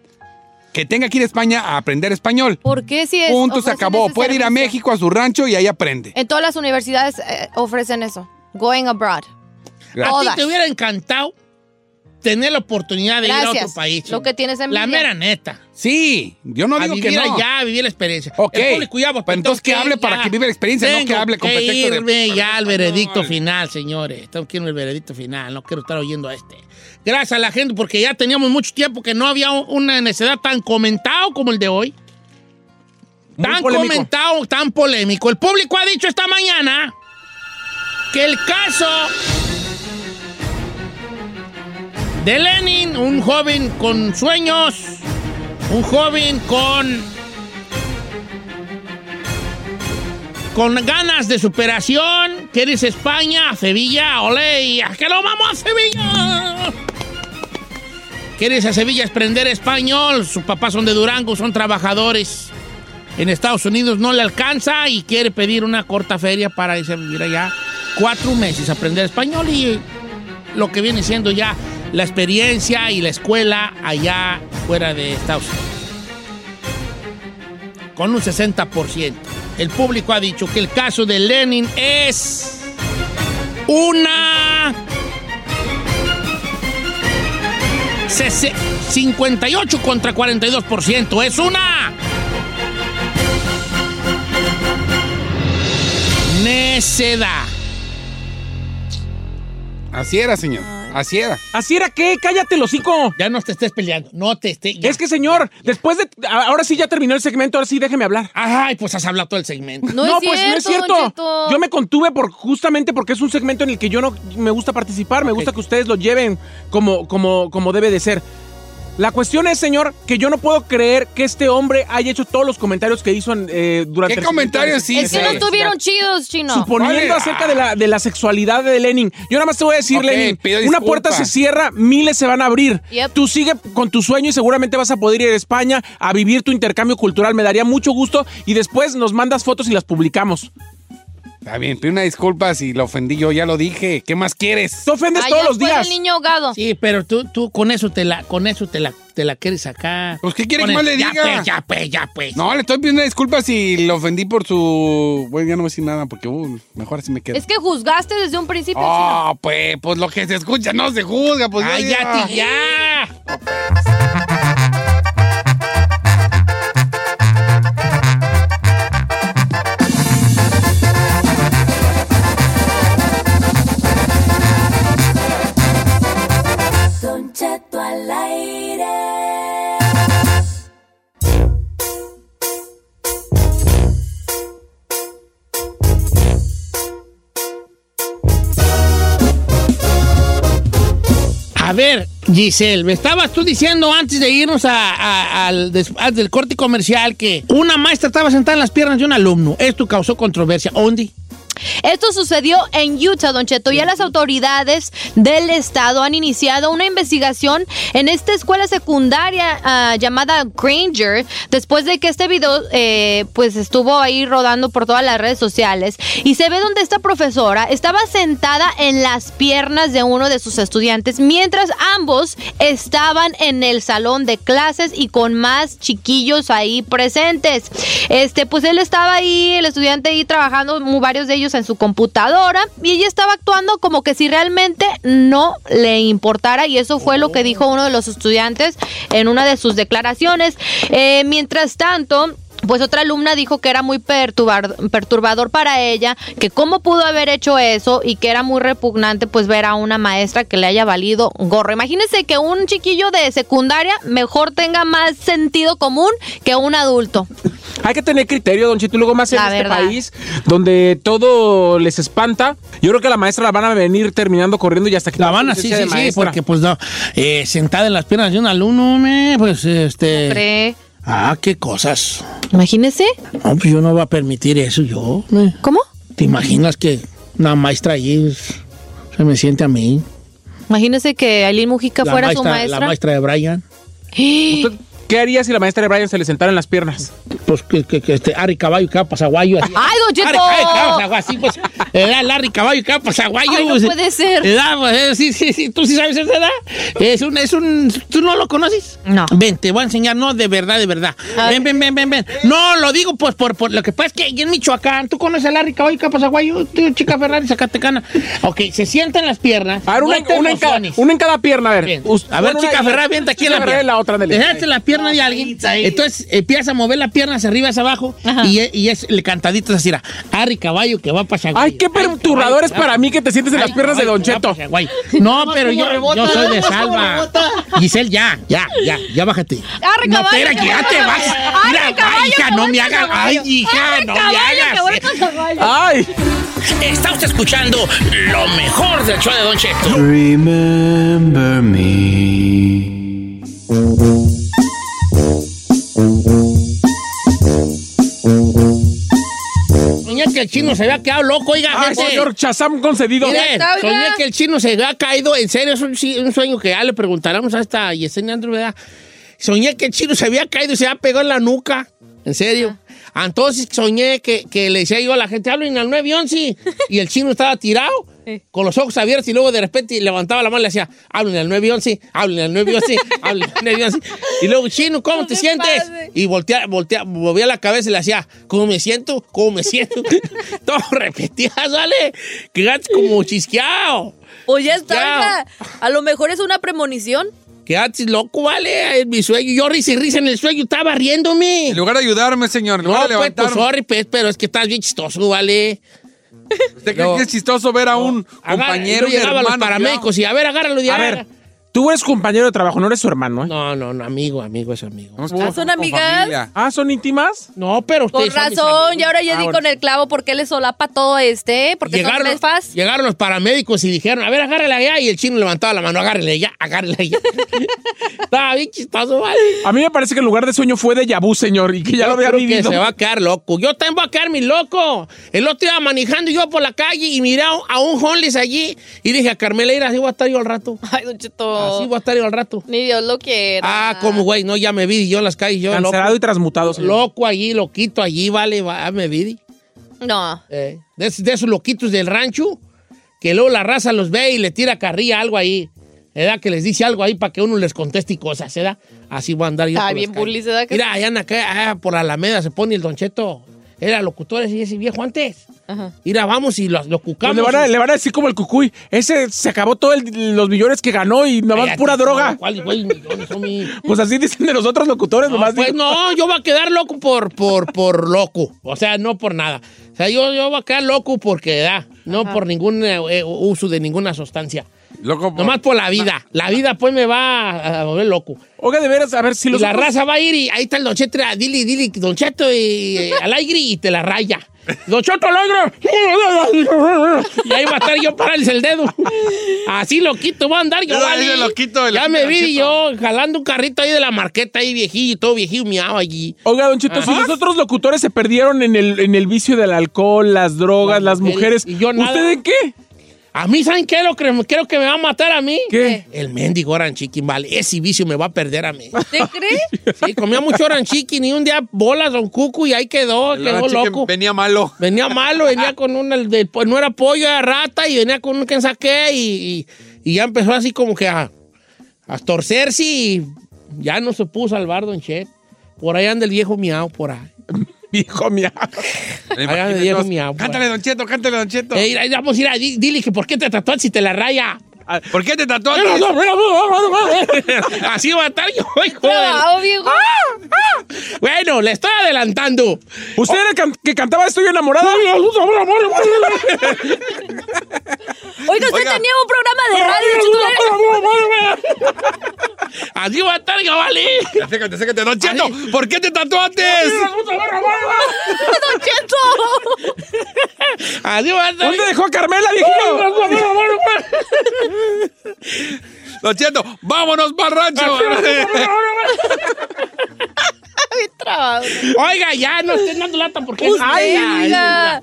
Speaker 3: que tenga que ir a España a aprender español.
Speaker 4: ¿Por qué si es
Speaker 3: Punto, se
Speaker 4: ofrecen
Speaker 3: acabó.
Speaker 4: ese
Speaker 3: Puede ir a
Speaker 4: servicio?
Speaker 3: México, a su rancho y ahí aprende.
Speaker 4: En todas las universidades eh, ofrecen eso. Going abroad.
Speaker 2: A ti
Speaker 4: Todas.
Speaker 2: te hubiera encantado tener la oportunidad de ir a otro
Speaker 4: Gracias.
Speaker 2: país.
Speaker 4: Lo que tienes en
Speaker 2: La mera neta.
Speaker 3: Sí, yo no
Speaker 2: a
Speaker 3: digo que
Speaker 2: vivir
Speaker 3: no.
Speaker 2: allá, a vivir la experiencia.
Speaker 3: Ok,
Speaker 2: El público ya votó,
Speaker 3: pero entonces que
Speaker 2: tengo
Speaker 3: hable para
Speaker 2: ya.
Speaker 3: que viva la experiencia, no que
Speaker 2: Tengo
Speaker 3: hable con pretexto de-
Speaker 2: irme ya al veredicto final, señores. Tengo que irme al veredicto final. No quiero estar oyendo a este. Gracias a la gente, porque ya teníamos mucho tiempo que no había una necesidad tan comentado como el de hoy.
Speaker 6: Muy
Speaker 2: tan
Speaker 6: polémico.
Speaker 2: comentado, tan polémico. El público ha dicho esta mañana que el caso de Lenin, un joven con sueños, un joven con con ganas de superación, que eres España, Sevilla, ole, y a que lo vamos a Sevilla. Quieres a Sevilla aprender español, sus papás son de Durango, son trabajadores. En Estados Unidos no le alcanza y quiere pedir una corta feria para irse a vivir allá cuatro meses, aprender español y lo que viene siendo ya la experiencia y la escuela allá fuera de Estados Unidos. Con un 60%. El público ha dicho que el caso de Lenin es una... sese- 58 contra 42%. Es una... Necedad.
Speaker 3: Así era, señor. Así era.
Speaker 6: ¿Así era qué? Cállate, los hocico.
Speaker 2: Ya no te estés peleando. No te estés. ya.
Speaker 6: Es que, señor, después de. a- Ahora sí ya terminó el segmento, ahora sí déjeme hablar.
Speaker 2: Ay, pues has hablado todo el segmento.
Speaker 4: No, es
Speaker 6: pues no es
Speaker 4: cierto, don
Speaker 6: cierto.
Speaker 4: Cheto.
Speaker 6: Yo me contuve por, justamente porque es un segmento en el que yo no me gusta participar. Me gusta que ustedes lo lleven como, como, como debe de ser. La cuestión es, señor, que yo no puedo creer que este hombre haya hecho todos los comentarios que hizo en, eh, durante.
Speaker 3: ¿Qué
Speaker 6: el
Speaker 3: comentarios
Speaker 6: segmento.
Speaker 4: es que no estuvieron chidos, chino.
Speaker 6: Suponiendo
Speaker 3: ¿Cuál?
Speaker 6: acerca de la, de la sexualidad de Lenin. Yo nada más te voy a decir,
Speaker 3: Ok,
Speaker 6: Lenin,
Speaker 3: pido
Speaker 6: una
Speaker 3: disculpa.
Speaker 6: puerta se cierra, miles se van a abrir.
Speaker 4: Yep.
Speaker 6: Tú sigue con tu sueño y seguramente vas a poder ir a España a vivir tu intercambio cultural. Me daría mucho gusto y después nos mandas fotos y las publicamos.
Speaker 3: Está bien, pido una disculpa si la ofendí yo, ya lo dije. ¿Qué más quieres?
Speaker 6: Te ofendes
Speaker 4: Allá
Speaker 6: todos los
Speaker 4: fue
Speaker 6: días.
Speaker 4: el niño ahogado.
Speaker 2: Sí, pero tú, tú con eso te la, con eso te la, te la quieres sacar.
Speaker 3: Pues, ¿qué quiere
Speaker 2: Con
Speaker 3: que
Speaker 2: el-
Speaker 3: más le
Speaker 2: ya,
Speaker 3: diga?
Speaker 2: pues, ya, pues, ya, pues.
Speaker 3: No, le estoy pidiendo una disculpa si lo ofendí por su. Bueno, ya no voy a decir nada porque uh, mejor así me quedo.
Speaker 4: Es que juzgaste desde un principio, chino.
Speaker 3: Ah, pues, pues lo que se escucha no se juzga, pues. yo
Speaker 2: Ay,
Speaker 3: digo-
Speaker 2: ya, ti, ya.
Speaker 13: al aire.
Speaker 2: A ver, Giselle, me estabas tú diciendo antes de irnos a- a- al des- al del corte comercial que una maestra estaba sentada en las piernas de un alumno. Esto causó controversia. ¿Ondi?
Speaker 4: Esto sucedió en Utah, Don Cheto. Ya las autoridades del estado han iniciado una investigación en esta escuela secundaria ah, llamada Granger, después de que este video eh, pues estuvo ahí rodando por todas las redes sociales. Y se ve donde esta profesora estaba sentada en las piernas de uno de sus estudiantes, mientras ambos estaban en el salón de clases y con más chiquillos ahí presentes. Este, pues él estaba ahí, el estudiante ahí trabajando, mu- varios de ellos en su computadora, y ella estaba actuando como que si realmente no le importara, y eso fue lo que dijo uno de los estudiantes en una de sus declaraciones. Eh, mientras tanto, pues otra alumna dijo que era muy perturbar- perturbador para ella, que cómo pudo haber hecho eso y que era muy repugnante pues ver a una maestra que le haya valido gorro. Imagínense que un chiquillo de secundaria mejor tenga más sentido común que un adulto.
Speaker 6: Hay que tener criterio, don Chito. y Luego más en
Speaker 4: La
Speaker 6: este
Speaker 4: verdad.
Speaker 6: país donde todo les espanta. Yo creo que a la maestra la van a venir terminando corriendo y hasta que
Speaker 2: La van así, sí, sí, porque pues no, eh, sentada en las piernas de un alumno, me, pues este...
Speaker 4: ¿Cree?
Speaker 2: Ah, qué cosas.
Speaker 4: Imagínese.
Speaker 2: No, pues yo no voy a permitir eso yo. me.
Speaker 4: ¿Cómo?
Speaker 2: ¿Te imaginas que una maestra allí es- se me siente a mí?
Speaker 4: Imagínese que Aileen Mujica
Speaker 2: La
Speaker 4: fuera su
Speaker 2: maestra-
Speaker 4: maestra.
Speaker 2: La maestra de Brian.
Speaker 6: ¿Usted qué haría si la maestra de Brian se le sentara en las piernas?
Speaker 2: Pues que, que, que este Ari Caballo y Capa Zaguayo. así.
Speaker 4: ¡Ay, don Cheto!
Speaker 2: Ari Caballo y Capa Zaguayo, así pues. Le da Larry Caballo y Capa Zaguayo.
Speaker 4: Ay, no
Speaker 2: pues,
Speaker 4: puede ser.
Speaker 2: le da, pues, eh, sí, sí, sí. ¿Tú sí sabes esa edad? Es un, es un... ¿Tú no lo conoces?
Speaker 4: No.
Speaker 2: Ven, te voy a enseñar. No, de verdad, de verdad. Ven, ven, ven, ven, ven. No, lo digo pues por, por lo que pasa es que aquí en Michoacán, ¿tú conoces a Larry Caballo y Capa Zaguayo? Tú, Chica Ferrari, Zacatecana. Ok, se sienta en las piernas.
Speaker 6: A ver, una,
Speaker 2: No te
Speaker 6: en- una en cada,
Speaker 2: emociones.
Speaker 6: una en cada pierna, a ver. Us-
Speaker 2: A ver,
Speaker 6: pon
Speaker 2: chica
Speaker 6: una-
Speaker 2: Ferrari, avienta aquí
Speaker 6: Chica
Speaker 2: en la
Speaker 6: Ferrari
Speaker 2: pierna.
Speaker 6: la otra. ándale.
Speaker 2: Dejaste la pierna de alguien. Entonces eh, empiezas a mover la pierna hacia arriba, hacia abajo. Y, es- y es el cantadito así, era, Ari Caballo que va para Chaguay.
Speaker 6: Ay, qué perturbador es para mí que te sientes en las piernas de Don Cheto.
Speaker 2: No, pero yo,
Speaker 6: rebota,
Speaker 2: yo soy de
Speaker 6: cómo
Speaker 2: salva.
Speaker 6: rebota.
Speaker 2: Giselle, ya, ya, ya, ya bájate.
Speaker 4: Arre,
Speaker 2: no,
Speaker 4: caballo,
Speaker 2: espera, que ya
Speaker 4: caballo,
Speaker 2: te vas.
Speaker 4: caballo.
Speaker 2: Mira,
Speaker 4: Arre,
Speaker 2: ay,
Speaker 4: caballo,
Speaker 2: hija, no me
Speaker 4: caballo,
Speaker 2: hagas. Ay,
Speaker 4: caballo.
Speaker 2: hija,
Speaker 4: Arre,
Speaker 2: no
Speaker 4: caballo,
Speaker 2: me hagas. eh.
Speaker 4: caballo.
Speaker 6: Ay.
Speaker 2: Está usted escuchando lo mejor del show de Don Cheto.
Speaker 11: Remember me.
Speaker 2: Soñé Pues, que el chino se había quedado loco, oiga,
Speaker 6: Ay,
Speaker 2: gente.
Speaker 6: Ah, señor Chazam concedido.
Speaker 2: Mire, soñé que el chino se había caído, en serio, es un, sí- un sueño que ya le preguntaremos hasta a Yesenia Andrew, ¿verdad? Soñé que el chino se había caído y se había pegado en la nuca, en serio. Entonces soñé que, que le decía yo a la gente, hablen al 911, y el chino estaba tirado, con los ojos *laughs* abiertos, y luego de repente levantaba la mano y le decía, hablen al 911, hablen al
Speaker 3: *laughs*
Speaker 2: 911, hablen al 911. Y luego, chino, ¿cómo te sientes? Y voltea, voltea, movía la cabeza y le hacía, ¿cómo me siento? ¿Cómo me siento? *laughs* Todo repetía, ¿sale? Que gato como chisqueado.
Speaker 4: Oye, está, oiga, a lo mejor es una premonición.
Speaker 2: Que gato loco, ¿vale? En mi sueño. Yo risa y risa en el sueño, estaba riéndome.
Speaker 3: En lugar de ayudarme, señor, en lugar
Speaker 2: No,
Speaker 3: de
Speaker 2: pues, pues,
Speaker 3: levantarme.
Speaker 2: sorry, pues, pero es que estás bien chistoso, ¿vale?
Speaker 3: ¿Usted cree que es chistoso ver a un compañero y
Speaker 2: llegaba a los
Speaker 3: hermano?
Speaker 2: paramédicos y a ver, agárralo de
Speaker 6: A ver, tú eres compañero de trabajo, no eres su hermano, ¿eh?
Speaker 2: No, no, no, amigo, amigo es amigo.
Speaker 4: Ah, ¿son amigas?
Speaker 6: Ah, ¿son íntimas?
Speaker 2: No, pero
Speaker 4: Con
Speaker 2: ustedes son mis
Speaker 4: razón,
Speaker 2: amigos.
Speaker 4: y ahora ya
Speaker 2: Ah,
Speaker 4: di
Speaker 2: bueno.
Speaker 4: con el clavo porque le solapa todo este, ¿eh? porque
Speaker 2: Llegaron,
Speaker 4: son fast.
Speaker 2: llegaron los paramédicos y dijeron, a ver, agárrala allá. Y el chino levantaba la mano, agárrala allá, agárrala allá. *laughs* Estaba bien chistoso, ¿vale?
Speaker 6: A mí me parece que el lugar de sueño fue de Yabú, señor, y que ya
Speaker 2: Yo
Speaker 6: lo había
Speaker 2: creo
Speaker 6: vivido.
Speaker 2: Que se va a quedar loco. Yo también voy a quedar mi loco. El otro iba manejando yo por la calle y miré a un- a un homeless allí y dije a Carmela, ir así voy a estar yo al rato.
Speaker 4: Ay, Don Cheto.
Speaker 2: Así voy a estar yo al rato.
Speaker 4: Ni Dios lo quiera.
Speaker 2: Ah, como güey, no, ya me vi yo en las calles. Yo
Speaker 6: Cancelado
Speaker 2: loco,
Speaker 6: y transmutado, señor.
Speaker 2: loco allí, loquito allí, vale, va, ya me vi.
Speaker 4: No.
Speaker 2: Eh, de, esos- de esos loquitos del rancho, que luego la raza los ve y le tira carrilla algo ahí. ¿Verdad? Que les dice algo ahí para que uno les conteste y cosas, ¿verdad? Así voy a andar yo.
Speaker 4: Está
Speaker 2: por las
Speaker 4: bien
Speaker 2: calles.
Speaker 4: bully, ¿verdad que
Speaker 2: Mira,
Speaker 4: sí?
Speaker 2: allá en acá, allá por Alameda se pone el Don Cheto. Era locutor ese, ese viejo antes.
Speaker 4: Ajá.
Speaker 2: Mira, vamos y lo, lo
Speaker 6: Pues
Speaker 2: cucamos.
Speaker 6: le, van a, le van a decir como el cucuy. Ese se acabó todos los millones que ganó y nada más
Speaker 2: Cállate,
Speaker 6: pura
Speaker 2: no,
Speaker 6: droga.
Speaker 2: ¿cuál, güey? Millones, homie.
Speaker 6: Pues así dicen de los otros locutores, nomás.
Speaker 2: Pues
Speaker 6: digo.
Speaker 2: no, yo voy a quedar loco por, por, por loco. O sea, no por nada. ah, O sea, yo, yo voy a quedar loco porque da, no por ningún eh, eh, uso de ninguna sustancia. Loco Nomás por la vida. La vida, pues, me va a volver loco.
Speaker 6: Oiga, de veras, a ver si
Speaker 2: Y
Speaker 6: los
Speaker 2: la
Speaker 6: otros-
Speaker 2: raza va a ir y ahí está el Don Cheto, ah, dile, dile, Don Cheto y eh, al aire y te la raya. Don Cheto al
Speaker 6: *laughs*
Speaker 2: aire. Y ahí va a estar yo parándose el dedo. Así loquito va a andar yo.
Speaker 3: Yo
Speaker 2: vale.
Speaker 3: de loquito, de
Speaker 2: ya
Speaker 3: loquito,
Speaker 2: me
Speaker 3: Don
Speaker 2: vi yo
Speaker 3: Cheto.
Speaker 2: jalando un carrito ahí de la marqueta ahí viejillo y todo viejillo miado allí.
Speaker 6: Oiga, Don Cheto, si
Speaker 2: Ajá.
Speaker 6: los otros locutores se perdieron en el, en el vicio del alcohol, las drogas, las mujeres,
Speaker 2: Y yo nada.
Speaker 6: ¿ustedes qué?
Speaker 2: A mí, ¿saben qué? Lo creo, creo que me va a matar a mí. Eh, ¿Qué? El mendigo Oran Chicken, vale. Ese vicio me va a perder a mí.
Speaker 4: ¿Te crees?
Speaker 2: Sí, comía mucho Oran Chicken y un día bolas Don Cucu y ahí quedó,
Speaker 3: El
Speaker 2: quedó
Speaker 3: Oran Chicken
Speaker 2: loco.
Speaker 3: venía malo.
Speaker 2: Venía malo, venía con un, el del- no era pollo, era rata y venía con un que saqué y, y- y ya empezó así como que a, a torcerse y ya no se pudo salvar Don Chet. Por ahí anda el viejo miau, por ahí.
Speaker 6: viejo miau.
Speaker 2: Ahí anda el viejo miau. por ahí.
Speaker 3: Cántale, Don Cheto, cántale, Don Cheto.
Speaker 2: Eh, mira, vamos a ir a, di- dile que por qué te tatuas si te la raya.
Speaker 3: Ah, ¿Por qué te tatuaste? *laughs*
Speaker 2: Así va a estar yo, *laughs* hijo
Speaker 4: Trabajo,
Speaker 2: de- ¡Ah!
Speaker 4: viejo.
Speaker 2: Bueno, le estoy adelantando.
Speaker 6: ¿Usted era can- que cantaba Estoy enamorada?
Speaker 4: Oiga, usted
Speaker 2: Oiga.
Speaker 4: tenía un programa de radio. ¿eh? Cheto,
Speaker 2: Así va a estar yo, vale.
Speaker 3: Acércate, acércate, Don Cheto. ¿Por qué te tatuaste?
Speaker 4: ¡Don Cheto!
Speaker 3: *laughs*
Speaker 4: *laughs*
Speaker 2: Así va a estar
Speaker 6: ¿Dónde dejó a Carmela, viejillo?
Speaker 3: Don Cheto, vámonos para rancho.
Speaker 4: Bien trabado.
Speaker 2: Oiga, ya no estén dando
Speaker 3: *laughs*
Speaker 2: lata porque
Speaker 4: Usted,
Speaker 2: Ay, ay,
Speaker 4: oiga.